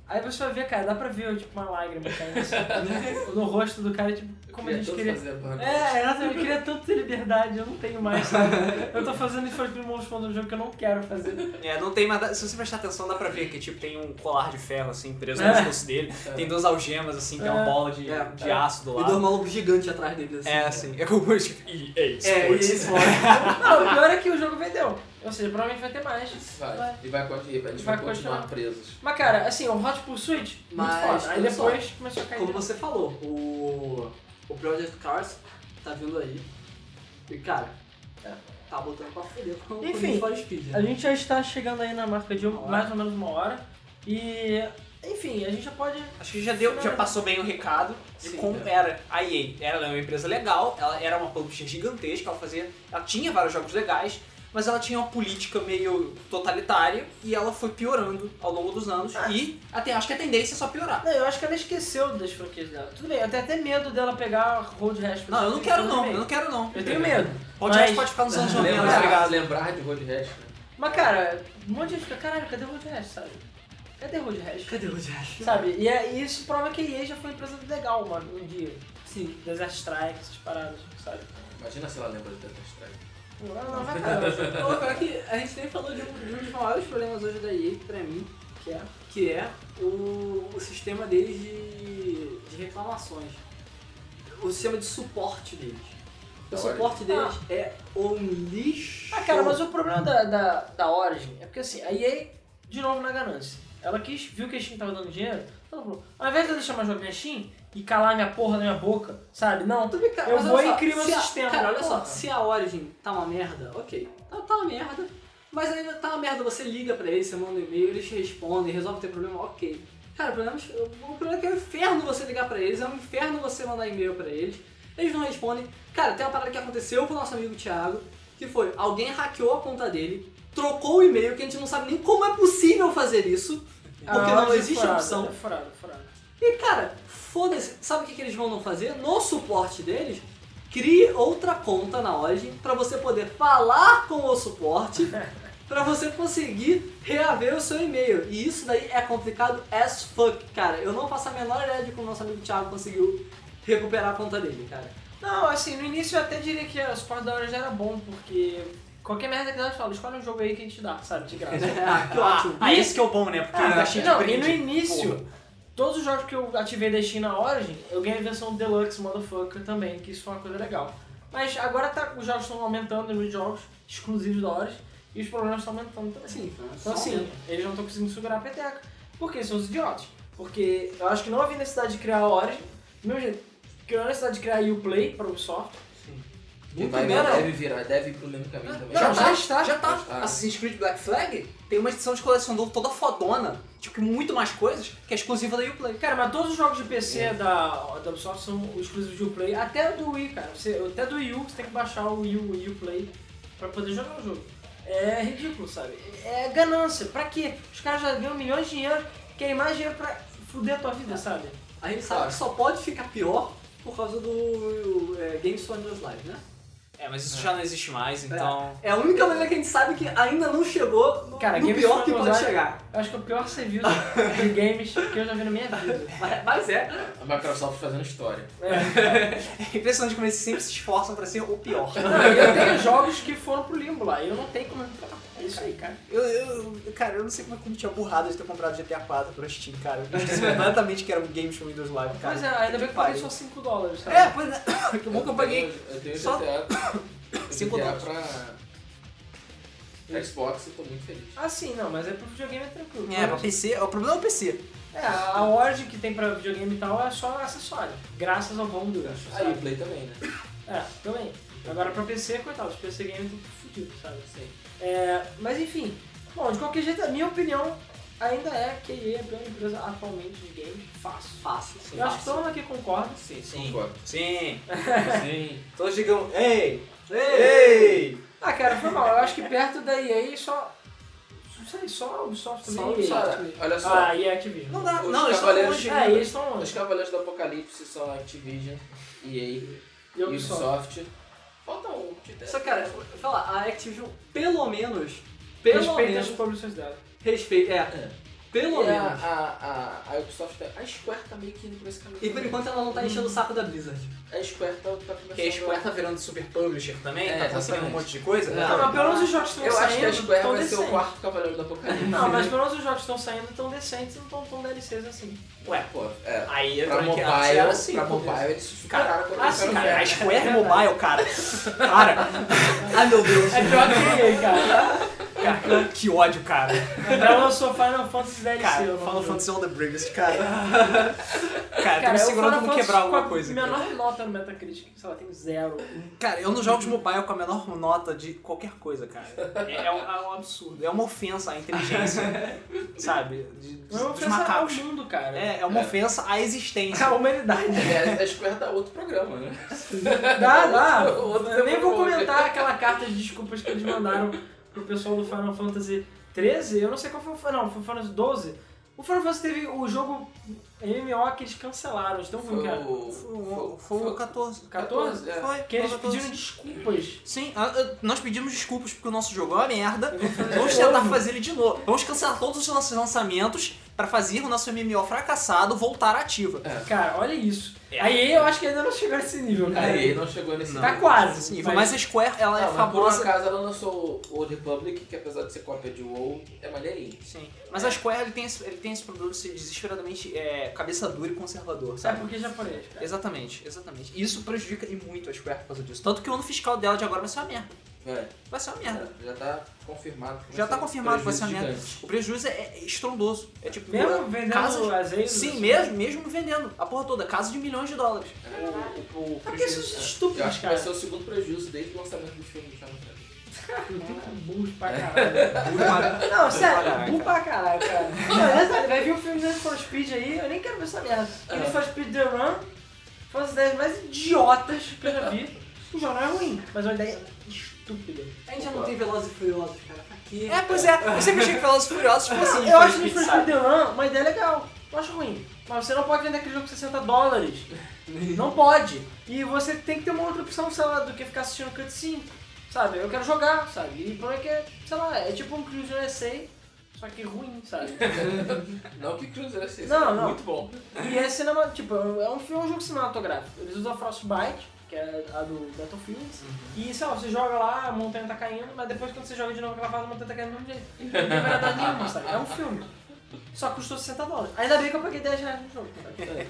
[SPEAKER 2] Aí você vai ver, cara, dá pra ver, tipo, uma lágrima caindo assim, no- no rosto do cara, tipo, como a gente queria. É, exatamente, eu queria tanto ter liberdade, eu não tenho mais, sabe? Eu tô fazendo isso para os do um jogo que eu não quero fazer.
[SPEAKER 1] É, não tem mais. nada- Se você prestar atenção, dá pra ver que tipo, tem um colar de ferro assim preso
[SPEAKER 2] É.
[SPEAKER 1] no pescoço dele, tem duas algemas assim, tem uma
[SPEAKER 2] É.
[SPEAKER 1] bola de,
[SPEAKER 4] É,
[SPEAKER 1] de
[SPEAKER 4] é.
[SPEAKER 1] aço do
[SPEAKER 4] E dois
[SPEAKER 1] lado.
[SPEAKER 4] malucos gigantes atrás deles, assim.
[SPEAKER 1] É assim, é como tipo, EA
[SPEAKER 4] É, e
[SPEAKER 1] Sports.
[SPEAKER 4] isso,
[SPEAKER 2] Não, o pior é que o jogo vendeu. Ou seja, provavelmente vai ter mais.
[SPEAKER 3] Vai. E vai, continuar- eles
[SPEAKER 2] Vai
[SPEAKER 3] vão continuar
[SPEAKER 2] continuar.
[SPEAKER 3] presos.
[SPEAKER 2] Mas, cara, assim, o Hot Pursuit, muito
[SPEAKER 4] Mas,
[SPEAKER 2] foda. Aí
[SPEAKER 4] olha só,
[SPEAKER 2] depois começou a cair.
[SPEAKER 4] Como você falou, o, o Project Cars tá vindo aí. E, cara,
[SPEAKER 1] É.
[SPEAKER 4] tá botando pra foder com o
[SPEAKER 2] Enfim.
[SPEAKER 4] Need for Speed.
[SPEAKER 2] A
[SPEAKER 4] né?
[SPEAKER 2] gente já está chegando aí na marca de um, mais ou menos uma hora. E, enfim, a gente já pode. né,
[SPEAKER 1] Acho que já deu,
[SPEAKER 4] É.
[SPEAKER 1] já passou bem o recado de
[SPEAKER 3] Sim,
[SPEAKER 1] como era a EA. Ela era uma empresa legal, ela era uma publisher gigantesca, ela fazia, ela tinha vários jogos legais, mas ela tinha uma política meio totalitária e ela foi piorando ao longo dos anos
[SPEAKER 2] Ah.
[SPEAKER 1] e até acho que a tendência é só piorar.
[SPEAKER 2] Não, eu acho que ela esqueceu das franquias dela. Tudo bem, eu tenho até medo dela pegar Road Rash.
[SPEAKER 1] Não, eu não quero não, eu
[SPEAKER 2] Eu,
[SPEAKER 1] não quero não.
[SPEAKER 2] tenho medo.
[SPEAKER 1] Pode,
[SPEAKER 2] Mas-
[SPEAKER 1] pode ficar nos anos 90,
[SPEAKER 4] né?
[SPEAKER 3] Lembrar,
[SPEAKER 1] obrigado.
[SPEAKER 3] lembrar de Road Rash. né?
[SPEAKER 2] Mas, cara, um monte de gente fica, caralho, cadê o Road Rash, sabe? Cadê o Road Rash?
[SPEAKER 4] Cadê o Jack?
[SPEAKER 2] Sabe? E é- e isso prova que a EA já foi uma empresa legal, mano, um dia.
[SPEAKER 4] Sim.
[SPEAKER 2] Desert Strike, essas paradas, sabe?
[SPEAKER 3] Imagina se ela lembra de Tetris Strike.
[SPEAKER 2] Não, não, vai caralho.
[SPEAKER 4] Pô, pior que a gente nem falou de um, de um dos maiores problemas hoje da EA, pra mim,
[SPEAKER 2] Que é.
[SPEAKER 4] que é o, o sistema deles de, de reclamações. O sistema de suporte deles. O
[SPEAKER 3] Da
[SPEAKER 4] suporte deles é um lixo.
[SPEAKER 2] Ah, cara, mas o problema da, da, da Origin é porque assim, a EA, de novo na ganância. Ela quis, viu que a Steam tava dando dinheiro, então ela falou, ao invés de eu deixar mais jogar minha Steam e calar minha porra na minha boca, sabe? Não,
[SPEAKER 4] Tudo bem, cara,
[SPEAKER 2] Eu
[SPEAKER 4] mas
[SPEAKER 2] vou
[SPEAKER 4] olha
[SPEAKER 2] e
[SPEAKER 4] só,
[SPEAKER 2] crio meu
[SPEAKER 4] se a-
[SPEAKER 2] sistema,
[SPEAKER 4] Cara, olha só,
[SPEAKER 2] porra.
[SPEAKER 4] se a Origin tá uma merda, ok. Tá, tá uma merda. Mas ainda tá uma merda, você liga pra eles, você manda um e-mail, eles te respondem, resolve o teu problema, ok. Cara, o problema, é- o problema é que é um inferno você ligar pra eles, é um inferno você mandar e-mail pra eles, eles não respondem. Cara, tem uma parada que aconteceu com o nosso amigo Thiago, que foi, alguém hackeou a conta dele, trocou o e-mail, que a gente não sabe nem como é possível fazer isso, porque
[SPEAKER 2] a
[SPEAKER 4] não
[SPEAKER 2] Origin é
[SPEAKER 4] existe a
[SPEAKER 2] furada,
[SPEAKER 4] opção.
[SPEAKER 2] É furado, é furado.
[SPEAKER 4] E cara, foda-se, sabe o que, que eles vão não fazer? No suporte deles, crie outra conta na Origin pra você poder falar com o suporte pra você conseguir reaver o seu e-mail. E isso daí é complicado as fuck, cara. Eu não faço a menor ideia de como nosso amigo Thiago conseguiu recuperar a conta dele, cara.
[SPEAKER 2] Não, assim, no início eu até diria que o suporte da Origin era bom, porque qualquer merda que ela fala, escolhe um jogo aí que a gente dá, sabe? De graça.
[SPEAKER 4] ah, que
[SPEAKER 1] Ah,
[SPEAKER 4] ótimo.
[SPEAKER 1] ah, esse que é o bom, né? Porque
[SPEAKER 2] Ah,
[SPEAKER 1] tá cheio de
[SPEAKER 2] não, e
[SPEAKER 1] brinde.
[SPEAKER 2] no início,
[SPEAKER 1] Porra.
[SPEAKER 2] todos os jogos que eu ativei da Steam na Origin, eu ganhei a versão Deluxe Motherfucker também, que isso foi uma coisa legal. Mas agora tá, os jogos estão aumentando nos jogos exclusivos da Origin, e os problemas estão aumentando também.
[SPEAKER 4] Assim, foi
[SPEAKER 2] Então
[SPEAKER 4] só um-
[SPEAKER 2] assim, eles não estão conseguindo segurar a peteca. Porque são os idiotas. Porque eu acho que não havia necessidade de criar a Origin. Do mesmo jeito, criou a necessidade de criar a Uplay para o Ubisoft.
[SPEAKER 3] E vai,
[SPEAKER 1] Não, não.
[SPEAKER 3] deve virar, deve ir pro Leme Caminho também.
[SPEAKER 1] Não, já, está,
[SPEAKER 2] Já está.
[SPEAKER 1] já tá.
[SPEAKER 3] Já está.
[SPEAKER 1] Assassin's Creed Black Flag tem uma edição de colecionador toda fodona, tipo, muito mais coisas, que é exclusiva da Uplay.
[SPEAKER 2] Cara, mas todos os jogos de PC
[SPEAKER 1] É.
[SPEAKER 2] da, da Ubisoft são exclusivos de Uplay. Até o do Wii, cara. Você, até do Wii U, você tem que baixar o Wii U e Uplay pra poder jogar o jogo. É ridículo, sabe? É ganância. Pra quê? Os caras já ganham milhões de dinheiro, querem mais dinheiro pra fuder a tua vida, sabe?
[SPEAKER 4] A gente sabe que só pode ficar pior por causa do é, Game Sonic Live, né?
[SPEAKER 1] É, mas isso já não existe mais, então.
[SPEAKER 4] É a única maneira que a gente sabe que ainda não chegou no,
[SPEAKER 2] Cara,
[SPEAKER 4] no
[SPEAKER 2] Games
[SPEAKER 4] pior que
[SPEAKER 2] Fund
[SPEAKER 4] pode
[SPEAKER 2] Live-
[SPEAKER 4] chegar.
[SPEAKER 2] Eu acho que é o pior serviço de games que eu já vi na minha vida.
[SPEAKER 4] Mas- mas é.
[SPEAKER 3] A Microsoft fazendo história.
[SPEAKER 1] É impressionante como eles sempre se esforçam pra ser o pior.
[SPEAKER 2] Não, e eu tenho jogos que foram pro limbo lá, e eu não tenho como entrar. É isso aí, cara.
[SPEAKER 1] Eu, eu- cara, eu não sei como é que eu não tinha burrado de ter comprado GTA 4 pra Steam, cara. Eu esqueci completamente que era um Games from Windows Live, cara.
[SPEAKER 2] Mas é, ainda bem que eu paguei
[SPEAKER 1] pariu.
[SPEAKER 2] só 5 dólares, sabe?
[SPEAKER 1] É, pois é. Que bom que eu paguei.
[SPEAKER 3] tenho- Eu tenho GTA.
[SPEAKER 1] só
[SPEAKER 3] eu
[SPEAKER 1] cinco
[SPEAKER 3] GTA
[SPEAKER 1] dólares.
[SPEAKER 3] pra Xbox e tô muito feliz.
[SPEAKER 2] Ah, sim, não, mas é pro videogame é tranquilo.
[SPEAKER 1] É, pra PC. O problema é o PC.
[SPEAKER 2] É, a Origin que tem pra videogame e tal é só acessório. Graças ao bom Deus.
[SPEAKER 3] Aí
[SPEAKER 2] Sabe?
[SPEAKER 3] o Play também, né?
[SPEAKER 2] É, também. Agora pra PC, coitado, os PC Game tudo fudido, sabe?
[SPEAKER 3] Sim.
[SPEAKER 2] É, mas enfim, bom, de qualquer jeito, a minha opinião ainda é que a EA é a pior empresa atualmente de games. Fácil.
[SPEAKER 4] Fácil.
[SPEAKER 2] Eu acho que todo mundo aqui concorda.
[SPEAKER 3] Sim,
[SPEAKER 1] Sim.
[SPEAKER 3] Concordo.
[SPEAKER 1] Sim.
[SPEAKER 3] Sim.
[SPEAKER 1] Todos digam, ei,
[SPEAKER 4] Ei!
[SPEAKER 2] Ah, cara, foi mal. Eu acho que perto da EA só. Não sei, só a Ubisoft também.
[SPEAKER 4] Só
[SPEAKER 2] e EA.
[SPEAKER 4] a Ubisoft.
[SPEAKER 3] Cara, olha só.
[SPEAKER 2] Ah, e a Activision.
[SPEAKER 1] Não dá,
[SPEAKER 3] Os
[SPEAKER 1] não, eles estão
[SPEAKER 3] cavaleiros-
[SPEAKER 1] longe.
[SPEAKER 2] É, eles estão
[SPEAKER 3] Os
[SPEAKER 2] longe.
[SPEAKER 3] Cavaleiros do Apocalipse são Activision, EA,
[SPEAKER 2] E a Ubisoft.
[SPEAKER 3] Ubisoft. Falta um. que-
[SPEAKER 4] Só cara, eu vou falar, a Activision pelo menos, pelo
[SPEAKER 2] Respeita as
[SPEAKER 4] menos
[SPEAKER 2] publishers dela.
[SPEAKER 4] respeita, é,
[SPEAKER 3] É.
[SPEAKER 4] Pelo
[SPEAKER 3] E a,
[SPEAKER 4] menos.
[SPEAKER 3] a, a, a Ubisoft, tá- a Square tá meio que indo pra esse caminho.
[SPEAKER 4] E por
[SPEAKER 3] também.
[SPEAKER 4] enquanto ela não tá enchendo o saco da Blizzard.
[SPEAKER 3] A Square tá, tá começando
[SPEAKER 1] Porque a Square tá virando super publisher também,
[SPEAKER 3] É,
[SPEAKER 1] tá conseguindo um
[SPEAKER 3] exatamente.
[SPEAKER 1] monte de coisa.
[SPEAKER 4] É.
[SPEAKER 2] Não, mas pelo menos os jogos que estão
[SPEAKER 3] Eu
[SPEAKER 2] saindo.
[SPEAKER 3] acho que a Square
[SPEAKER 2] tão
[SPEAKER 3] vai ser o
[SPEAKER 2] decentes.
[SPEAKER 3] quarto Cavaleiro do Apocalipse.
[SPEAKER 2] Não, mas pelo menos os jogos que estão saindo estão decentes e não estão tão DLCs assim.
[SPEAKER 1] Ué,
[SPEAKER 3] Pô, é.
[SPEAKER 1] aí
[SPEAKER 3] Pra
[SPEAKER 1] Electronic
[SPEAKER 3] mobile,
[SPEAKER 1] Arts era assim.
[SPEAKER 3] pra
[SPEAKER 1] pô.
[SPEAKER 3] mobile eles superaram
[SPEAKER 1] Cara,
[SPEAKER 3] quando eles
[SPEAKER 1] assim,
[SPEAKER 3] eram
[SPEAKER 1] cara, a
[SPEAKER 3] velhos.
[SPEAKER 1] Square Mobile, cara. Cara,
[SPEAKER 4] Ai meu Deus.
[SPEAKER 2] É pior que aí, cara.
[SPEAKER 1] cara, que ódio, cara.
[SPEAKER 2] Ela lançou Final Fantasy DLC.
[SPEAKER 1] Cara,
[SPEAKER 2] eu não
[SPEAKER 1] Final
[SPEAKER 2] lembro.
[SPEAKER 1] Fantasy on the Bravest, cara. Cara, eu tô
[SPEAKER 2] Cara,
[SPEAKER 1] me
[SPEAKER 2] eu
[SPEAKER 1] segurando
[SPEAKER 2] Final
[SPEAKER 1] pra não
[SPEAKER 2] Fantasy
[SPEAKER 1] quebrar
[SPEAKER 2] com a
[SPEAKER 1] alguma coisa.
[SPEAKER 2] Menor
[SPEAKER 1] Cara.
[SPEAKER 2] nota no Metacritic, sei lá, tem zero.
[SPEAKER 1] cara, eu não jogo de mobile com a menor nota de qualquer coisa, cara. É, é um, é um absurdo. É uma ofensa à inteligência, sabe? De, de-
[SPEAKER 2] Não é uma
[SPEAKER 1] dos
[SPEAKER 2] ofensa ao
[SPEAKER 1] macacos.
[SPEAKER 2] mundo, cara.
[SPEAKER 1] É, é uma
[SPEAKER 3] É.
[SPEAKER 1] ofensa à existência.
[SPEAKER 2] A humanidade.
[SPEAKER 3] É, a Square dá outro programa, né?
[SPEAKER 2] Dá, dá.
[SPEAKER 3] Outro
[SPEAKER 2] Eu nem vou
[SPEAKER 3] programa.
[SPEAKER 2] comentar aquela carta de desculpas que eles mandaram pro pessoal do Final Fantasy 13. Eu não sei qual foi o Final, não, foi o Final Fantasy 12. O Final Fantasy teve o jogo MMO que eles cancelaram, de tão ruim,
[SPEAKER 3] Foi
[SPEAKER 2] cara.
[SPEAKER 3] o...
[SPEAKER 1] Foi o, foi um o 14.
[SPEAKER 2] 14?
[SPEAKER 3] é.
[SPEAKER 1] Foi,
[SPEAKER 2] Que eles
[SPEAKER 1] foi o 14.
[SPEAKER 2] pediram desculpas.
[SPEAKER 1] Sim, a- a- nós pedimos desculpas porque o nosso jogo é uma merda. Vamos
[SPEAKER 2] de novo.
[SPEAKER 1] tentar fazer ele de novo. Vamos cancelar todos os nossos lançamentos pra fazer o nosso MMO fracassado voltar ativa.
[SPEAKER 2] Cara, olha isso.
[SPEAKER 1] É.
[SPEAKER 2] Aí eu acho que ainda não chegou nesse nível, cara.
[SPEAKER 3] Aí não chegou nesse...
[SPEAKER 2] Tá
[SPEAKER 3] nível.
[SPEAKER 2] quase.
[SPEAKER 1] Sim, mas a Square, ela
[SPEAKER 3] Ah,
[SPEAKER 1] é
[SPEAKER 3] mas por um
[SPEAKER 1] famosa.
[SPEAKER 3] acaso ela lançou o Old Republic, que apesar de ser cópia de WoW, é maneirinho.
[SPEAKER 1] Sim. Mas a Square ele tem esse, ele tem esse problema de ser desesperadamente é, cabeça dura e conservador,
[SPEAKER 2] É
[SPEAKER 1] sabe?
[SPEAKER 2] porque é japonês, cara.
[SPEAKER 1] Exatamente, exatamente. E isso prejudica e muito a Square por causa disso. Tanto que o ano fiscal dela de agora vai ser uma merda.
[SPEAKER 3] É,
[SPEAKER 1] Vai ser uma merda.
[SPEAKER 3] já tá confirmado. que vai
[SPEAKER 1] Já tá
[SPEAKER 3] ser um
[SPEAKER 1] confirmado que vai ser uma
[SPEAKER 3] prejuízo
[SPEAKER 1] merda.
[SPEAKER 3] gigante.
[SPEAKER 1] O prejuízo é, é estrondoso. É tipo.
[SPEAKER 2] Mesmo vendendo assim.
[SPEAKER 1] casas-
[SPEAKER 2] azeite.
[SPEAKER 1] Sim, mesmo, mesmo vendendo. A porra toda, casa de milhões de dólares. O, o
[SPEAKER 2] É porque isso
[SPEAKER 1] prejuízo.
[SPEAKER 2] é
[SPEAKER 3] Eu
[SPEAKER 2] estúpido,
[SPEAKER 3] acho que vai
[SPEAKER 2] cara.
[SPEAKER 3] ser o segundo prejuízo desde o lançamento do filme do Final Fantasy.
[SPEAKER 2] Burro pra caralho.
[SPEAKER 1] Burro
[SPEAKER 2] Não,
[SPEAKER 1] pra
[SPEAKER 2] sério,
[SPEAKER 1] caralho,
[SPEAKER 2] burro pra caralho, cara. Não, mas, sabe, vai vir o filme do Need for Speed aí, eu nem quero ver essa merda. Porque Need for Speed The Run foi as ideias mais idiotas que eu já vi. O jornal é ruim, mas é uma ideia estúpida.
[SPEAKER 4] A gente já não tem Velozes e Furiosos, cara. tá Pra quê?
[SPEAKER 1] É, pois é. Eu sempre achei que Velozes e Furiosos fosse
[SPEAKER 2] Não,
[SPEAKER 1] assim.
[SPEAKER 2] eu acho Need for
[SPEAKER 1] difícil, sabe?
[SPEAKER 2] Speed The Run uma ideia é legal, não acho ruim. Mas você não pode vender aquele jogo por 60 dólares. Não pode. E você tem que ter uma outra opção, sei lá, do que ficar assistindo cutscene. Sabe? Eu quero jogar, sabe? E o problema é que, é, sei lá, é tipo um Cruise USA, só que ruim, sabe?
[SPEAKER 3] Não que Cruiser é seis,
[SPEAKER 2] Não,
[SPEAKER 3] é
[SPEAKER 2] não.
[SPEAKER 3] muito bom.
[SPEAKER 2] E é cinema, tipo, é um filme, é um jogo cinematográfico. Eles usam a Frostbite, que é a do Battlefield,
[SPEAKER 1] Uhum.
[SPEAKER 2] e sei lá, você joga lá, a montanha tá caindo, mas depois quando você joga de novo aquela fase, a montanha tá caindo do mesmo jeito. Não tem verdade nenhuma, sabe? É um filme. Só custou 60 dólares. Ainda bem que eu paguei 10 reais no jogo, sabe?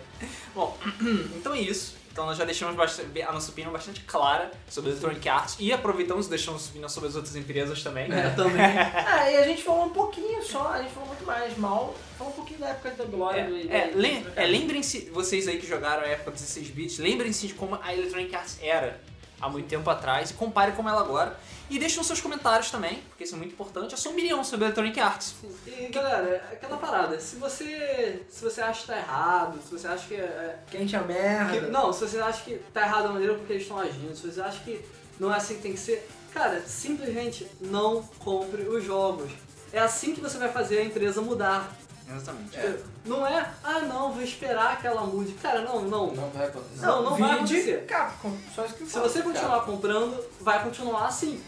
[SPEAKER 1] Então é isso. Então nós já deixamos bastante- a nossa opinião bastante clara sobre a Electronic Arts e aproveitamos e deixamos opinião sobre as outras empresas também.
[SPEAKER 4] É, também.
[SPEAKER 2] Ah, e a gente falou um pouquinho só, a gente falou muito mais mal. Falou um pouquinho da época da Glória. do-
[SPEAKER 1] É, é,
[SPEAKER 2] do-
[SPEAKER 1] lem-
[SPEAKER 2] do-
[SPEAKER 1] é, lembrem-se, vocês aí que jogaram a época 16 bits, lembrem-se de como a Electronic Arts era há muito tempo atrás e compare como ela agora. E deixem os seus comentários também, porque isso é muito importante, a sua opinião sobre a Electronic Arts.
[SPEAKER 4] E galera, aquela parada, se você. Se você acha que tá errado, se você acha que é-
[SPEAKER 2] Quente a
[SPEAKER 4] Que-
[SPEAKER 2] merda.
[SPEAKER 4] não, se você acha que tá errado a maneira porque eles estão agindo, se você acha que não é assim que tem que ser, cara, simplesmente não compre os jogos. É assim que você vai fazer a empresa mudar.
[SPEAKER 1] Exatamente.
[SPEAKER 3] É.
[SPEAKER 4] Não é, ah não, vou esperar que ela mude. Cara, não, não.
[SPEAKER 3] Não vai acontecer.
[SPEAKER 4] Não, não vai
[SPEAKER 2] Vide
[SPEAKER 4] acontecer.
[SPEAKER 2] Capcom, só isso que eu
[SPEAKER 4] Se
[SPEAKER 2] falo.
[SPEAKER 4] você continuar comprando, vai continuar assim.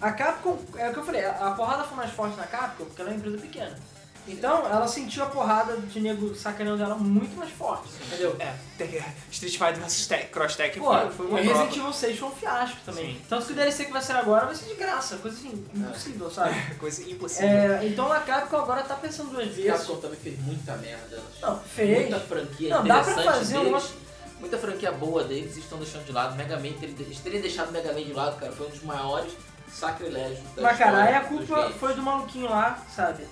[SPEAKER 2] A Capcom, é o que eu falei, a porrada foi mais forte na Capcom porque ela é uma empresa pequena. Então, ela sentiu a porrada de nego sacaneando ela muito mais forte, entendeu?
[SPEAKER 1] É, tem- Street Fighter vs Te- Cross Tekken
[SPEAKER 2] Pô,
[SPEAKER 1] foi, foi
[SPEAKER 2] o
[SPEAKER 1] uma prova.
[SPEAKER 2] Resident Evil 6 foi um fiasco também.
[SPEAKER 1] Sim.
[SPEAKER 2] Tanto que o DLC que vai ser agora vai ser de graça, coisa assim, impossível, sabe?
[SPEAKER 1] Coisa impossível.
[SPEAKER 2] É, então a Capcom agora tá pensando duas vezes.
[SPEAKER 3] Capcom também fez muita merda. Elas-
[SPEAKER 2] Não, fez.
[SPEAKER 3] Muita franquia
[SPEAKER 2] Não, dá pra
[SPEAKER 3] interessante
[SPEAKER 2] fazer
[SPEAKER 3] deles.
[SPEAKER 2] uma-
[SPEAKER 3] Muita franquia boa deles estão deixando de lado. Mega Man, ter- eles terem deixado Mega Man de lado, cara, foi um dos maiores sacrilégios da
[SPEAKER 2] Mas caralho,
[SPEAKER 3] história
[SPEAKER 2] a
[SPEAKER 3] dos
[SPEAKER 2] culpa
[SPEAKER 3] games.
[SPEAKER 2] foi do maluquinho lá, sabe?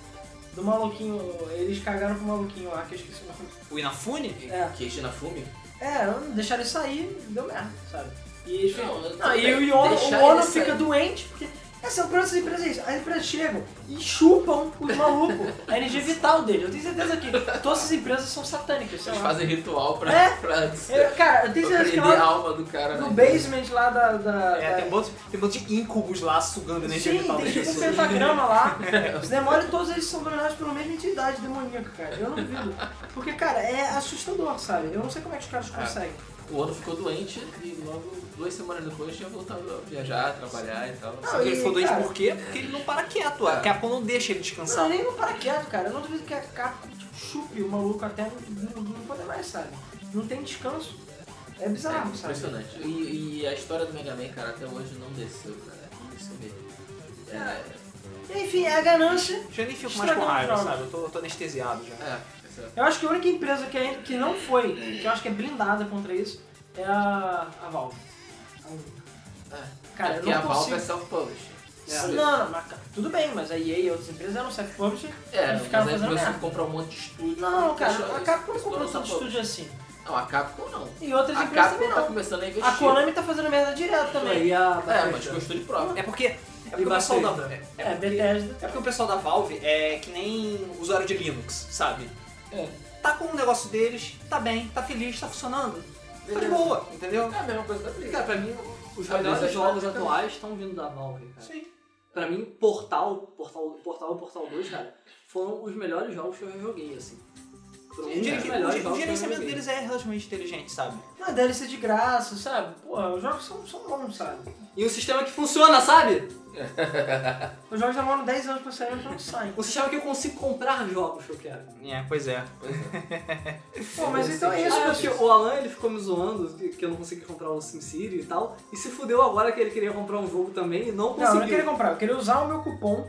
[SPEAKER 2] Do maluquinho, eles cagaram pro maluquinho lá, que eu esqueci o nome.
[SPEAKER 1] O Inafune?
[SPEAKER 2] É.
[SPEAKER 3] Que China Fume?
[SPEAKER 2] É, deixaram ele sair, deu merda, sabe? E eles
[SPEAKER 3] Não,
[SPEAKER 2] Não,
[SPEAKER 3] tudo
[SPEAKER 2] e
[SPEAKER 3] bem,
[SPEAKER 2] o Ono,
[SPEAKER 3] deixar
[SPEAKER 2] o Ono
[SPEAKER 3] ele sair.
[SPEAKER 2] fica doente, porque essa é o problema das empresas é isso. As empresas chegam e chupam os malucos, a energia é vital dele. Eu tenho certeza que todas as empresas são satânicas, sei
[SPEAKER 3] Eles
[SPEAKER 2] lá.
[SPEAKER 3] fazem ritual pra.
[SPEAKER 2] É.
[SPEAKER 3] pra,
[SPEAKER 2] Eu- cara, eu tenho
[SPEAKER 3] pra
[SPEAKER 2] certeza que
[SPEAKER 3] prender a
[SPEAKER 2] lá
[SPEAKER 3] alma do cara.
[SPEAKER 2] no
[SPEAKER 3] né?
[SPEAKER 2] basement lá da. da-
[SPEAKER 1] É,
[SPEAKER 2] da-
[SPEAKER 1] tem um monte, tem um monte de íncubos lá sugando energia
[SPEAKER 2] Sim,
[SPEAKER 1] vital
[SPEAKER 2] tem
[SPEAKER 1] das
[SPEAKER 2] tipo um
[SPEAKER 1] pessoas.
[SPEAKER 2] pentagrama lá. Os demônios todos eles são dominados pela mesma entidade demoníaca, cara. Eu não duvido. Porque, cara, é assustador, sabe? Eu não sei como é que os caras conseguem.
[SPEAKER 3] o ano ficou doente e logo duas semanas depois tinha voltado a viajar, trabalhar e tal.
[SPEAKER 1] Sabe que ele
[SPEAKER 2] e,
[SPEAKER 1] ficou doente
[SPEAKER 2] cara,
[SPEAKER 1] por quê? Porque ele não para quieto. A
[SPEAKER 3] É.
[SPEAKER 1] Capcom não deixa ele
[SPEAKER 2] Não,
[SPEAKER 1] descansar.
[SPEAKER 2] nem no paraquedas, cara. Eu não duvido que a Capcom tipo, chupe o maluco até não, não, não poder mais, sabe? Não tem descanso. É bizarro, sabe?
[SPEAKER 3] É impressionante. E, e a história do Mega Man, cara, até hoje não desceu, cara. Não desceu mesmo. É,
[SPEAKER 2] Enfim, é a ganância.
[SPEAKER 1] Já nem fico mais
[SPEAKER 2] Estragando
[SPEAKER 1] com raiva,
[SPEAKER 2] os jogos.
[SPEAKER 1] sabe? Eu tô, tô anestesiado já.
[SPEAKER 3] é, essa-
[SPEAKER 2] Eu acho que a única empresa que, ainda- que não foi, que eu acho que é blindada contra isso, é a, a Valve. A única.
[SPEAKER 3] é.
[SPEAKER 2] Cara,
[SPEAKER 3] é
[SPEAKER 2] eu
[SPEAKER 3] porque
[SPEAKER 2] não
[SPEAKER 3] a Valve assim.
[SPEAKER 2] consigo...
[SPEAKER 3] é self-publishing.
[SPEAKER 2] Não, não, não, mas, cara, tudo bem, mas a EA e outras empresas eram self-publisher.
[SPEAKER 3] É,
[SPEAKER 2] Eles ficaram
[SPEAKER 3] mas aí
[SPEAKER 2] fazendo
[SPEAKER 3] começou a
[SPEAKER 2] merda.
[SPEAKER 3] comprar um monte de estúdio.
[SPEAKER 2] Não,
[SPEAKER 3] Isso-
[SPEAKER 2] cara, a
[SPEAKER 3] isso-
[SPEAKER 2] Capcom não
[SPEAKER 3] isso
[SPEAKER 2] comprou
[SPEAKER 3] não
[SPEAKER 2] tanto
[SPEAKER 3] só-
[SPEAKER 2] estúdio assim.
[SPEAKER 3] Não, a Capcom não.
[SPEAKER 2] E outras
[SPEAKER 3] A
[SPEAKER 2] empresas também
[SPEAKER 3] Capcom tá
[SPEAKER 2] não.
[SPEAKER 3] começando a
[SPEAKER 2] A
[SPEAKER 3] investir.
[SPEAKER 2] Konami tá fazendo merda direto também.
[SPEAKER 4] Aí a
[SPEAKER 3] É, mas com estúdio próprio.
[SPEAKER 1] É porque, é porque
[SPEAKER 4] E
[SPEAKER 1] o pessoal
[SPEAKER 4] Bethesda.
[SPEAKER 1] da. É, é
[SPEAKER 2] É,
[SPEAKER 1] porque,
[SPEAKER 2] Bethesda.
[SPEAKER 1] é porque o pessoal da Valve é que nem usuário de Linux, sabe?
[SPEAKER 3] É.
[SPEAKER 1] Tá com o negócio deles, tá bem, tá feliz, tá funcionando. Tá de
[SPEAKER 3] Beleza.
[SPEAKER 1] boa, entendeu?
[SPEAKER 3] É a mesma coisa da Blizzard.
[SPEAKER 4] Cara, pra mim, os
[SPEAKER 3] Sabe,
[SPEAKER 4] melhores
[SPEAKER 3] esses
[SPEAKER 4] jogos
[SPEAKER 3] jogos
[SPEAKER 4] atuais estão vindo da Valve, cara.
[SPEAKER 1] Sim.
[SPEAKER 4] Pra mim, Portal, Portal, Portal, Portal 2, cara, foram os melhores jogos que eu já joguei, assim. Foram
[SPEAKER 1] O,
[SPEAKER 4] um
[SPEAKER 1] gere-
[SPEAKER 4] dos
[SPEAKER 1] o
[SPEAKER 4] melhores
[SPEAKER 1] gere- o
[SPEAKER 4] jogos que eu já
[SPEAKER 1] gerenciamento
[SPEAKER 4] joguei.
[SPEAKER 1] deles é relativamente inteligente, sabe?
[SPEAKER 2] Não, DLC de graça, sabe? Porra, os jogos são, são bons, sabe?
[SPEAKER 4] E um sistema que funciona, sabe?
[SPEAKER 2] Os jogos demoram 10 anos pra sair, os jogos saem.
[SPEAKER 4] Um sistema que eu consigo comprar jogos que eu quero.
[SPEAKER 1] É, pois é.
[SPEAKER 2] Pô, mas então é isso,
[SPEAKER 4] Ah,
[SPEAKER 2] meu
[SPEAKER 4] porque
[SPEAKER 2] filho.
[SPEAKER 4] o Alan ele ficou me zoando que que eu não consegui comprar o SimCity e tal. E se fudeu agora que ele queria comprar um jogo também e não
[SPEAKER 2] Não, eu não
[SPEAKER 4] conseguiu.
[SPEAKER 2] queria comprar, eu queria usar o meu cupom,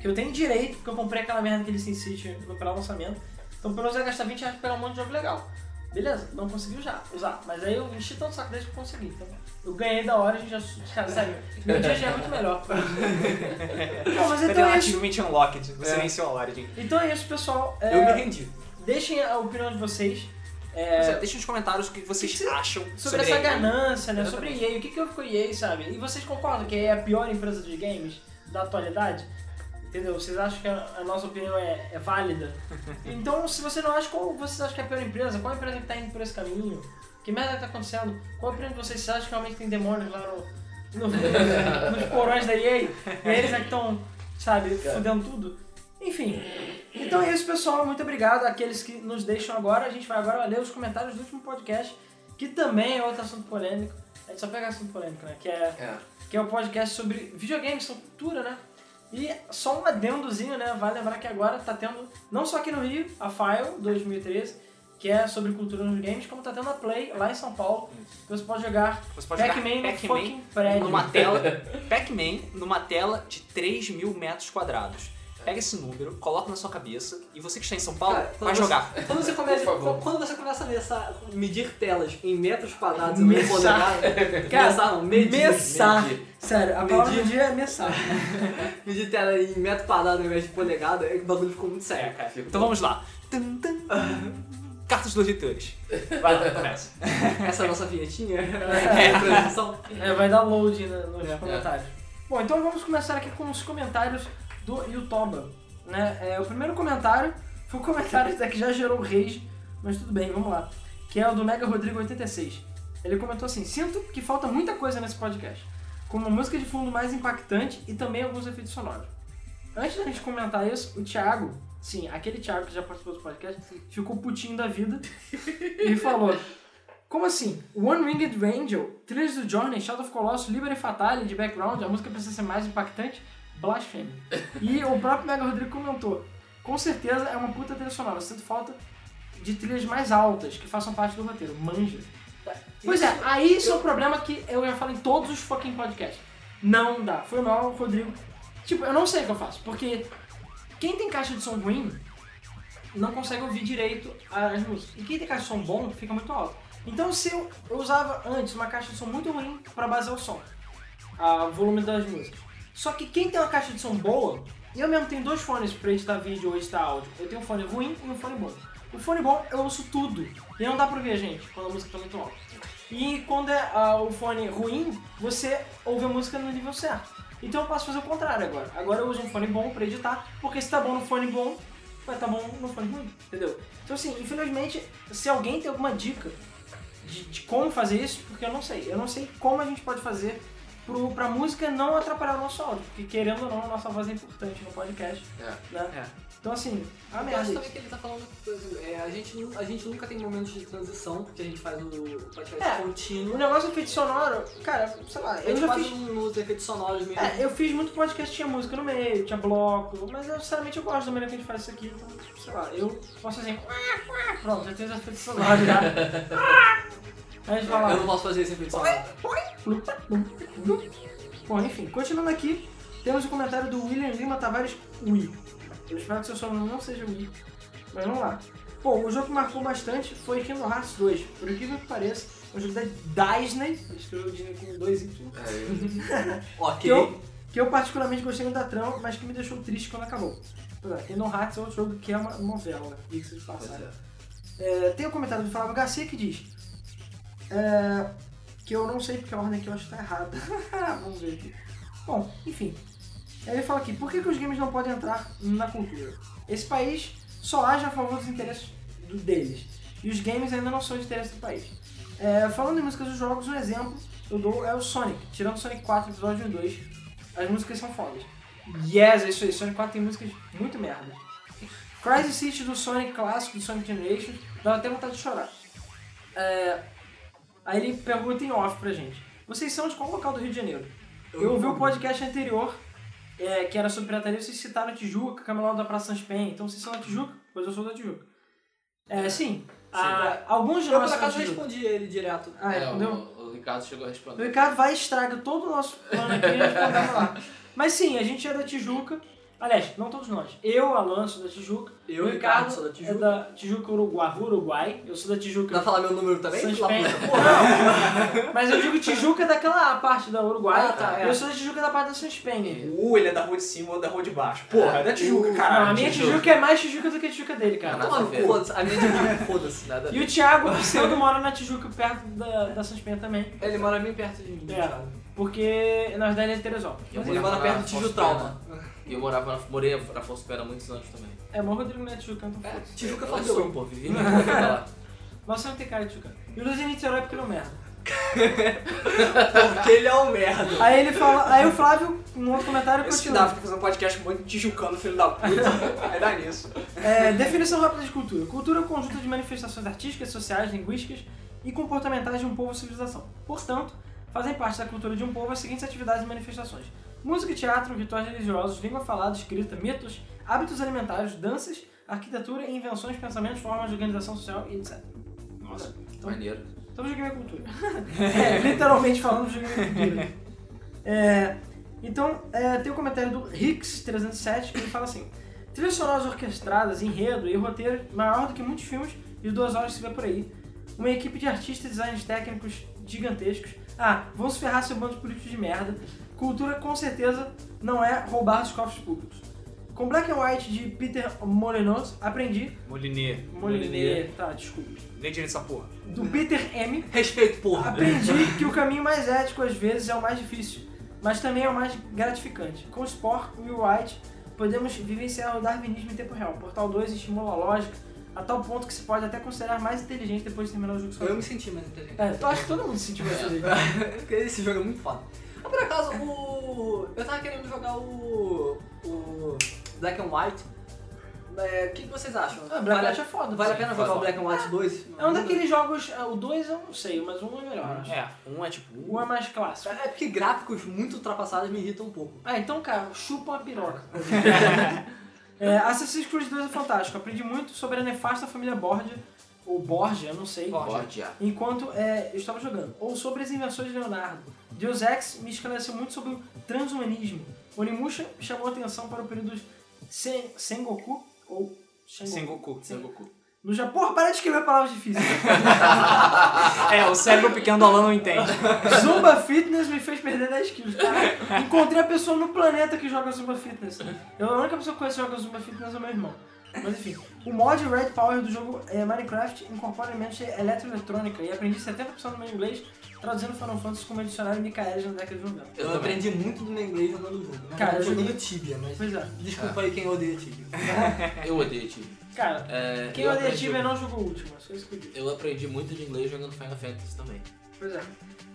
[SPEAKER 2] que eu tenho direito, porque eu comprei aquela merda que ele se insiste no pelo lançamento. Então pelo menos eu ia gastar 20 reais pra pegar um monte de jogo legal. Beleza, não consegui usar, usar. Mas aí eu enchi tanto o saco desde que eu consegui. Então eu ganhei da hora e a gente já, já saiu. Meu dia já é muito melhor. Não, mas então
[SPEAKER 1] Cadê o
[SPEAKER 2] é isso.
[SPEAKER 1] Achievement Unlocked? Você
[SPEAKER 3] É.
[SPEAKER 1] venceu a Origin.
[SPEAKER 2] Então é isso, pessoal. É,
[SPEAKER 4] Eu me rendi.
[SPEAKER 2] Deixem a opinião de vocês. É,
[SPEAKER 1] Pois é, deixa nos comentários o que vocês
[SPEAKER 2] Sobre-
[SPEAKER 1] acham
[SPEAKER 2] sobre, essa
[SPEAKER 1] a EA.
[SPEAKER 2] ganância, né? Sobre
[SPEAKER 1] Exatamente.
[SPEAKER 2] EA, o que que eu com EA, sabe? E vocês concordam que EA é a pior empresa de games da atualidade? Entendeu? Vocês acham que a, a nossa opinião é, é válida? Então, se você não acha, qual vocês acham que é a pior empresa? Qual empresa que tá indo por esse caminho? Que merda que tá acontecendo? Qual empresa que vocês acham que realmente tem demônios lá no, no- nos porões da EA? E eles é que estão, sabe, fudendo tudo? Enfim. Então é isso, pessoal. Muito obrigado àqueles que nos deixam agora. A gente vai agora ler os comentários do último podcast que também é outro assunto polêmico. A gente só pega assunto polêmico, né? Que é,
[SPEAKER 3] É.
[SPEAKER 2] que é o podcast sobre videogames, sobre cultura, né? E só um adendozinho, né? Vale lembrar que agora tá tendo, não só aqui no Rio, a File 2013, que é sobre cultura nos games, como tá tendo a Play lá em São Paulo, que você pode jogar
[SPEAKER 1] Você pode jogar
[SPEAKER 2] Pac-Man no
[SPEAKER 1] Pac-Man
[SPEAKER 2] fucking prédio.
[SPEAKER 1] numa tela. Pac-Man numa tela de 3 mil metros quadrados. Pega esse número, coloca na sua cabeça e você que está em São Paulo
[SPEAKER 4] Cara,
[SPEAKER 1] vai
[SPEAKER 4] você-
[SPEAKER 1] jogar.
[SPEAKER 4] Quando você começa,
[SPEAKER 3] Por favor.
[SPEAKER 4] quando você começa a messa- medir telas em metros quadrados e não
[SPEAKER 2] Messar.
[SPEAKER 4] moderado,
[SPEAKER 2] Cara,
[SPEAKER 4] messar não, medir,
[SPEAKER 2] messar.
[SPEAKER 4] medir.
[SPEAKER 2] Sério, a palavra do dia é mensagem.
[SPEAKER 4] Medir tela em metro quadrado ao invés de polegada, é que o bagulho ficou muito sério, cara.
[SPEAKER 1] Então vamos lá. Tum, tum. Cartas dos leitores. Vai lá, começa.
[SPEAKER 4] Essa é a nossa vinhetinha, é a transição.
[SPEAKER 2] É, vai dar load na- nos
[SPEAKER 4] É.
[SPEAKER 2] comentários. Bom, então vamos começar aqui com os comentários do Yutoba. Né? É, o primeiro comentário foi um comentário até que já gerou rage, mas tudo bem, vamos lá. Que é o do Mega Rodrigo 86. Ele comentou assim: Sinto que falta muita coisa nesse podcast, como uma música de fundo mais impactante e também alguns efeitos sonoros. Antes da gente comentar isso, o Thiago, sim, aquele Thiago que já participou do podcast, ficou putinho da vida e falou: como assim? One Winged Angel, Trilhas do Journey, Shadow of Colossus, Liber e Fatale de background, a música precisa ser mais impactante? Blasfêmia. E o próprio Mega Rodrigo comentou: com certeza é uma puta trilha sonora, eu sinto falta de trilhas mais altas que façam parte do roteiro. Manja. Pois é, aí isso é o problema que eu já falo em todos os fucking podcasts. Não dá. Foi mal, Rodrigo. Tipo, eu não sei o que eu faço, porque quem tem caixa de som ruim não consegue ouvir direito as músicas. E quem tem caixa de som bom fica muito alto. Então se eu, eu usava antes uma caixa de som muito ruim pra basear o som, a- o volume das músicas. Só que quem tem uma caixa de som boa, eu mesmo tenho dois fones pra editar vídeo ou editar áudio. Eu tenho um fone ruim e um fone bom. O fone bom eu ouço tudo. E não dá pra ver, gente, quando a música tá muito alta. E quando é ah, o fone ruim, você ouve a música no nível certo. Então eu posso fazer o contrário agora. Agora eu uso um fone bom pra editar, porque se tá bom no fone bom, vai tá bom no fone ruim, entendeu? Então assim, infelizmente, se alguém tem alguma dica de, de como fazer isso, porque eu não sei. Eu não sei como a gente pode fazer pro, pra música não atrapalhar o nosso áudio, porque querendo ou não, a nossa voz é importante no podcast,
[SPEAKER 3] É.
[SPEAKER 2] né? Então assim, a
[SPEAKER 4] Eu acho
[SPEAKER 2] merda.
[SPEAKER 4] também que ele tá falando coisa. É, a, gente, nu- a gente nunca tem momentos de transição, porque a gente faz o podcast
[SPEAKER 2] É.
[SPEAKER 4] contínuo.
[SPEAKER 2] O negócio do efeito sonoro, cara, sei lá,
[SPEAKER 4] A
[SPEAKER 2] eu
[SPEAKER 4] gente
[SPEAKER 2] já
[SPEAKER 4] faz
[SPEAKER 2] fiz.
[SPEAKER 4] um- nos efeitos sonoros mesmo.
[SPEAKER 2] É, eu fiz muito podcast, tinha música no meio, tinha bloco, mas eu, sinceramente eu gosto da maneira que a gente faz isso aqui, então, sei lá, eu posso assim, pronto, já tem os efeitos sonoros já. A gente vai lá.
[SPEAKER 4] Eu não posso fazer esse efeito sonoro.
[SPEAKER 2] Bom, enfim, continuando aqui, temos o comentário do William Lima Tavares Wii. Eu espero que seu sobrenome não seja Wii. Mas vamos lá. Bom, o jogo que marcou bastante foi Kingdom Hearts 2. Por incrível que pareça, é um jogo da Disney. Eles escreveram Disney com dois Y.
[SPEAKER 3] É,
[SPEAKER 4] Ok.
[SPEAKER 2] Que eu, que eu particularmente gostei muito da trama, mas que me deixou triste quando acabou. Pois é, Kingdom Hearts é outro jogo que é uma novela, diga-se de
[SPEAKER 3] pois
[SPEAKER 2] passagem.
[SPEAKER 3] é.
[SPEAKER 2] É, tem um comentário do Flávio Garcia que diz é, que eu não sei porque a ordem aqui eu acho que tá errada. Vamos ver aqui. Bom, enfim. Aí Ele fala aqui, por que, que os games não podem entrar na cultura? Esse país só age a favor dos interesses do- deles. E os games ainda não são de interesse do país. É, falando em músicas dos jogos, um exemplo eu dou é o Sonic. Tirando Sonic 4, episódio 1 e 2, as músicas são fodas. Yes, é isso aí. Sonic 4 tem músicas muito merdas. Crisis City do Sonic clássico, do Sonic Generations, dava até vontade de chorar. É, Aí ele pergunta em off pra gente. Vocês são de qual local do Rio de Janeiro? Eu, ouvi o podcast anterior, é, que era sobre pirataria, vocês citaram a Tijuca, Camelão da Praça Sans Penha. Então vocês são da Tijuca? Pois eu sou da Tijuca. É, sim. Ah, alguns de
[SPEAKER 4] Eu,
[SPEAKER 2] nós
[SPEAKER 4] por
[SPEAKER 2] são da
[SPEAKER 4] acaso,
[SPEAKER 2] Tijuca.
[SPEAKER 4] respondi ele direto.
[SPEAKER 2] Ah,
[SPEAKER 3] É,
[SPEAKER 2] entendeu?
[SPEAKER 3] o, o Ricardo chegou a
[SPEAKER 2] O
[SPEAKER 3] responder.
[SPEAKER 2] Ricardo vai e estraga todo o nosso plano aqui e a gente vai lá. Mas sim, a gente é da Tijuca. Aliás, não todos nós. Eu, Alan, sou da Tijuca.
[SPEAKER 4] Eu,
[SPEAKER 2] o
[SPEAKER 4] Ricardo, sou da
[SPEAKER 2] É
[SPEAKER 4] Tijuca.
[SPEAKER 2] da Tijuca Uruguai, Uruguai. Eu sou da Tijuca.
[SPEAKER 4] Vai falar meu número também?
[SPEAKER 2] Sans
[SPEAKER 4] Filha da
[SPEAKER 2] Penha.
[SPEAKER 4] puta?
[SPEAKER 2] Não, mas eu digo Tijuca daquela parte da Uruguai.
[SPEAKER 4] Ah, tá, é.
[SPEAKER 2] Eu sou da Tijuca da parte da Suspenia.
[SPEAKER 1] O ele é da rua de cima ou da rua de baixo. Porra, é da Tijuca,
[SPEAKER 4] Uh,
[SPEAKER 1] caralho.
[SPEAKER 2] Não, a minha Tijuca. é mais Tijuca do que a Tijuca dele, cara.
[SPEAKER 3] Caraca.
[SPEAKER 4] Toma no cu, foda-se. A minha dica, foda-se.
[SPEAKER 3] Nada a
[SPEAKER 2] E
[SPEAKER 3] ver.
[SPEAKER 2] o Thiago, o Pseudo, mora na Tijuca, perto da, da Suspenia também.
[SPEAKER 4] Ele mora bem perto de mim,
[SPEAKER 2] É.
[SPEAKER 4] Thiago.
[SPEAKER 2] Porque nós da ele é de Teresópolis.
[SPEAKER 3] Eu
[SPEAKER 2] Mas
[SPEAKER 4] Ele
[SPEAKER 3] morava
[SPEAKER 4] mora
[SPEAKER 3] na
[SPEAKER 4] perto de
[SPEAKER 3] Afonso
[SPEAKER 4] Tijutrauma.
[SPEAKER 3] E eu morava na, morei na Afonso Pena há muitos anos também.
[SPEAKER 2] É, mas o Rodrigo não é de Tijuca, então foda-se.
[SPEAKER 4] Tijuca
[SPEAKER 3] Eu
[SPEAKER 4] faz
[SPEAKER 3] sou, um pô, vivi na Afonso Pena lá.
[SPEAKER 2] Mas você não tem cara de Tucano. E o Luiz Henrique Herói porque ele é um merda.
[SPEAKER 4] Porque ele é um merda.
[SPEAKER 2] Aí ele fala. Aí o Flávio, num outro comentário,
[SPEAKER 1] Esse que
[SPEAKER 2] continua.
[SPEAKER 1] dá, fica fazendo podcast com um monte de tijucano, filho da puta. Aí dá nisso.
[SPEAKER 2] É, definição rápida de cultura. Cultura é um conjunto de manifestações artísticas, sociais, linguísticas e comportamentais de um povo ou civilização. Portanto, fazem parte da cultura de um povo as seguintes atividades e manifestações. Música, e teatro, rituais religiosos, língua falada, escrita, mitos, hábitos alimentares, danças, arquitetura, invenções, pensamentos, formas de organização social e etc.
[SPEAKER 1] Nossa.
[SPEAKER 3] Maneiro.
[SPEAKER 2] Então joguei minha cultura. é, literalmente falando, joguei minha cultura. É, então, é, tem o comentário do Rix307 que ele fala assim: trilhas sonoras orquestradas, enredo e roteiro maior do que muitos filmes de duas horas que se vê por aí. Uma equipe de artistas e designs técnicos gigantescos. Ah, vão se ferrar seu bando de políticos de merda. Cultura com certeza não é roubar dos cofres públicos. Com Black and White de Peter Molyneux, aprendi.
[SPEAKER 1] Molinê.
[SPEAKER 2] Molyneux, tá, desculpa.
[SPEAKER 1] Lê direito essa porra.
[SPEAKER 2] Do Peter M.
[SPEAKER 4] Respeito, porra.
[SPEAKER 2] Aprendi que o caminho mais ético às vezes é o mais difícil, mas também é o mais gratificante. Com Sport e o White, podemos vivenciar o darwinismo em tempo real. Portal 2 estimula a lógica a tal ponto que se pode até considerar mais inteligente depois de terminar o jogo
[SPEAKER 4] Eu
[SPEAKER 2] sozinho.
[SPEAKER 4] me senti mais inteligente.
[SPEAKER 2] É, eu acho que todo mundo se sentiu assim. isso aí.
[SPEAKER 4] Porque Esse jogo é muito foda. Mas por acaso, o. Eu tava querendo jogar o. O. Black and White. É, O que, que vocês acham?
[SPEAKER 2] Ah, Black
[SPEAKER 4] vale,
[SPEAKER 2] White é foda.
[SPEAKER 4] vale a pena
[SPEAKER 3] Faz
[SPEAKER 4] jogar o
[SPEAKER 3] mal.
[SPEAKER 4] Black and White 2?
[SPEAKER 2] É um daqueles jogos, é, o 2 eu não sei, mas um é melhor, eu acho.
[SPEAKER 1] É, um é tipo.
[SPEAKER 2] Um é mais clássico.
[SPEAKER 4] É porque gráficos muito ultrapassados me irritam um pouco.
[SPEAKER 2] Ah, então, cara, chupa uma piroca. É, Assassin's Creed 2 é fantástico. Aprendi muito sobre a nefasta família Borgia, ou Borgia, eu não sei.
[SPEAKER 3] Borgia.
[SPEAKER 2] enquanto é, eu estava jogando. Ou sobre as invenções de Leonardo. Deus Ex me esclareceu muito sobre o transhumanismo. Onimusha chamou atenção para o período Sen Sengoku, ou Sengoku.
[SPEAKER 1] Sengoku.
[SPEAKER 3] Sengoku.
[SPEAKER 2] No Japão, Porra, para de escrever palavras difíceis.
[SPEAKER 1] É, o cérebro pequeno do Alan não entende.
[SPEAKER 2] Zumba Fitness me fez perder 10 quilos, cara. Encontrei a pessoa no planeta que joga Zumba Fitness. Eu, a única pessoa que conheço que joga Zumba Fitness é meu irmão. Mas enfim, o mod Red Power do jogo eh, Minecraft incorpora elementos de eletroeletrônica e aprendi 70% do meu inglês traduzindo Final Fantasy como dicionário Michaelis na década de 90.
[SPEAKER 3] Eu
[SPEAKER 4] Eu,
[SPEAKER 3] também.
[SPEAKER 4] aprendi muito do meu inglês andando no jogo.
[SPEAKER 2] Cara, eu
[SPEAKER 4] eu
[SPEAKER 2] joguei-
[SPEAKER 4] joguei Tibia, mas.
[SPEAKER 2] Pois é.
[SPEAKER 4] Desculpa aí quem odeia Tibia.
[SPEAKER 3] Eu odeio time.
[SPEAKER 2] Cara,
[SPEAKER 3] É,
[SPEAKER 2] quem
[SPEAKER 3] eu
[SPEAKER 2] odeia
[SPEAKER 3] aprendi-
[SPEAKER 2] Tibia não jogou o último, é só isso que eu digo.
[SPEAKER 3] Eu aprendi muito de inglês jogando Final Fantasy também.
[SPEAKER 2] Pois é.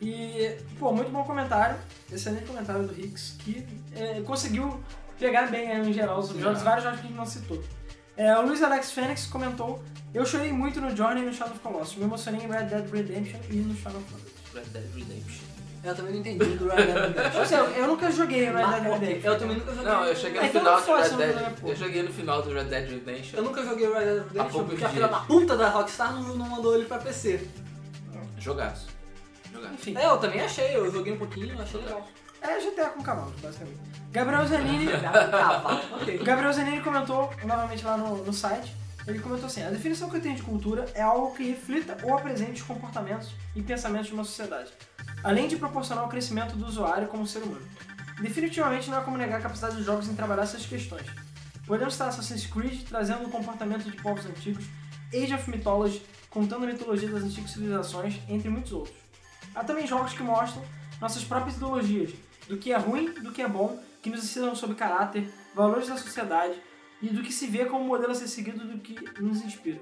[SPEAKER 2] E, pô, muito bom comentário. Excelente comentário do Hicks, que é, conseguiu pegar bem aí, em geral os jogos,
[SPEAKER 3] É.
[SPEAKER 2] vários jogos que a gente não citou. É, o Luiz Alex Fênix comentou: Eu chorei muito no Johnny e no Shadow of Colossus. Me emocionei em Red Dead Redemption e no Shadow of Colossus.
[SPEAKER 3] Red Dead Redemption.
[SPEAKER 4] Eu também não entendi do Red Dead Redemption.
[SPEAKER 2] Ou seja, eu nunca joguei Red Dead
[SPEAKER 4] Mas,
[SPEAKER 2] Redemption.
[SPEAKER 4] Eu também nunca joguei.
[SPEAKER 3] Não, eu cheguei no
[SPEAKER 2] É, então
[SPEAKER 3] final
[SPEAKER 2] não foi,
[SPEAKER 3] do
[SPEAKER 2] você
[SPEAKER 3] Red
[SPEAKER 2] não jogou,
[SPEAKER 3] Dead.
[SPEAKER 2] pô.
[SPEAKER 3] Eu cheguei no final do Red Dead Redemption.
[SPEAKER 4] Eu nunca joguei o Red Dead
[SPEAKER 3] Há poucos
[SPEAKER 4] Redemption porque a
[SPEAKER 3] dias.
[SPEAKER 4] filha da puta da Rockstar não, não mandou ele pra PC.
[SPEAKER 3] Jogaço. Jogaço.
[SPEAKER 2] Enfim,
[SPEAKER 4] É, eu também achei, eu joguei um pouquinho, achei legal.
[SPEAKER 2] é GTA com cavalo, basicamente. Gabriel Zanini.
[SPEAKER 4] Cavalo, ok.
[SPEAKER 2] O Gabriel Zanini comentou novamente lá no, no site. Ele comentou assim: a definição que eu tenho de cultura é algo que reflita ou apresente os comportamentos e pensamentos de uma sociedade, além de proporcionar o crescimento do usuário como ser humano. Definitivamente não há como negar a capacidade dos jogos em trabalhar essas questões. Podemos citar Assassin's Creed trazendo o comportamento de povos antigos, Age of Mythology contando a mitologia das antigas civilizações, entre muitos outros. Há também jogos que mostram nossas próprias ideologias, do que é ruim, do que é bom, que nos ensinam sobre caráter, valores da sociedade e do que se vê como modelo a ser seguido do que nos inspira.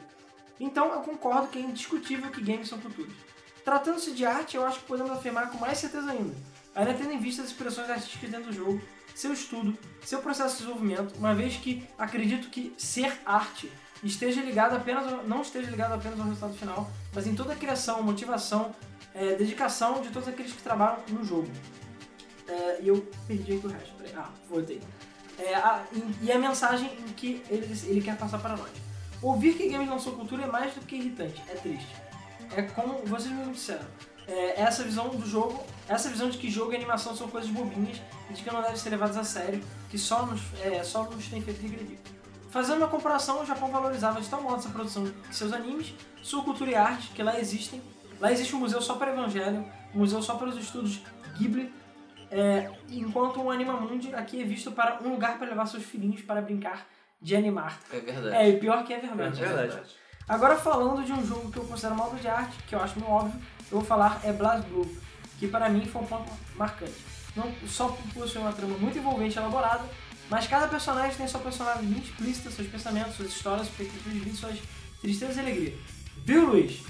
[SPEAKER 2] Então eu concordo que é indiscutível que games são culturas. Tratando-se de arte, eu acho que podemos afirmar com mais certeza ainda, ainda tendo em vista as expressões artísticas dentro do jogo, seu estudo, seu processo de desenvolvimento, uma vez que acredito que ser arte esteja ligado apenas ao- não esteja ligado apenas ao resultado final, mas em toda a criação, motivação, eh, dedicação de todos aqueles que trabalham no jogo. Eh, e eu perdi aqui o resto. Peraí. Ah, voltei. É, a- e- e a mensagem em que ele, ele quer passar para nós. Ouvir que games não são cultura é mais do que irritante, é triste. É como vocês mesmos disseram. É, essa visão do jogo, essa visão de que jogo e animação são coisas bobinhas e de que não devem ser levados a sério, que só nos, é, só nos tem feito regredir. Fazendo uma comparação, o Japão valorizava de tal modo essa produção que seus animes, sua cultura e arte, que lá existem. Lá existe um museu só para Evangelho, um museu só para os estudos Ghibli, é, enquanto o Animamundi aqui é visto para um lugar para levar seus filhinhos para brincar de animar.
[SPEAKER 3] É verdade.
[SPEAKER 2] É, e pior que é verdade.
[SPEAKER 3] É
[SPEAKER 2] Agora falando de um jogo que eu considero uma obra de arte, que eu acho meio óbvio, eu vou falar é BlazBlue, que para mim foi um ponto marcante. Não só possui uma trama muito envolvente e elaborada, mas cada personagem tem sua personalidade bem explícita, seus pensamentos, suas histórias, suas perspectivas de vida, suas tristezas e alegria. Viu, Luiz?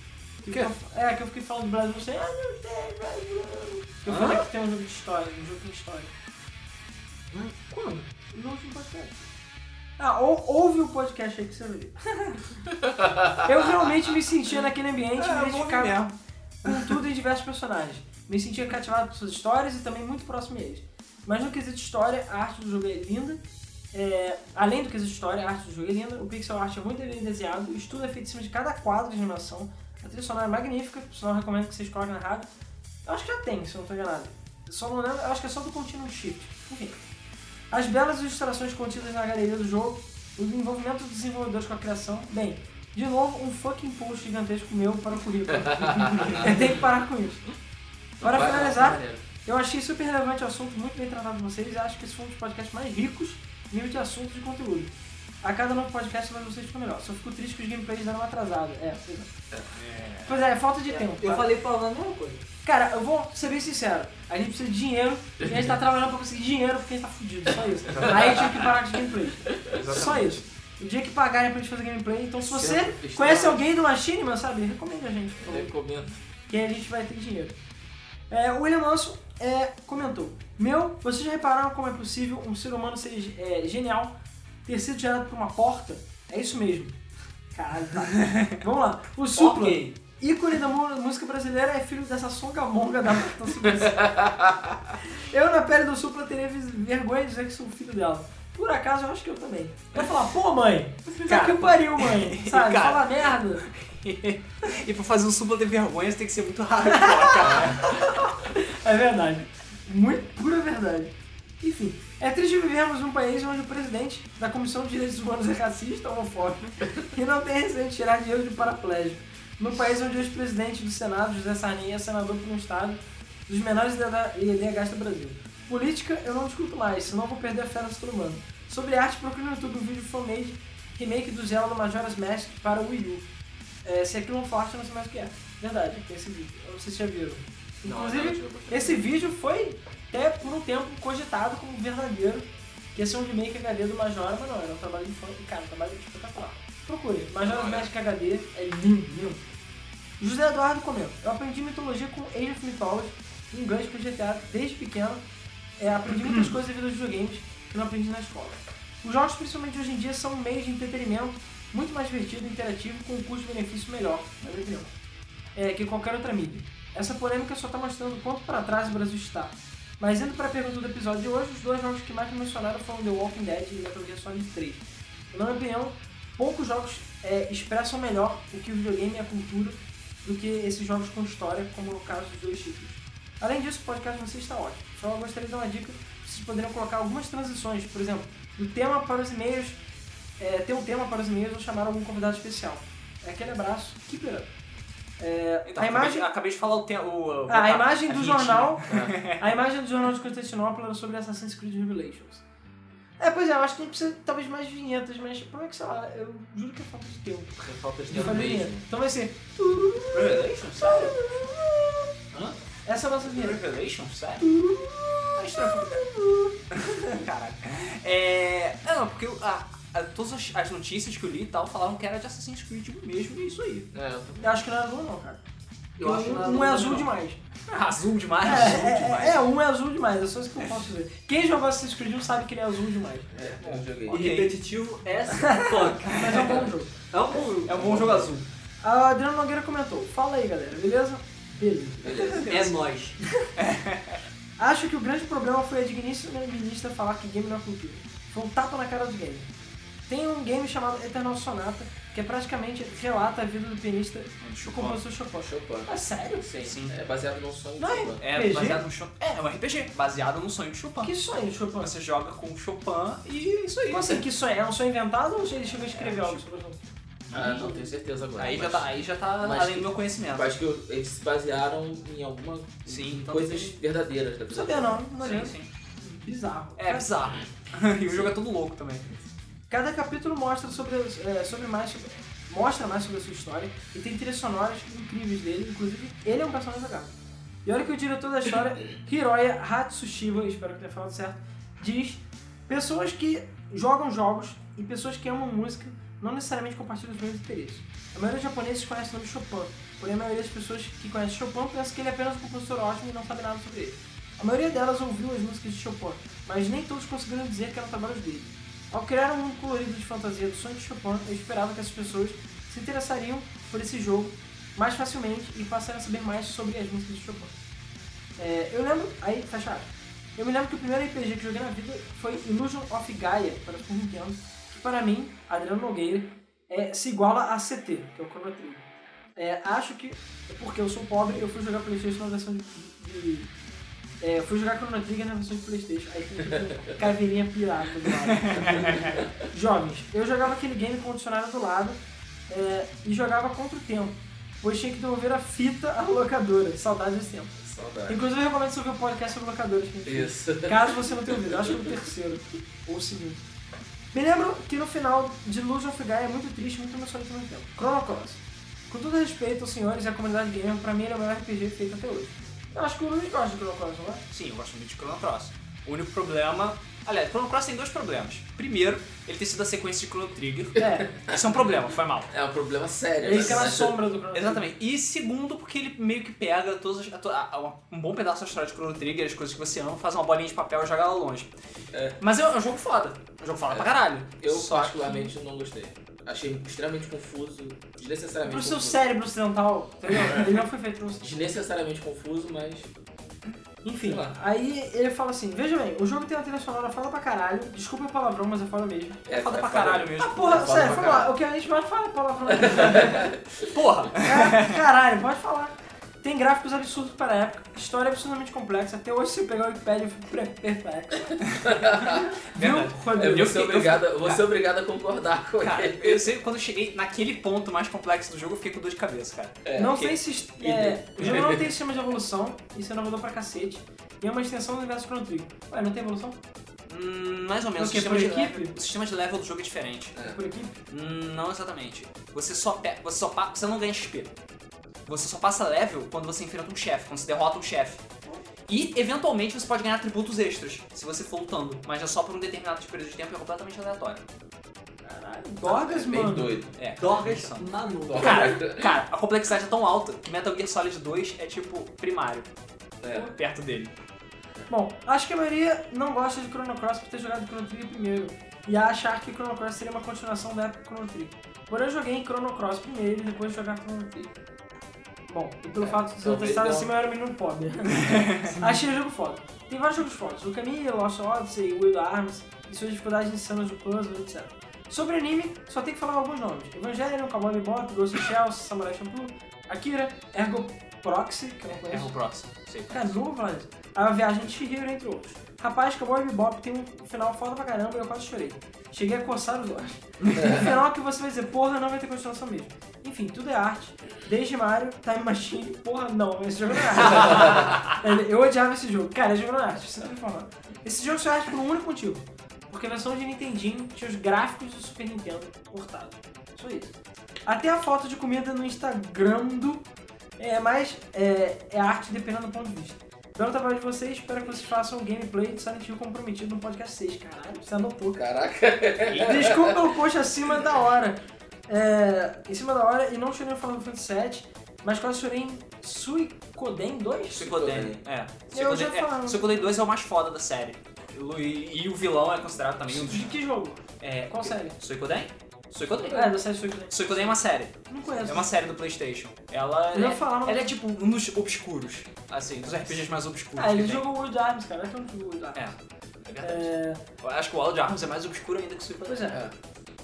[SPEAKER 2] Que
[SPEAKER 3] Que?
[SPEAKER 2] eu- é, que eu fiquei falando do Brasil sem, ah, meu Deus, Brasil. Que eu falei que tem um jogo de história, um jogo de história.
[SPEAKER 4] Quando?
[SPEAKER 2] No último podcast. Ah, ou, ouve o podcast aí que você vê. eu realmente me sentia naquele
[SPEAKER 1] É, eu
[SPEAKER 2] ambiente, me
[SPEAKER 1] vou ouvir
[SPEAKER 2] identificava com tudo e diversos personagens. Me sentia cativado por suas histórias e também muito próximo a eles. Mas no quesito história, a arte do jogo é linda. É, além do quesito história, a arte do jogo é linda. O pixel art é muito bem desenhado. O estudo é feito em cima de cada quadro de animação. A trilha sonora é magnífica, por sinal eu recomendo que vocês coloquem na rádio. Eu acho que já tem, se eu não tô enganado. Só não lembro, eu acho que é só do Continuum Shift. Enfim. As belas ilustrações contidas na galeria do jogo, o envolvimento dos desenvolvedores com a criação. Bem, de novo, um fucking post gigantesco meu para o currículo. Eu tenho que parar com isso. Para
[SPEAKER 3] Vai lá,
[SPEAKER 2] finalizar,
[SPEAKER 3] maneiro.
[SPEAKER 2] eu achei super relevante o assunto, muito bem tratado por vocês. e Acho que esse foi um dos podcasts mais ricos em nível de assuntos e conteúdo. A cada novo podcast, mas vocês ficam melhor. Só fico triste que os gameplays deram uma atrasada. É, pois é. Pois é, falta de tempo.
[SPEAKER 4] Eu
[SPEAKER 2] tá?
[SPEAKER 4] falei pra ela a mesma coisa.
[SPEAKER 2] Cara, eu vou ser bem sincero. A gente precisa de dinheiro e a gente tá trabalhando pra conseguir dinheiro porque a gente tá fudido, só isso. Aí a gente tem que parar de gameplay. Só isso. O dia que pagarem pra gente fazer gameplay, então se você
[SPEAKER 3] Sempre está-
[SPEAKER 2] conhece alguém do Machinima, sabe, recomenda a gente. por favor
[SPEAKER 3] Recomendo.
[SPEAKER 2] que a gente vai ter dinheiro. É, o William Manso é, comentou: Meu, vocês já repararam como é possível um ser humano ser é, genial ter sido gerado por uma porta? É isso mesmo. Caralho, tá. Vamos lá. O Supla,
[SPEAKER 4] Ok.
[SPEAKER 2] ícone da mu- música brasileira, é filho dessa songamonga da Marta Suplicy. Eu, na pele do Supla, teria vis- vergonha de dizer que sou um filho dela. Por acaso, eu acho que eu também. Vai falar, pô, mãe, tá que pariu, mãe. Sabe,
[SPEAKER 1] Cara.
[SPEAKER 2] fala merda.
[SPEAKER 1] E pra fazer um supla ter vergonha, você tem que ser muito hardcore, cara.
[SPEAKER 2] É verdade. Muito pura verdade. Enfim, é triste vivermos num país onde o presidente da Comissão de Direitos Humanos é racista, homofóbico e não tem receio de tirar dinheiro de paraplégico. Num país onde o ex-presidente do Senado, José Sarney, é senador por um estado dos menores IDHs do Brasil. Política eu não discuto mais, senão eu vou perder a fé no ser humano. Sobre arte, procure no YouTube um vídeo fanmade remake do Zelda Majora's Mask para o Wii U. É, se aquilo não for arte, eu não sei mais o que é. Verdade, tem esse vídeo. Eu não sei se já viram.
[SPEAKER 3] Não,
[SPEAKER 2] Inclusive,
[SPEAKER 3] não, tipo,
[SPEAKER 2] esse vídeo foi até por um tempo cogitado como verdadeiro, que ia ser um remake HD do Majora, mas não, era um trabalho de fã, e cara, um trabalho espetacular. Procure, Majora
[SPEAKER 3] Olha.
[SPEAKER 2] Magic HD é lindo, lindo. José Eduardo comenta, eu aprendi mitologia com Age of Mythology, um gancho pro GTA desde pequeno. É, aprendi muitas coisas devido aos videogames que não aprendi na escola. Os jogos, principalmente hoje em dia, são um meio de entretenimento muito mais divertido, interativo, com um custo-benefício melhor, na minha opinião, é, que qualquer outra mídia. Essa polêmica só está mostrando o quanto para trás o Brasil está. Mas indo para a pergunta do episódio de hoje, os dois jogos que mais me mencionaram foram The Walking Dead e Metal Gear Solid 3. Na minha opinião, poucos jogos é, expressam melhor o que o videogame e a cultura do que esses jogos com história, como no caso dos dois títulos. Além disso, o podcast de vocês está ótimo. Só gostaria de dar uma dica, vocês poderiam colocar algumas transições, por exemplo, do tema para os e-mails, é, ter um tema para os e-mails ou chamar algum convidado especial. É aquele abraço, keep it up. É,
[SPEAKER 1] Então,
[SPEAKER 2] a
[SPEAKER 1] acabei,
[SPEAKER 2] imagem...
[SPEAKER 1] de, acabei de falar o tempo.
[SPEAKER 2] Ah, a imagem do jornal.
[SPEAKER 3] É.
[SPEAKER 2] A imagem do jornal de Constantinopla era sobre Assassin's Creed Revelations. É, pois é, eu acho que a gente precisa talvez mais vinhetas, mas como é que sei lá, eu juro que é falta de tempo.
[SPEAKER 3] Tem falta de
[SPEAKER 2] De
[SPEAKER 3] tempo
[SPEAKER 2] fazer vinheta.
[SPEAKER 3] mesmo.
[SPEAKER 2] Então vai ser.
[SPEAKER 1] Revelation? Sério? Hã?
[SPEAKER 2] Essa é a nossa vinheta.
[SPEAKER 1] Revelation? Sério? Tá estranho. Caraca. É. ah, Não, porque eu- ah, ah, todas as, as notícias que eu li e tal falavam que era de Assassin's Creed mesmo e é isso aí.
[SPEAKER 3] É, eu tô-
[SPEAKER 2] Eu acho que não é azul, não, cara.
[SPEAKER 4] Eu
[SPEAKER 2] Porque
[SPEAKER 4] acho que
[SPEAKER 2] um,
[SPEAKER 4] não é
[SPEAKER 2] um é
[SPEAKER 4] azul
[SPEAKER 2] azul
[SPEAKER 4] não.
[SPEAKER 2] demais.
[SPEAKER 1] Ah, Azul demais,
[SPEAKER 2] É,
[SPEAKER 1] azul
[SPEAKER 2] é,
[SPEAKER 1] demais.
[SPEAKER 2] é, um é azul demais, é só isso que eu posso dizer. Quem jogou Assassin's Creed 1 sabe que ele é azul demais.
[SPEAKER 3] é, eu não joguei.
[SPEAKER 1] Ok.
[SPEAKER 4] E repetitivo é fuck.
[SPEAKER 2] Mas é um bom jogo.
[SPEAKER 4] É um bom jogo.
[SPEAKER 1] É um bom jogo azul.
[SPEAKER 2] A Adriano Nogueira comentou: Fala aí, galera, beleza? Beleza.
[SPEAKER 3] Beleza.
[SPEAKER 4] É nós.
[SPEAKER 2] Acho que o grande problema foi a digníssima ministra falar que game não é cultura. Foi um tapa na cara dos games. Tem um game chamado Eternal Sonata, que é praticamente relata a vida do pianista o compositor Chopin.
[SPEAKER 3] Chopin.
[SPEAKER 2] Ah, sério?
[SPEAKER 3] um Sim.
[SPEAKER 1] Sim.
[SPEAKER 3] É baseado num sonho
[SPEAKER 2] Não,
[SPEAKER 3] de Chopin.
[SPEAKER 1] É
[SPEAKER 2] RPG?
[SPEAKER 1] baseado no Chopin. É, é um RPG, baseado no sonho de Chopin.
[SPEAKER 2] Que sonho, Chopin?
[SPEAKER 1] Você joga com o Chopin e é isso aí.
[SPEAKER 2] Como assim, que sonho? É um sonho inventado ou ele chegou a escrever algo sobre o jogo?
[SPEAKER 3] Ah, não tenho certeza agora.
[SPEAKER 1] Aí já
[SPEAKER 3] mas-
[SPEAKER 1] tá, aí já tá
[SPEAKER 3] mas-
[SPEAKER 1] além do meu conhecimento.
[SPEAKER 3] Eu acho que eu- eles se basearam em alguma
[SPEAKER 1] Sim,
[SPEAKER 3] em
[SPEAKER 1] então
[SPEAKER 3] coisas
[SPEAKER 1] tem-
[SPEAKER 3] verdadeiras da
[SPEAKER 2] Não
[SPEAKER 3] vida
[SPEAKER 2] sabia
[SPEAKER 3] real.
[SPEAKER 2] não, não
[SPEAKER 1] sim,
[SPEAKER 2] adianta.
[SPEAKER 1] sim.
[SPEAKER 2] Bizarro. Tá
[SPEAKER 1] É bizarro. e o jogo é todo louco também.
[SPEAKER 2] Cada capítulo mostra sobre, é, sobre mais sobre- mostra mais sobre a sua história e tem trilhas sonoras incríveis dele, inclusive ele é um personagem jogado. E olha que o diretor da história, Hiroya Hatsushiba, espero que tenha falado certo, diz: pessoas que jogam jogos e pessoas que amam música não necessariamente compartilham os mesmos interesses. A maioria dos japoneses conhece o nome Chopin, porém a maioria das pessoas que conhecem Chopin pensa que ele é apenas um compositor ótimo e não sabe nada sobre ele. A maioria delas ouviu as músicas de Chopin, mas nem todos conseguiram dizer que eram trabalhos dele. Ao criar um mundo colorido de fantasia do sonho de Chopin, eu esperava que as pessoas se interessariam por esse jogo mais facilmente e passaram a saber mais sobre as músicas de Chopin. É, eu lembro. Aí, fecha aspas. Eu me lembro que o primeiro RPG que joguei na vida foi Illusion of Gaia, para o Nintendo, que para mim, Adriano Nogueira, é, se iguala a CT, que é o Chrono Trigger. É, acho que, porque eu sou pobre, eu fui jogar Playstation na versão de... de- é, eu fui jogar Chrono Trigger na versão de Playstation, aí tem tipo, caveirinha pirata do lado. Jovens, eu jogava aquele game com o dicionário do lado é, e jogava contra o tempo, pois tinha que devolver a fita à locadora. Saudades desse tempo.
[SPEAKER 3] Saudade.
[SPEAKER 2] Inclusive, eu recomendo você ouvir o podcast sobre locadores que a gente fez.
[SPEAKER 3] É. Isso.
[SPEAKER 2] Caso você não tenha ouvido, eu acho que é o terceiro ou o segundo. Me lembro que no final de Illusion of Gaia é muito triste, muito emocionante ao mesmo tempo. Chrono Cross. Com todo respeito aos senhores e à comunidade gamer, pra mim ele é o melhor RPG feito até hoje. Eu acho que o Luiz gosta de Chrono Cross, não é?
[SPEAKER 1] Sim, eu gosto muito de Chrono Cross. O único problema. Aliás, Chrono Cross tem dois problemas. Primeiro, ele ter sido a sequência de Chrono Trigger.
[SPEAKER 2] É,
[SPEAKER 1] Isso é um problema, foi mal.
[SPEAKER 3] É um problema sério.
[SPEAKER 2] ele
[SPEAKER 3] né?
[SPEAKER 2] fica na sombra do Chrono Cross.
[SPEAKER 1] Exatamente. E segundo, porque ele meio que pega todas as- a to- a- um bom pedaço da história de Chrono Trigger, as coisas que você ama, faz uma bolinha de papel e joga ela longe.
[SPEAKER 3] É.
[SPEAKER 1] Mas é um é um jogo foda. É um jogo foda pra caralho.
[SPEAKER 3] Eu
[SPEAKER 1] Só que-
[SPEAKER 3] particularmente não gostei. Achei extremamente confuso, desnecessariamente
[SPEAKER 2] Pro seu
[SPEAKER 3] confuso.
[SPEAKER 2] cérebro ocidental, entendeu? Ele não foi feito pra você.
[SPEAKER 3] Desnecessariamente confuso, mas
[SPEAKER 2] Enfim,
[SPEAKER 3] Sei lá.
[SPEAKER 2] aí ele fala assim, veja bem, o jogo tem uma trilha sonora foda pra caralho, desculpa o palavrão, mas é foda mesmo.
[SPEAKER 1] É foda
[SPEAKER 3] é
[SPEAKER 1] pra caralho mesmo.
[SPEAKER 2] Ah, porra,
[SPEAKER 3] Foda
[SPEAKER 2] sério,
[SPEAKER 3] pra
[SPEAKER 2] vamos lá,
[SPEAKER 3] caralho.
[SPEAKER 2] o que a gente mais fala é palavrão.
[SPEAKER 1] Porra!
[SPEAKER 2] É, caralho, pode falar. Tem gráficos absurdos para a época, história absurdamente complexa. Até hoje, se eu pegar o Wikipedia, eu fico pre- perplexo. Viu,
[SPEAKER 1] Verdade.
[SPEAKER 2] Rodrigo?
[SPEAKER 1] Eu
[SPEAKER 3] você
[SPEAKER 1] fiquei-
[SPEAKER 3] é obrigado, você é obrigado a concordar com
[SPEAKER 1] Cara,
[SPEAKER 3] ele.
[SPEAKER 1] eu sei que quando eu cheguei naquele ponto mais complexo do jogo, eu fiquei com dor de cabeça, cara.
[SPEAKER 3] É,
[SPEAKER 2] não
[SPEAKER 1] ok.
[SPEAKER 2] tem sis- é, o jogo não tem sistema de evolução, isso é inovador pra cacete. E é uma extensão do universo Chrono Trigger. Ué, não tem evolução?
[SPEAKER 1] Hum, mais ou menos.
[SPEAKER 2] Porque
[SPEAKER 1] sistema
[SPEAKER 2] por
[SPEAKER 1] de
[SPEAKER 2] equipe?
[SPEAKER 1] level- o sistema de level do jogo é diferente.
[SPEAKER 2] Por aqui?
[SPEAKER 1] Hum, não exatamente. Você só pe- você só pa- você não ganha XP. Você só passa level quando você enfrenta um chefe, quando você derrota um chefe. E eventualmente você pode ganhar tipo atributos extras se você for lutando, mas é só por um determinado período de tempo e é completamente aleatório.
[SPEAKER 2] Caralho.
[SPEAKER 1] cara.
[SPEAKER 2] Dorgas,
[SPEAKER 3] É bem
[SPEAKER 2] mano.
[SPEAKER 3] doido.
[SPEAKER 1] É,
[SPEAKER 4] Dorgas
[SPEAKER 1] são.
[SPEAKER 4] Manu.
[SPEAKER 1] Cara, cara, a complexidade é tão alta que Metal Gear Solid 2 é tipo primário,
[SPEAKER 3] É.
[SPEAKER 1] perto dele.
[SPEAKER 2] Bom, acho que a maioria não gosta de Chrono Cross por ter jogado Chrono Trigger primeiro e a achar que Chrono Cross seria uma continuação da época do Chrono Trigger. Porém, eu joguei em Chrono Cross primeiro e depois de jogar Chrono Trigger. Bom, e pelo
[SPEAKER 3] É,
[SPEAKER 2] fato de eu ter
[SPEAKER 3] talvez
[SPEAKER 2] estado
[SPEAKER 3] não.
[SPEAKER 2] acima, eu era um menino pobre. Achei o jogo foda. Tem vários jogos fodas. O Camille, Lost Odyssey, Wild Arms e suas dificuldades insanas do puzzle, etc. Sobre anime, só tem que falar alguns nomes. Evangelion, Cowboy Bebop, Ghost in Shell, Samurai Champloo, Akira, Ergo Proxy, que eu não
[SPEAKER 1] É
[SPEAKER 2] conheço.
[SPEAKER 1] o próximo, sei.
[SPEAKER 2] Cara, não vou A é Viagem de Chihiro, entre outros. Rapaz, Cowboy Bebop tem um final foda pra caramba e eu quase chorei. Cheguei a coçar os olhos. Um final que você vai dizer, porra, não vai ter continuação mesmo. Enfim, tudo é arte. Desde Mario, Time Machine, porra, não, esse jogo não é arte. eu odiava esse jogo. Cara, esse jogo não é arte, você não me falando. Esse jogo só é arte por um único motivo. Porque a versão de Nintendinho tinha os gráficos do Super Nintendo cortados. Só isso. Até a foto de comida no Instagram do é, mas é, é arte dependendo do ponto de vista. Belo trabalho de vocês, espero que vocês façam um gameplay de Silent Hill comprometido no podcast 6. Caralho, você anotou.
[SPEAKER 3] Caraca.
[SPEAKER 2] É, Desculpa pelo post acima da hora. É, em cima da hora, e não chorei no Final Fantasy 7, mas quase chorei em Suicoden 2?
[SPEAKER 1] Suikoden.
[SPEAKER 3] Suikoden.
[SPEAKER 1] É.
[SPEAKER 2] Eu já
[SPEAKER 1] Suikoden- é,
[SPEAKER 2] falando.
[SPEAKER 1] Suikoden 2 é o mais foda da série. Lu- E, e o vilão é considerado também um dos.
[SPEAKER 2] De que jogo?
[SPEAKER 1] É,
[SPEAKER 2] Qual série?
[SPEAKER 1] Suikoden? Suikoden.
[SPEAKER 2] É, da série Suicoden.
[SPEAKER 1] Suikoden é uma série.
[SPEAKER 2] Não
[SPEAKER 1] É
[SPEAKER 2] conheço.
[SPEAKER 1] uma série do PlayStation. Ela
[SPEAKER 2] Eu
[SPEAKER 1] é,
[SPEAKER 2] ia falar, mas-
[SPEAKER 1] ela é tipo um dos obscuros. Assim, dos RPGs mais obscuros.
[SPEAKER 2] Ah,
[SPEAKER 1] que
[SPEAKER 2] ele
[SPEAKER 1] tem.
[SPEAKER 2] jogou Wild Arms, cara. Olha que eu não jogo Wild Arms.
[SPEAKER 1] É, é verdade.
[SPEAKER 2] É,
[SPEAKER 1] Eu acho que o Wild Arms é mais obscuro ainda que o Suikoden.
[SPEAKER 2] pois é.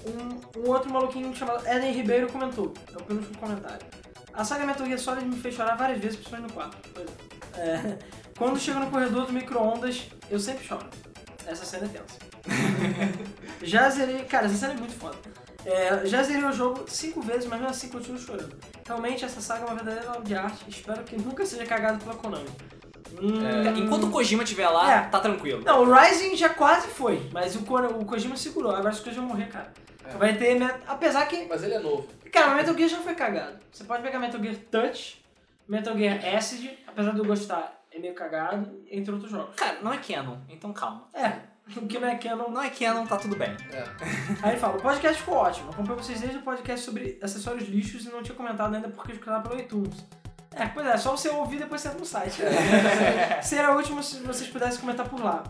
[SPEAKER 2] um, um outro maluquinho chamado Eden Ribeiro comentou. É o penúltimo comentário. A saga Metal Gear Solid me fez chorar várias vezes, principalmente no 4. Pois é. É, Quando chego no corredor do micro-ondas, eu sempre choro. Essa cena é tensa. já zerei... Cara, essa cena é muito foda. É, já zerei o jogo cinco vezes, mas mesmo assim continuo chorando. Realmente, essa saga é uma verdadeira obra de arte. Espero que nunca seja cagado pela Konami. Hum,
[SPEAKER 1] Enquanto o Kojima estiver lá,
[SPEAKER 2] É.
[SPEAKER 1] tá tranquilo.
[SPEAKER 2] não, o Rising já quase foi, mas o, Kona- o Kojima segurou. Agora se o Kojima morrer, cara.
[SPEAKER 3] É.
[SPEAKER 2] Vai ter. met- Apesar que.
[SPEAKER 3] Mas ele é novo.
[SPEAKER 2] Cara, o Metal Gear já foi cagado. Você pode pegar Metal Gear Touch, Metal Gear Acid, apesar de eu gostar, é meio cagado, entre outros jogos.
[SPEAKER 1] Cara, não é canon, então calma.
[SPEAKER 2] É, o que não é canon.
[SPEAKER 1] Não é canon, tá tudo bem.
[SPEAKER 3] É.
[SPEAKER 2] Aí ele fala: o podcast ficou ótimo. Acompanho vocês desde o podcast sobre acessórios lixos e não tinha comentado ainda porque eu escutava pelo iTunes. É, pois é, só você ouvir e depois você entra no site. Será último se vocês pudessem comentar por lá.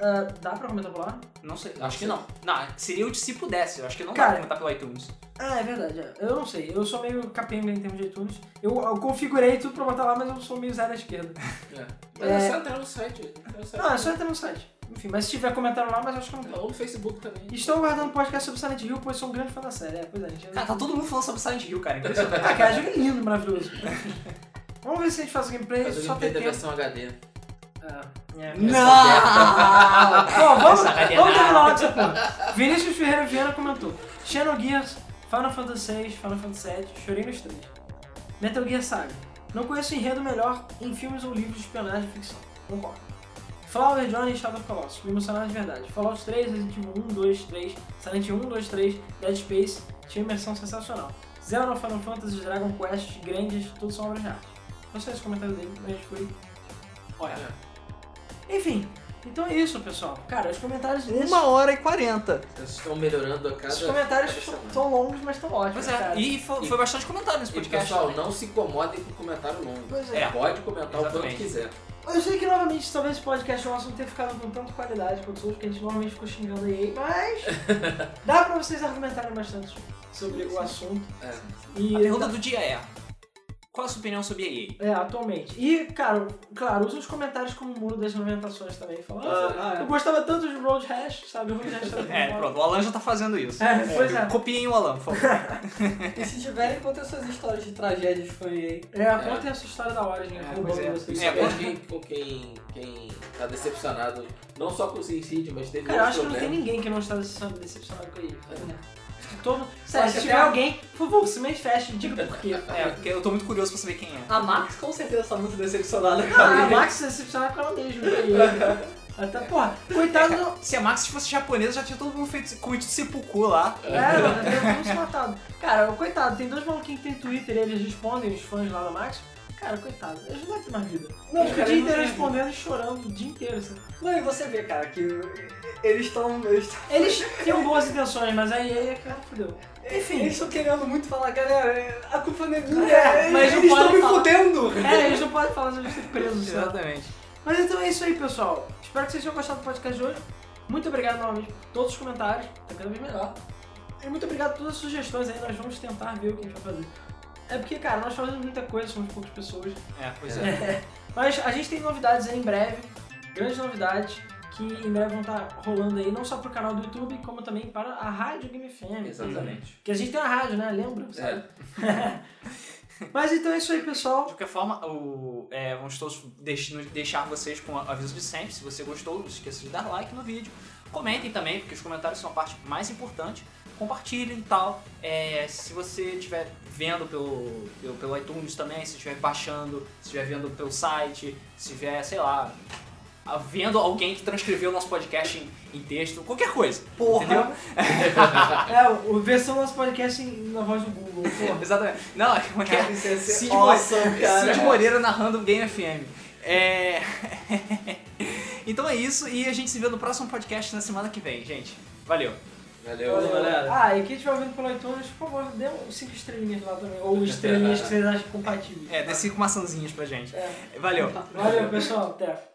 [SPEAKER 2] Ah, dá pra comentar por lá?
[SPEAKER 1] Não sei, acho que não. Não, seria o de se pudesse. Eu acho que não
[SPEAKER 2] Cara,
[SPEAKER 1] dá pra comentar pelo iTunes.
[SPEAKER 2] Ah, é verdade. é. Eu não sei. Eu sou meio capenga em termos de iTunes. Eu, eu configurei tudo pra botar lá, mas eu sou meio zero à esquerda.
[SPEAKER 3] Mas
[SPEAKER 2] É.
[SPEAKER 3] é só entrar no site. entrar no site.
[SPEAKER 2] Não, é só entrar no site. Enfim, mas se tiver comentário lá, mas eu acho que não tem.
[SPEAKER 3] Ou no Facebook também.
[SPEAKER 2] Estou aguardando podcast sobre Silent Hill, pois sou um grande fã da série. É, pois é, a gente...
[SPEAKER 1] Cara, tá todo mundo falando sobre Silent Hill, cara. Impressionante.
[SPEAKER 2] Ah, cara, jogo é lindo, maravilhoso. Vamos ver se a gente faz o gameplay,
[SPEAKER 3] Mas o
[SPEAKER 2] só tem
[SPEAKER 3] gameplay da
[SPEAKER 2] tempo.
[SPEAKER 3] versão HD.
[SPEAKER 2] É, tá? é.
[SPEAKER 1] não!
[SPEAKER 2] Bom, vamos,
[SPEAKER 1] Sacanagem.
[SPEAKER 2] vamos terminar logo essa porra. Vinícius Ferreira Viana comentou: Xenogears, Final Fantasy VI, Final Fantasy VII, chorei nos três. Metal Gear Saga. Não conheço enredo melhor em filmes ou livros de espionagem e ficção. Concordo. Flower Johnny e Shadow of the Colossus, me emocionaram de verdade. Fallout 3, Resident Evil 1, 2, 3, Silent Hill 1, 2, 3, Dead Space, tinha imersão sensacional. Zelda, Final Fantasy, Dragon Quest, Grandes, tudo são obras de arte. Gostei desse comentário dele, mas foi... Olha. Enfim, então é isso, pessoal. Cara, os comentários desses...
[SPEAKER 1] hora e quarenta.
[SPEAKER 3] Vocês estão melhorando a cada.
[SPEAKER 2] Os comentários
[SPEAKER 3] cada semana.
[SPEAKER 2] estão longos, mas estão ótimos.
[SPEAKER 1] Pois
[SPEAKER 2] cara.
[SPEAKER 1] é, e fo-
[SPEAKER 3] E-
[SPEAKER 1] foi bastante comentário nesse
[SPEAKER 3] E
[SPEAKER 1] podcast.
[SPEAKER 3] pessoal, não se incomodem com comentário longo.
[SPEAKER 2] Pois
[SPEAKER 1] é.
[SPEAKER 3] Pode comentar o quanto
[SPEAKER 1] Exatamente.
[SPEAKER 3] quiser.
[SPEAKER 2] Eu sei que novamente talvez esse podcast nosso não tenha ficado com tanta qualidade quanto os outros, porque a gente normalmente ficou xingando aí, mas dá pra vocês argumentarem bastante sobre o assunto.
[SPEAKER 3] É.
[SPEAKER 2] E
[SPEAKER 1] A pergunta do dia é: Qual a sua opinião sobre a EA?
[SPEAKER 2] É, atualmente. E, cara, claro, usa os comentários como muro das lamentações também. Fala, ah,
[SPEAKER 4] Ah,
[SPEAKER 2] eu gostava tanto de Road Rash, sabe? Road Rash também.
[SPEAKER 1] É, pronto, o Alan já tá fazendo isso.
[SPEAKER 2] É, pois é.
[SPEAKER 1] Copiem o Alan, por favor.
[SPEAKER 4] é. E se tiverem, contem suas histórias de tragédias que foi aí.
[SPEAKER 2] É, contem essa história da né? hora, gente.
[SPEAKER 1] É,
[SPEAKER 2] roubando
[SPEAKER 1] pois é.
[SPEAKER 2] vocês.
[SPEAKER 3] Isso
[SPEAKER 1] É,
[SPEAKER 3] é,
[SPEAKER 1] agora-
[SPEAKER 3] quem, com quem, quem tá decepcionado, não só com o suicídio, mas teve
[SPEAKER 2] Cara, eu acho
[SPEAKER 3] outros
[SPEAKER 2] que não tem
[SPEAKER 3] problemas.
[SPEAKER 2] ninguém que não está decepcionado decepcionado com ele. tá
[SPEAKER 4] né?
[SPEAKER 2] Todo... Sério,
[SPEAKER 4] Acho
[SPEAKER 2] se
[SPEAKER 4] que
[SPEAKER 2] tiver
[SPEAKER 4] até-
[SPEAKER 2] alguém, por favor, se manifeste, diga por quê.
[SPEAKER 1] É, porque eu tô muito curioso pra saber quem é.
[SPEAKER 4] A Max com certeza tá muito decepcionada com
[SPEAKER 2] Ah, a
[SPEAKER 4] a
[SPEAKER 2] Max se decepcionar com ela mesma. né? Até, porra, coitado do...
[SPEAKER 1] Se a Max fosse japonesa, já tinha todo mundo feito coito de seppuku lá.
[SPEAKER 2] É, mano, tem uns matados. Cara, o coitado, tem dois maluquinhos que tem Twitter e eles respondem, os fãs lá da Max. Cara, coitado, eles não vai ter mais vida.
[SPEAKER 4] Não,
[SPEAKER 2] Os
[SPEAKER 4] cara,
[SPEAKER 2] caras o dia
[SPEAKER 4] não
[SPEAKER 2] inteiro
[SPEAKER 4] tem
[SPEAKER 2] respondendo e chorando o dia inteiro, assim.
[SPEAKER 4] Não, e você vê, cara, que eles estão. Eles tão-
[SPEAKER 2] Eles tinham boas intenções, mas aí aí é que fudeu.
[SPEAKER 4] Eles estão querendo muito falar, galera, a culpa não é minha,
[SPEAKER 2] É,
[SPEAKER 4] eles-
[SPEAKER 2] mas não
[SPEAKER 4] eles estão
[SPEAKER 2] podem
[SPEAKER 4] me
[SPEAKER 2] falar.
[SPEAKER 4] fudendo!
[SPEAKER 2] É, eles não podem falar se eles serem presos, sabe?
[SPEAKER 1] Exatamente.
[SPEAKER 2] Mas então é isso aí, pessoal. Espero que vocês tenham gostado do podcast de hoje. Muito obrigado novamente por todos os comentários. Tá cada vez melhor. E muito obrigado por todas as sugestões aí. Nós vamos tentar ver o que a gente vai fazer. É porque, cara, nós fazemos muita coisa, somos poucas pessoas.
[SPEAKER 1] É, pois é.
[SPEAKER 2] Mas a gente tem novidades aí em breve. Grandes novidades que em breve vão estar rolando aí, não só pro canal do YouTube, como também para a Rádio Game FM.
[SPEAKER 3] Exatamente.
[SPEAKER 2] Porque a gente tem uma rádio, né? Lembra?
[SPEAKER 3] É.
[SPEAKER 2] Sabe? Mas então é isso aí, pessoal.
[SPEAKER 1] De qualquer forma, o- é, vamos todos deix- nos deixar vocês com o aviso de sempre. Se você gostou, não esqueça de dar like no vídeo. Comentem também, porque os comentários são a parte mais importante. Compartilhem e tal. É, se você estiver vendo pelo, pelo, pelo iTunes também, se estiver baixando, se estiver vendo pelo site, se estiver, sei lá, a- vendo alguém que transcreveu o nosso podcast em, em texto, qualquer coisa.
[SPEAKER 4] Porra!
[SPEAKER 1] Entendeu?
[SPEAKER 2] É, o versão do nosso podcast em- na voz do Google. Porra.
[SPEAKER 1] Exatamente. Não, como é que é?
[SPEAKER 4] Cara, isso ia ser
[SPEAKER 1] Cid
[SPEAKER 4] awesome, cara.
[SPEAKER 1] Cid Moreira narrando o Game FM. É... então é isso e a gente se vê no próximo podcast na semana que vem, gente. Valeu.
[SPEAKER 3] Valeu.
[SPEAKER 4] Valeu, galera.
[SPEAKER 2] Ah, e quem estiver vendo pelo iTunes, por favor, dê um- cinco estrelinhas lá também. Ou estrelinhas que vocês acham compatíveis.
[SPEAKER 1] É, desci com maçãzinhas pra gente.
[SPEAKER 2] É.
[SPEAKER 1] Valeu.
[SPEAKER 2] Valeu, pessoal. Até.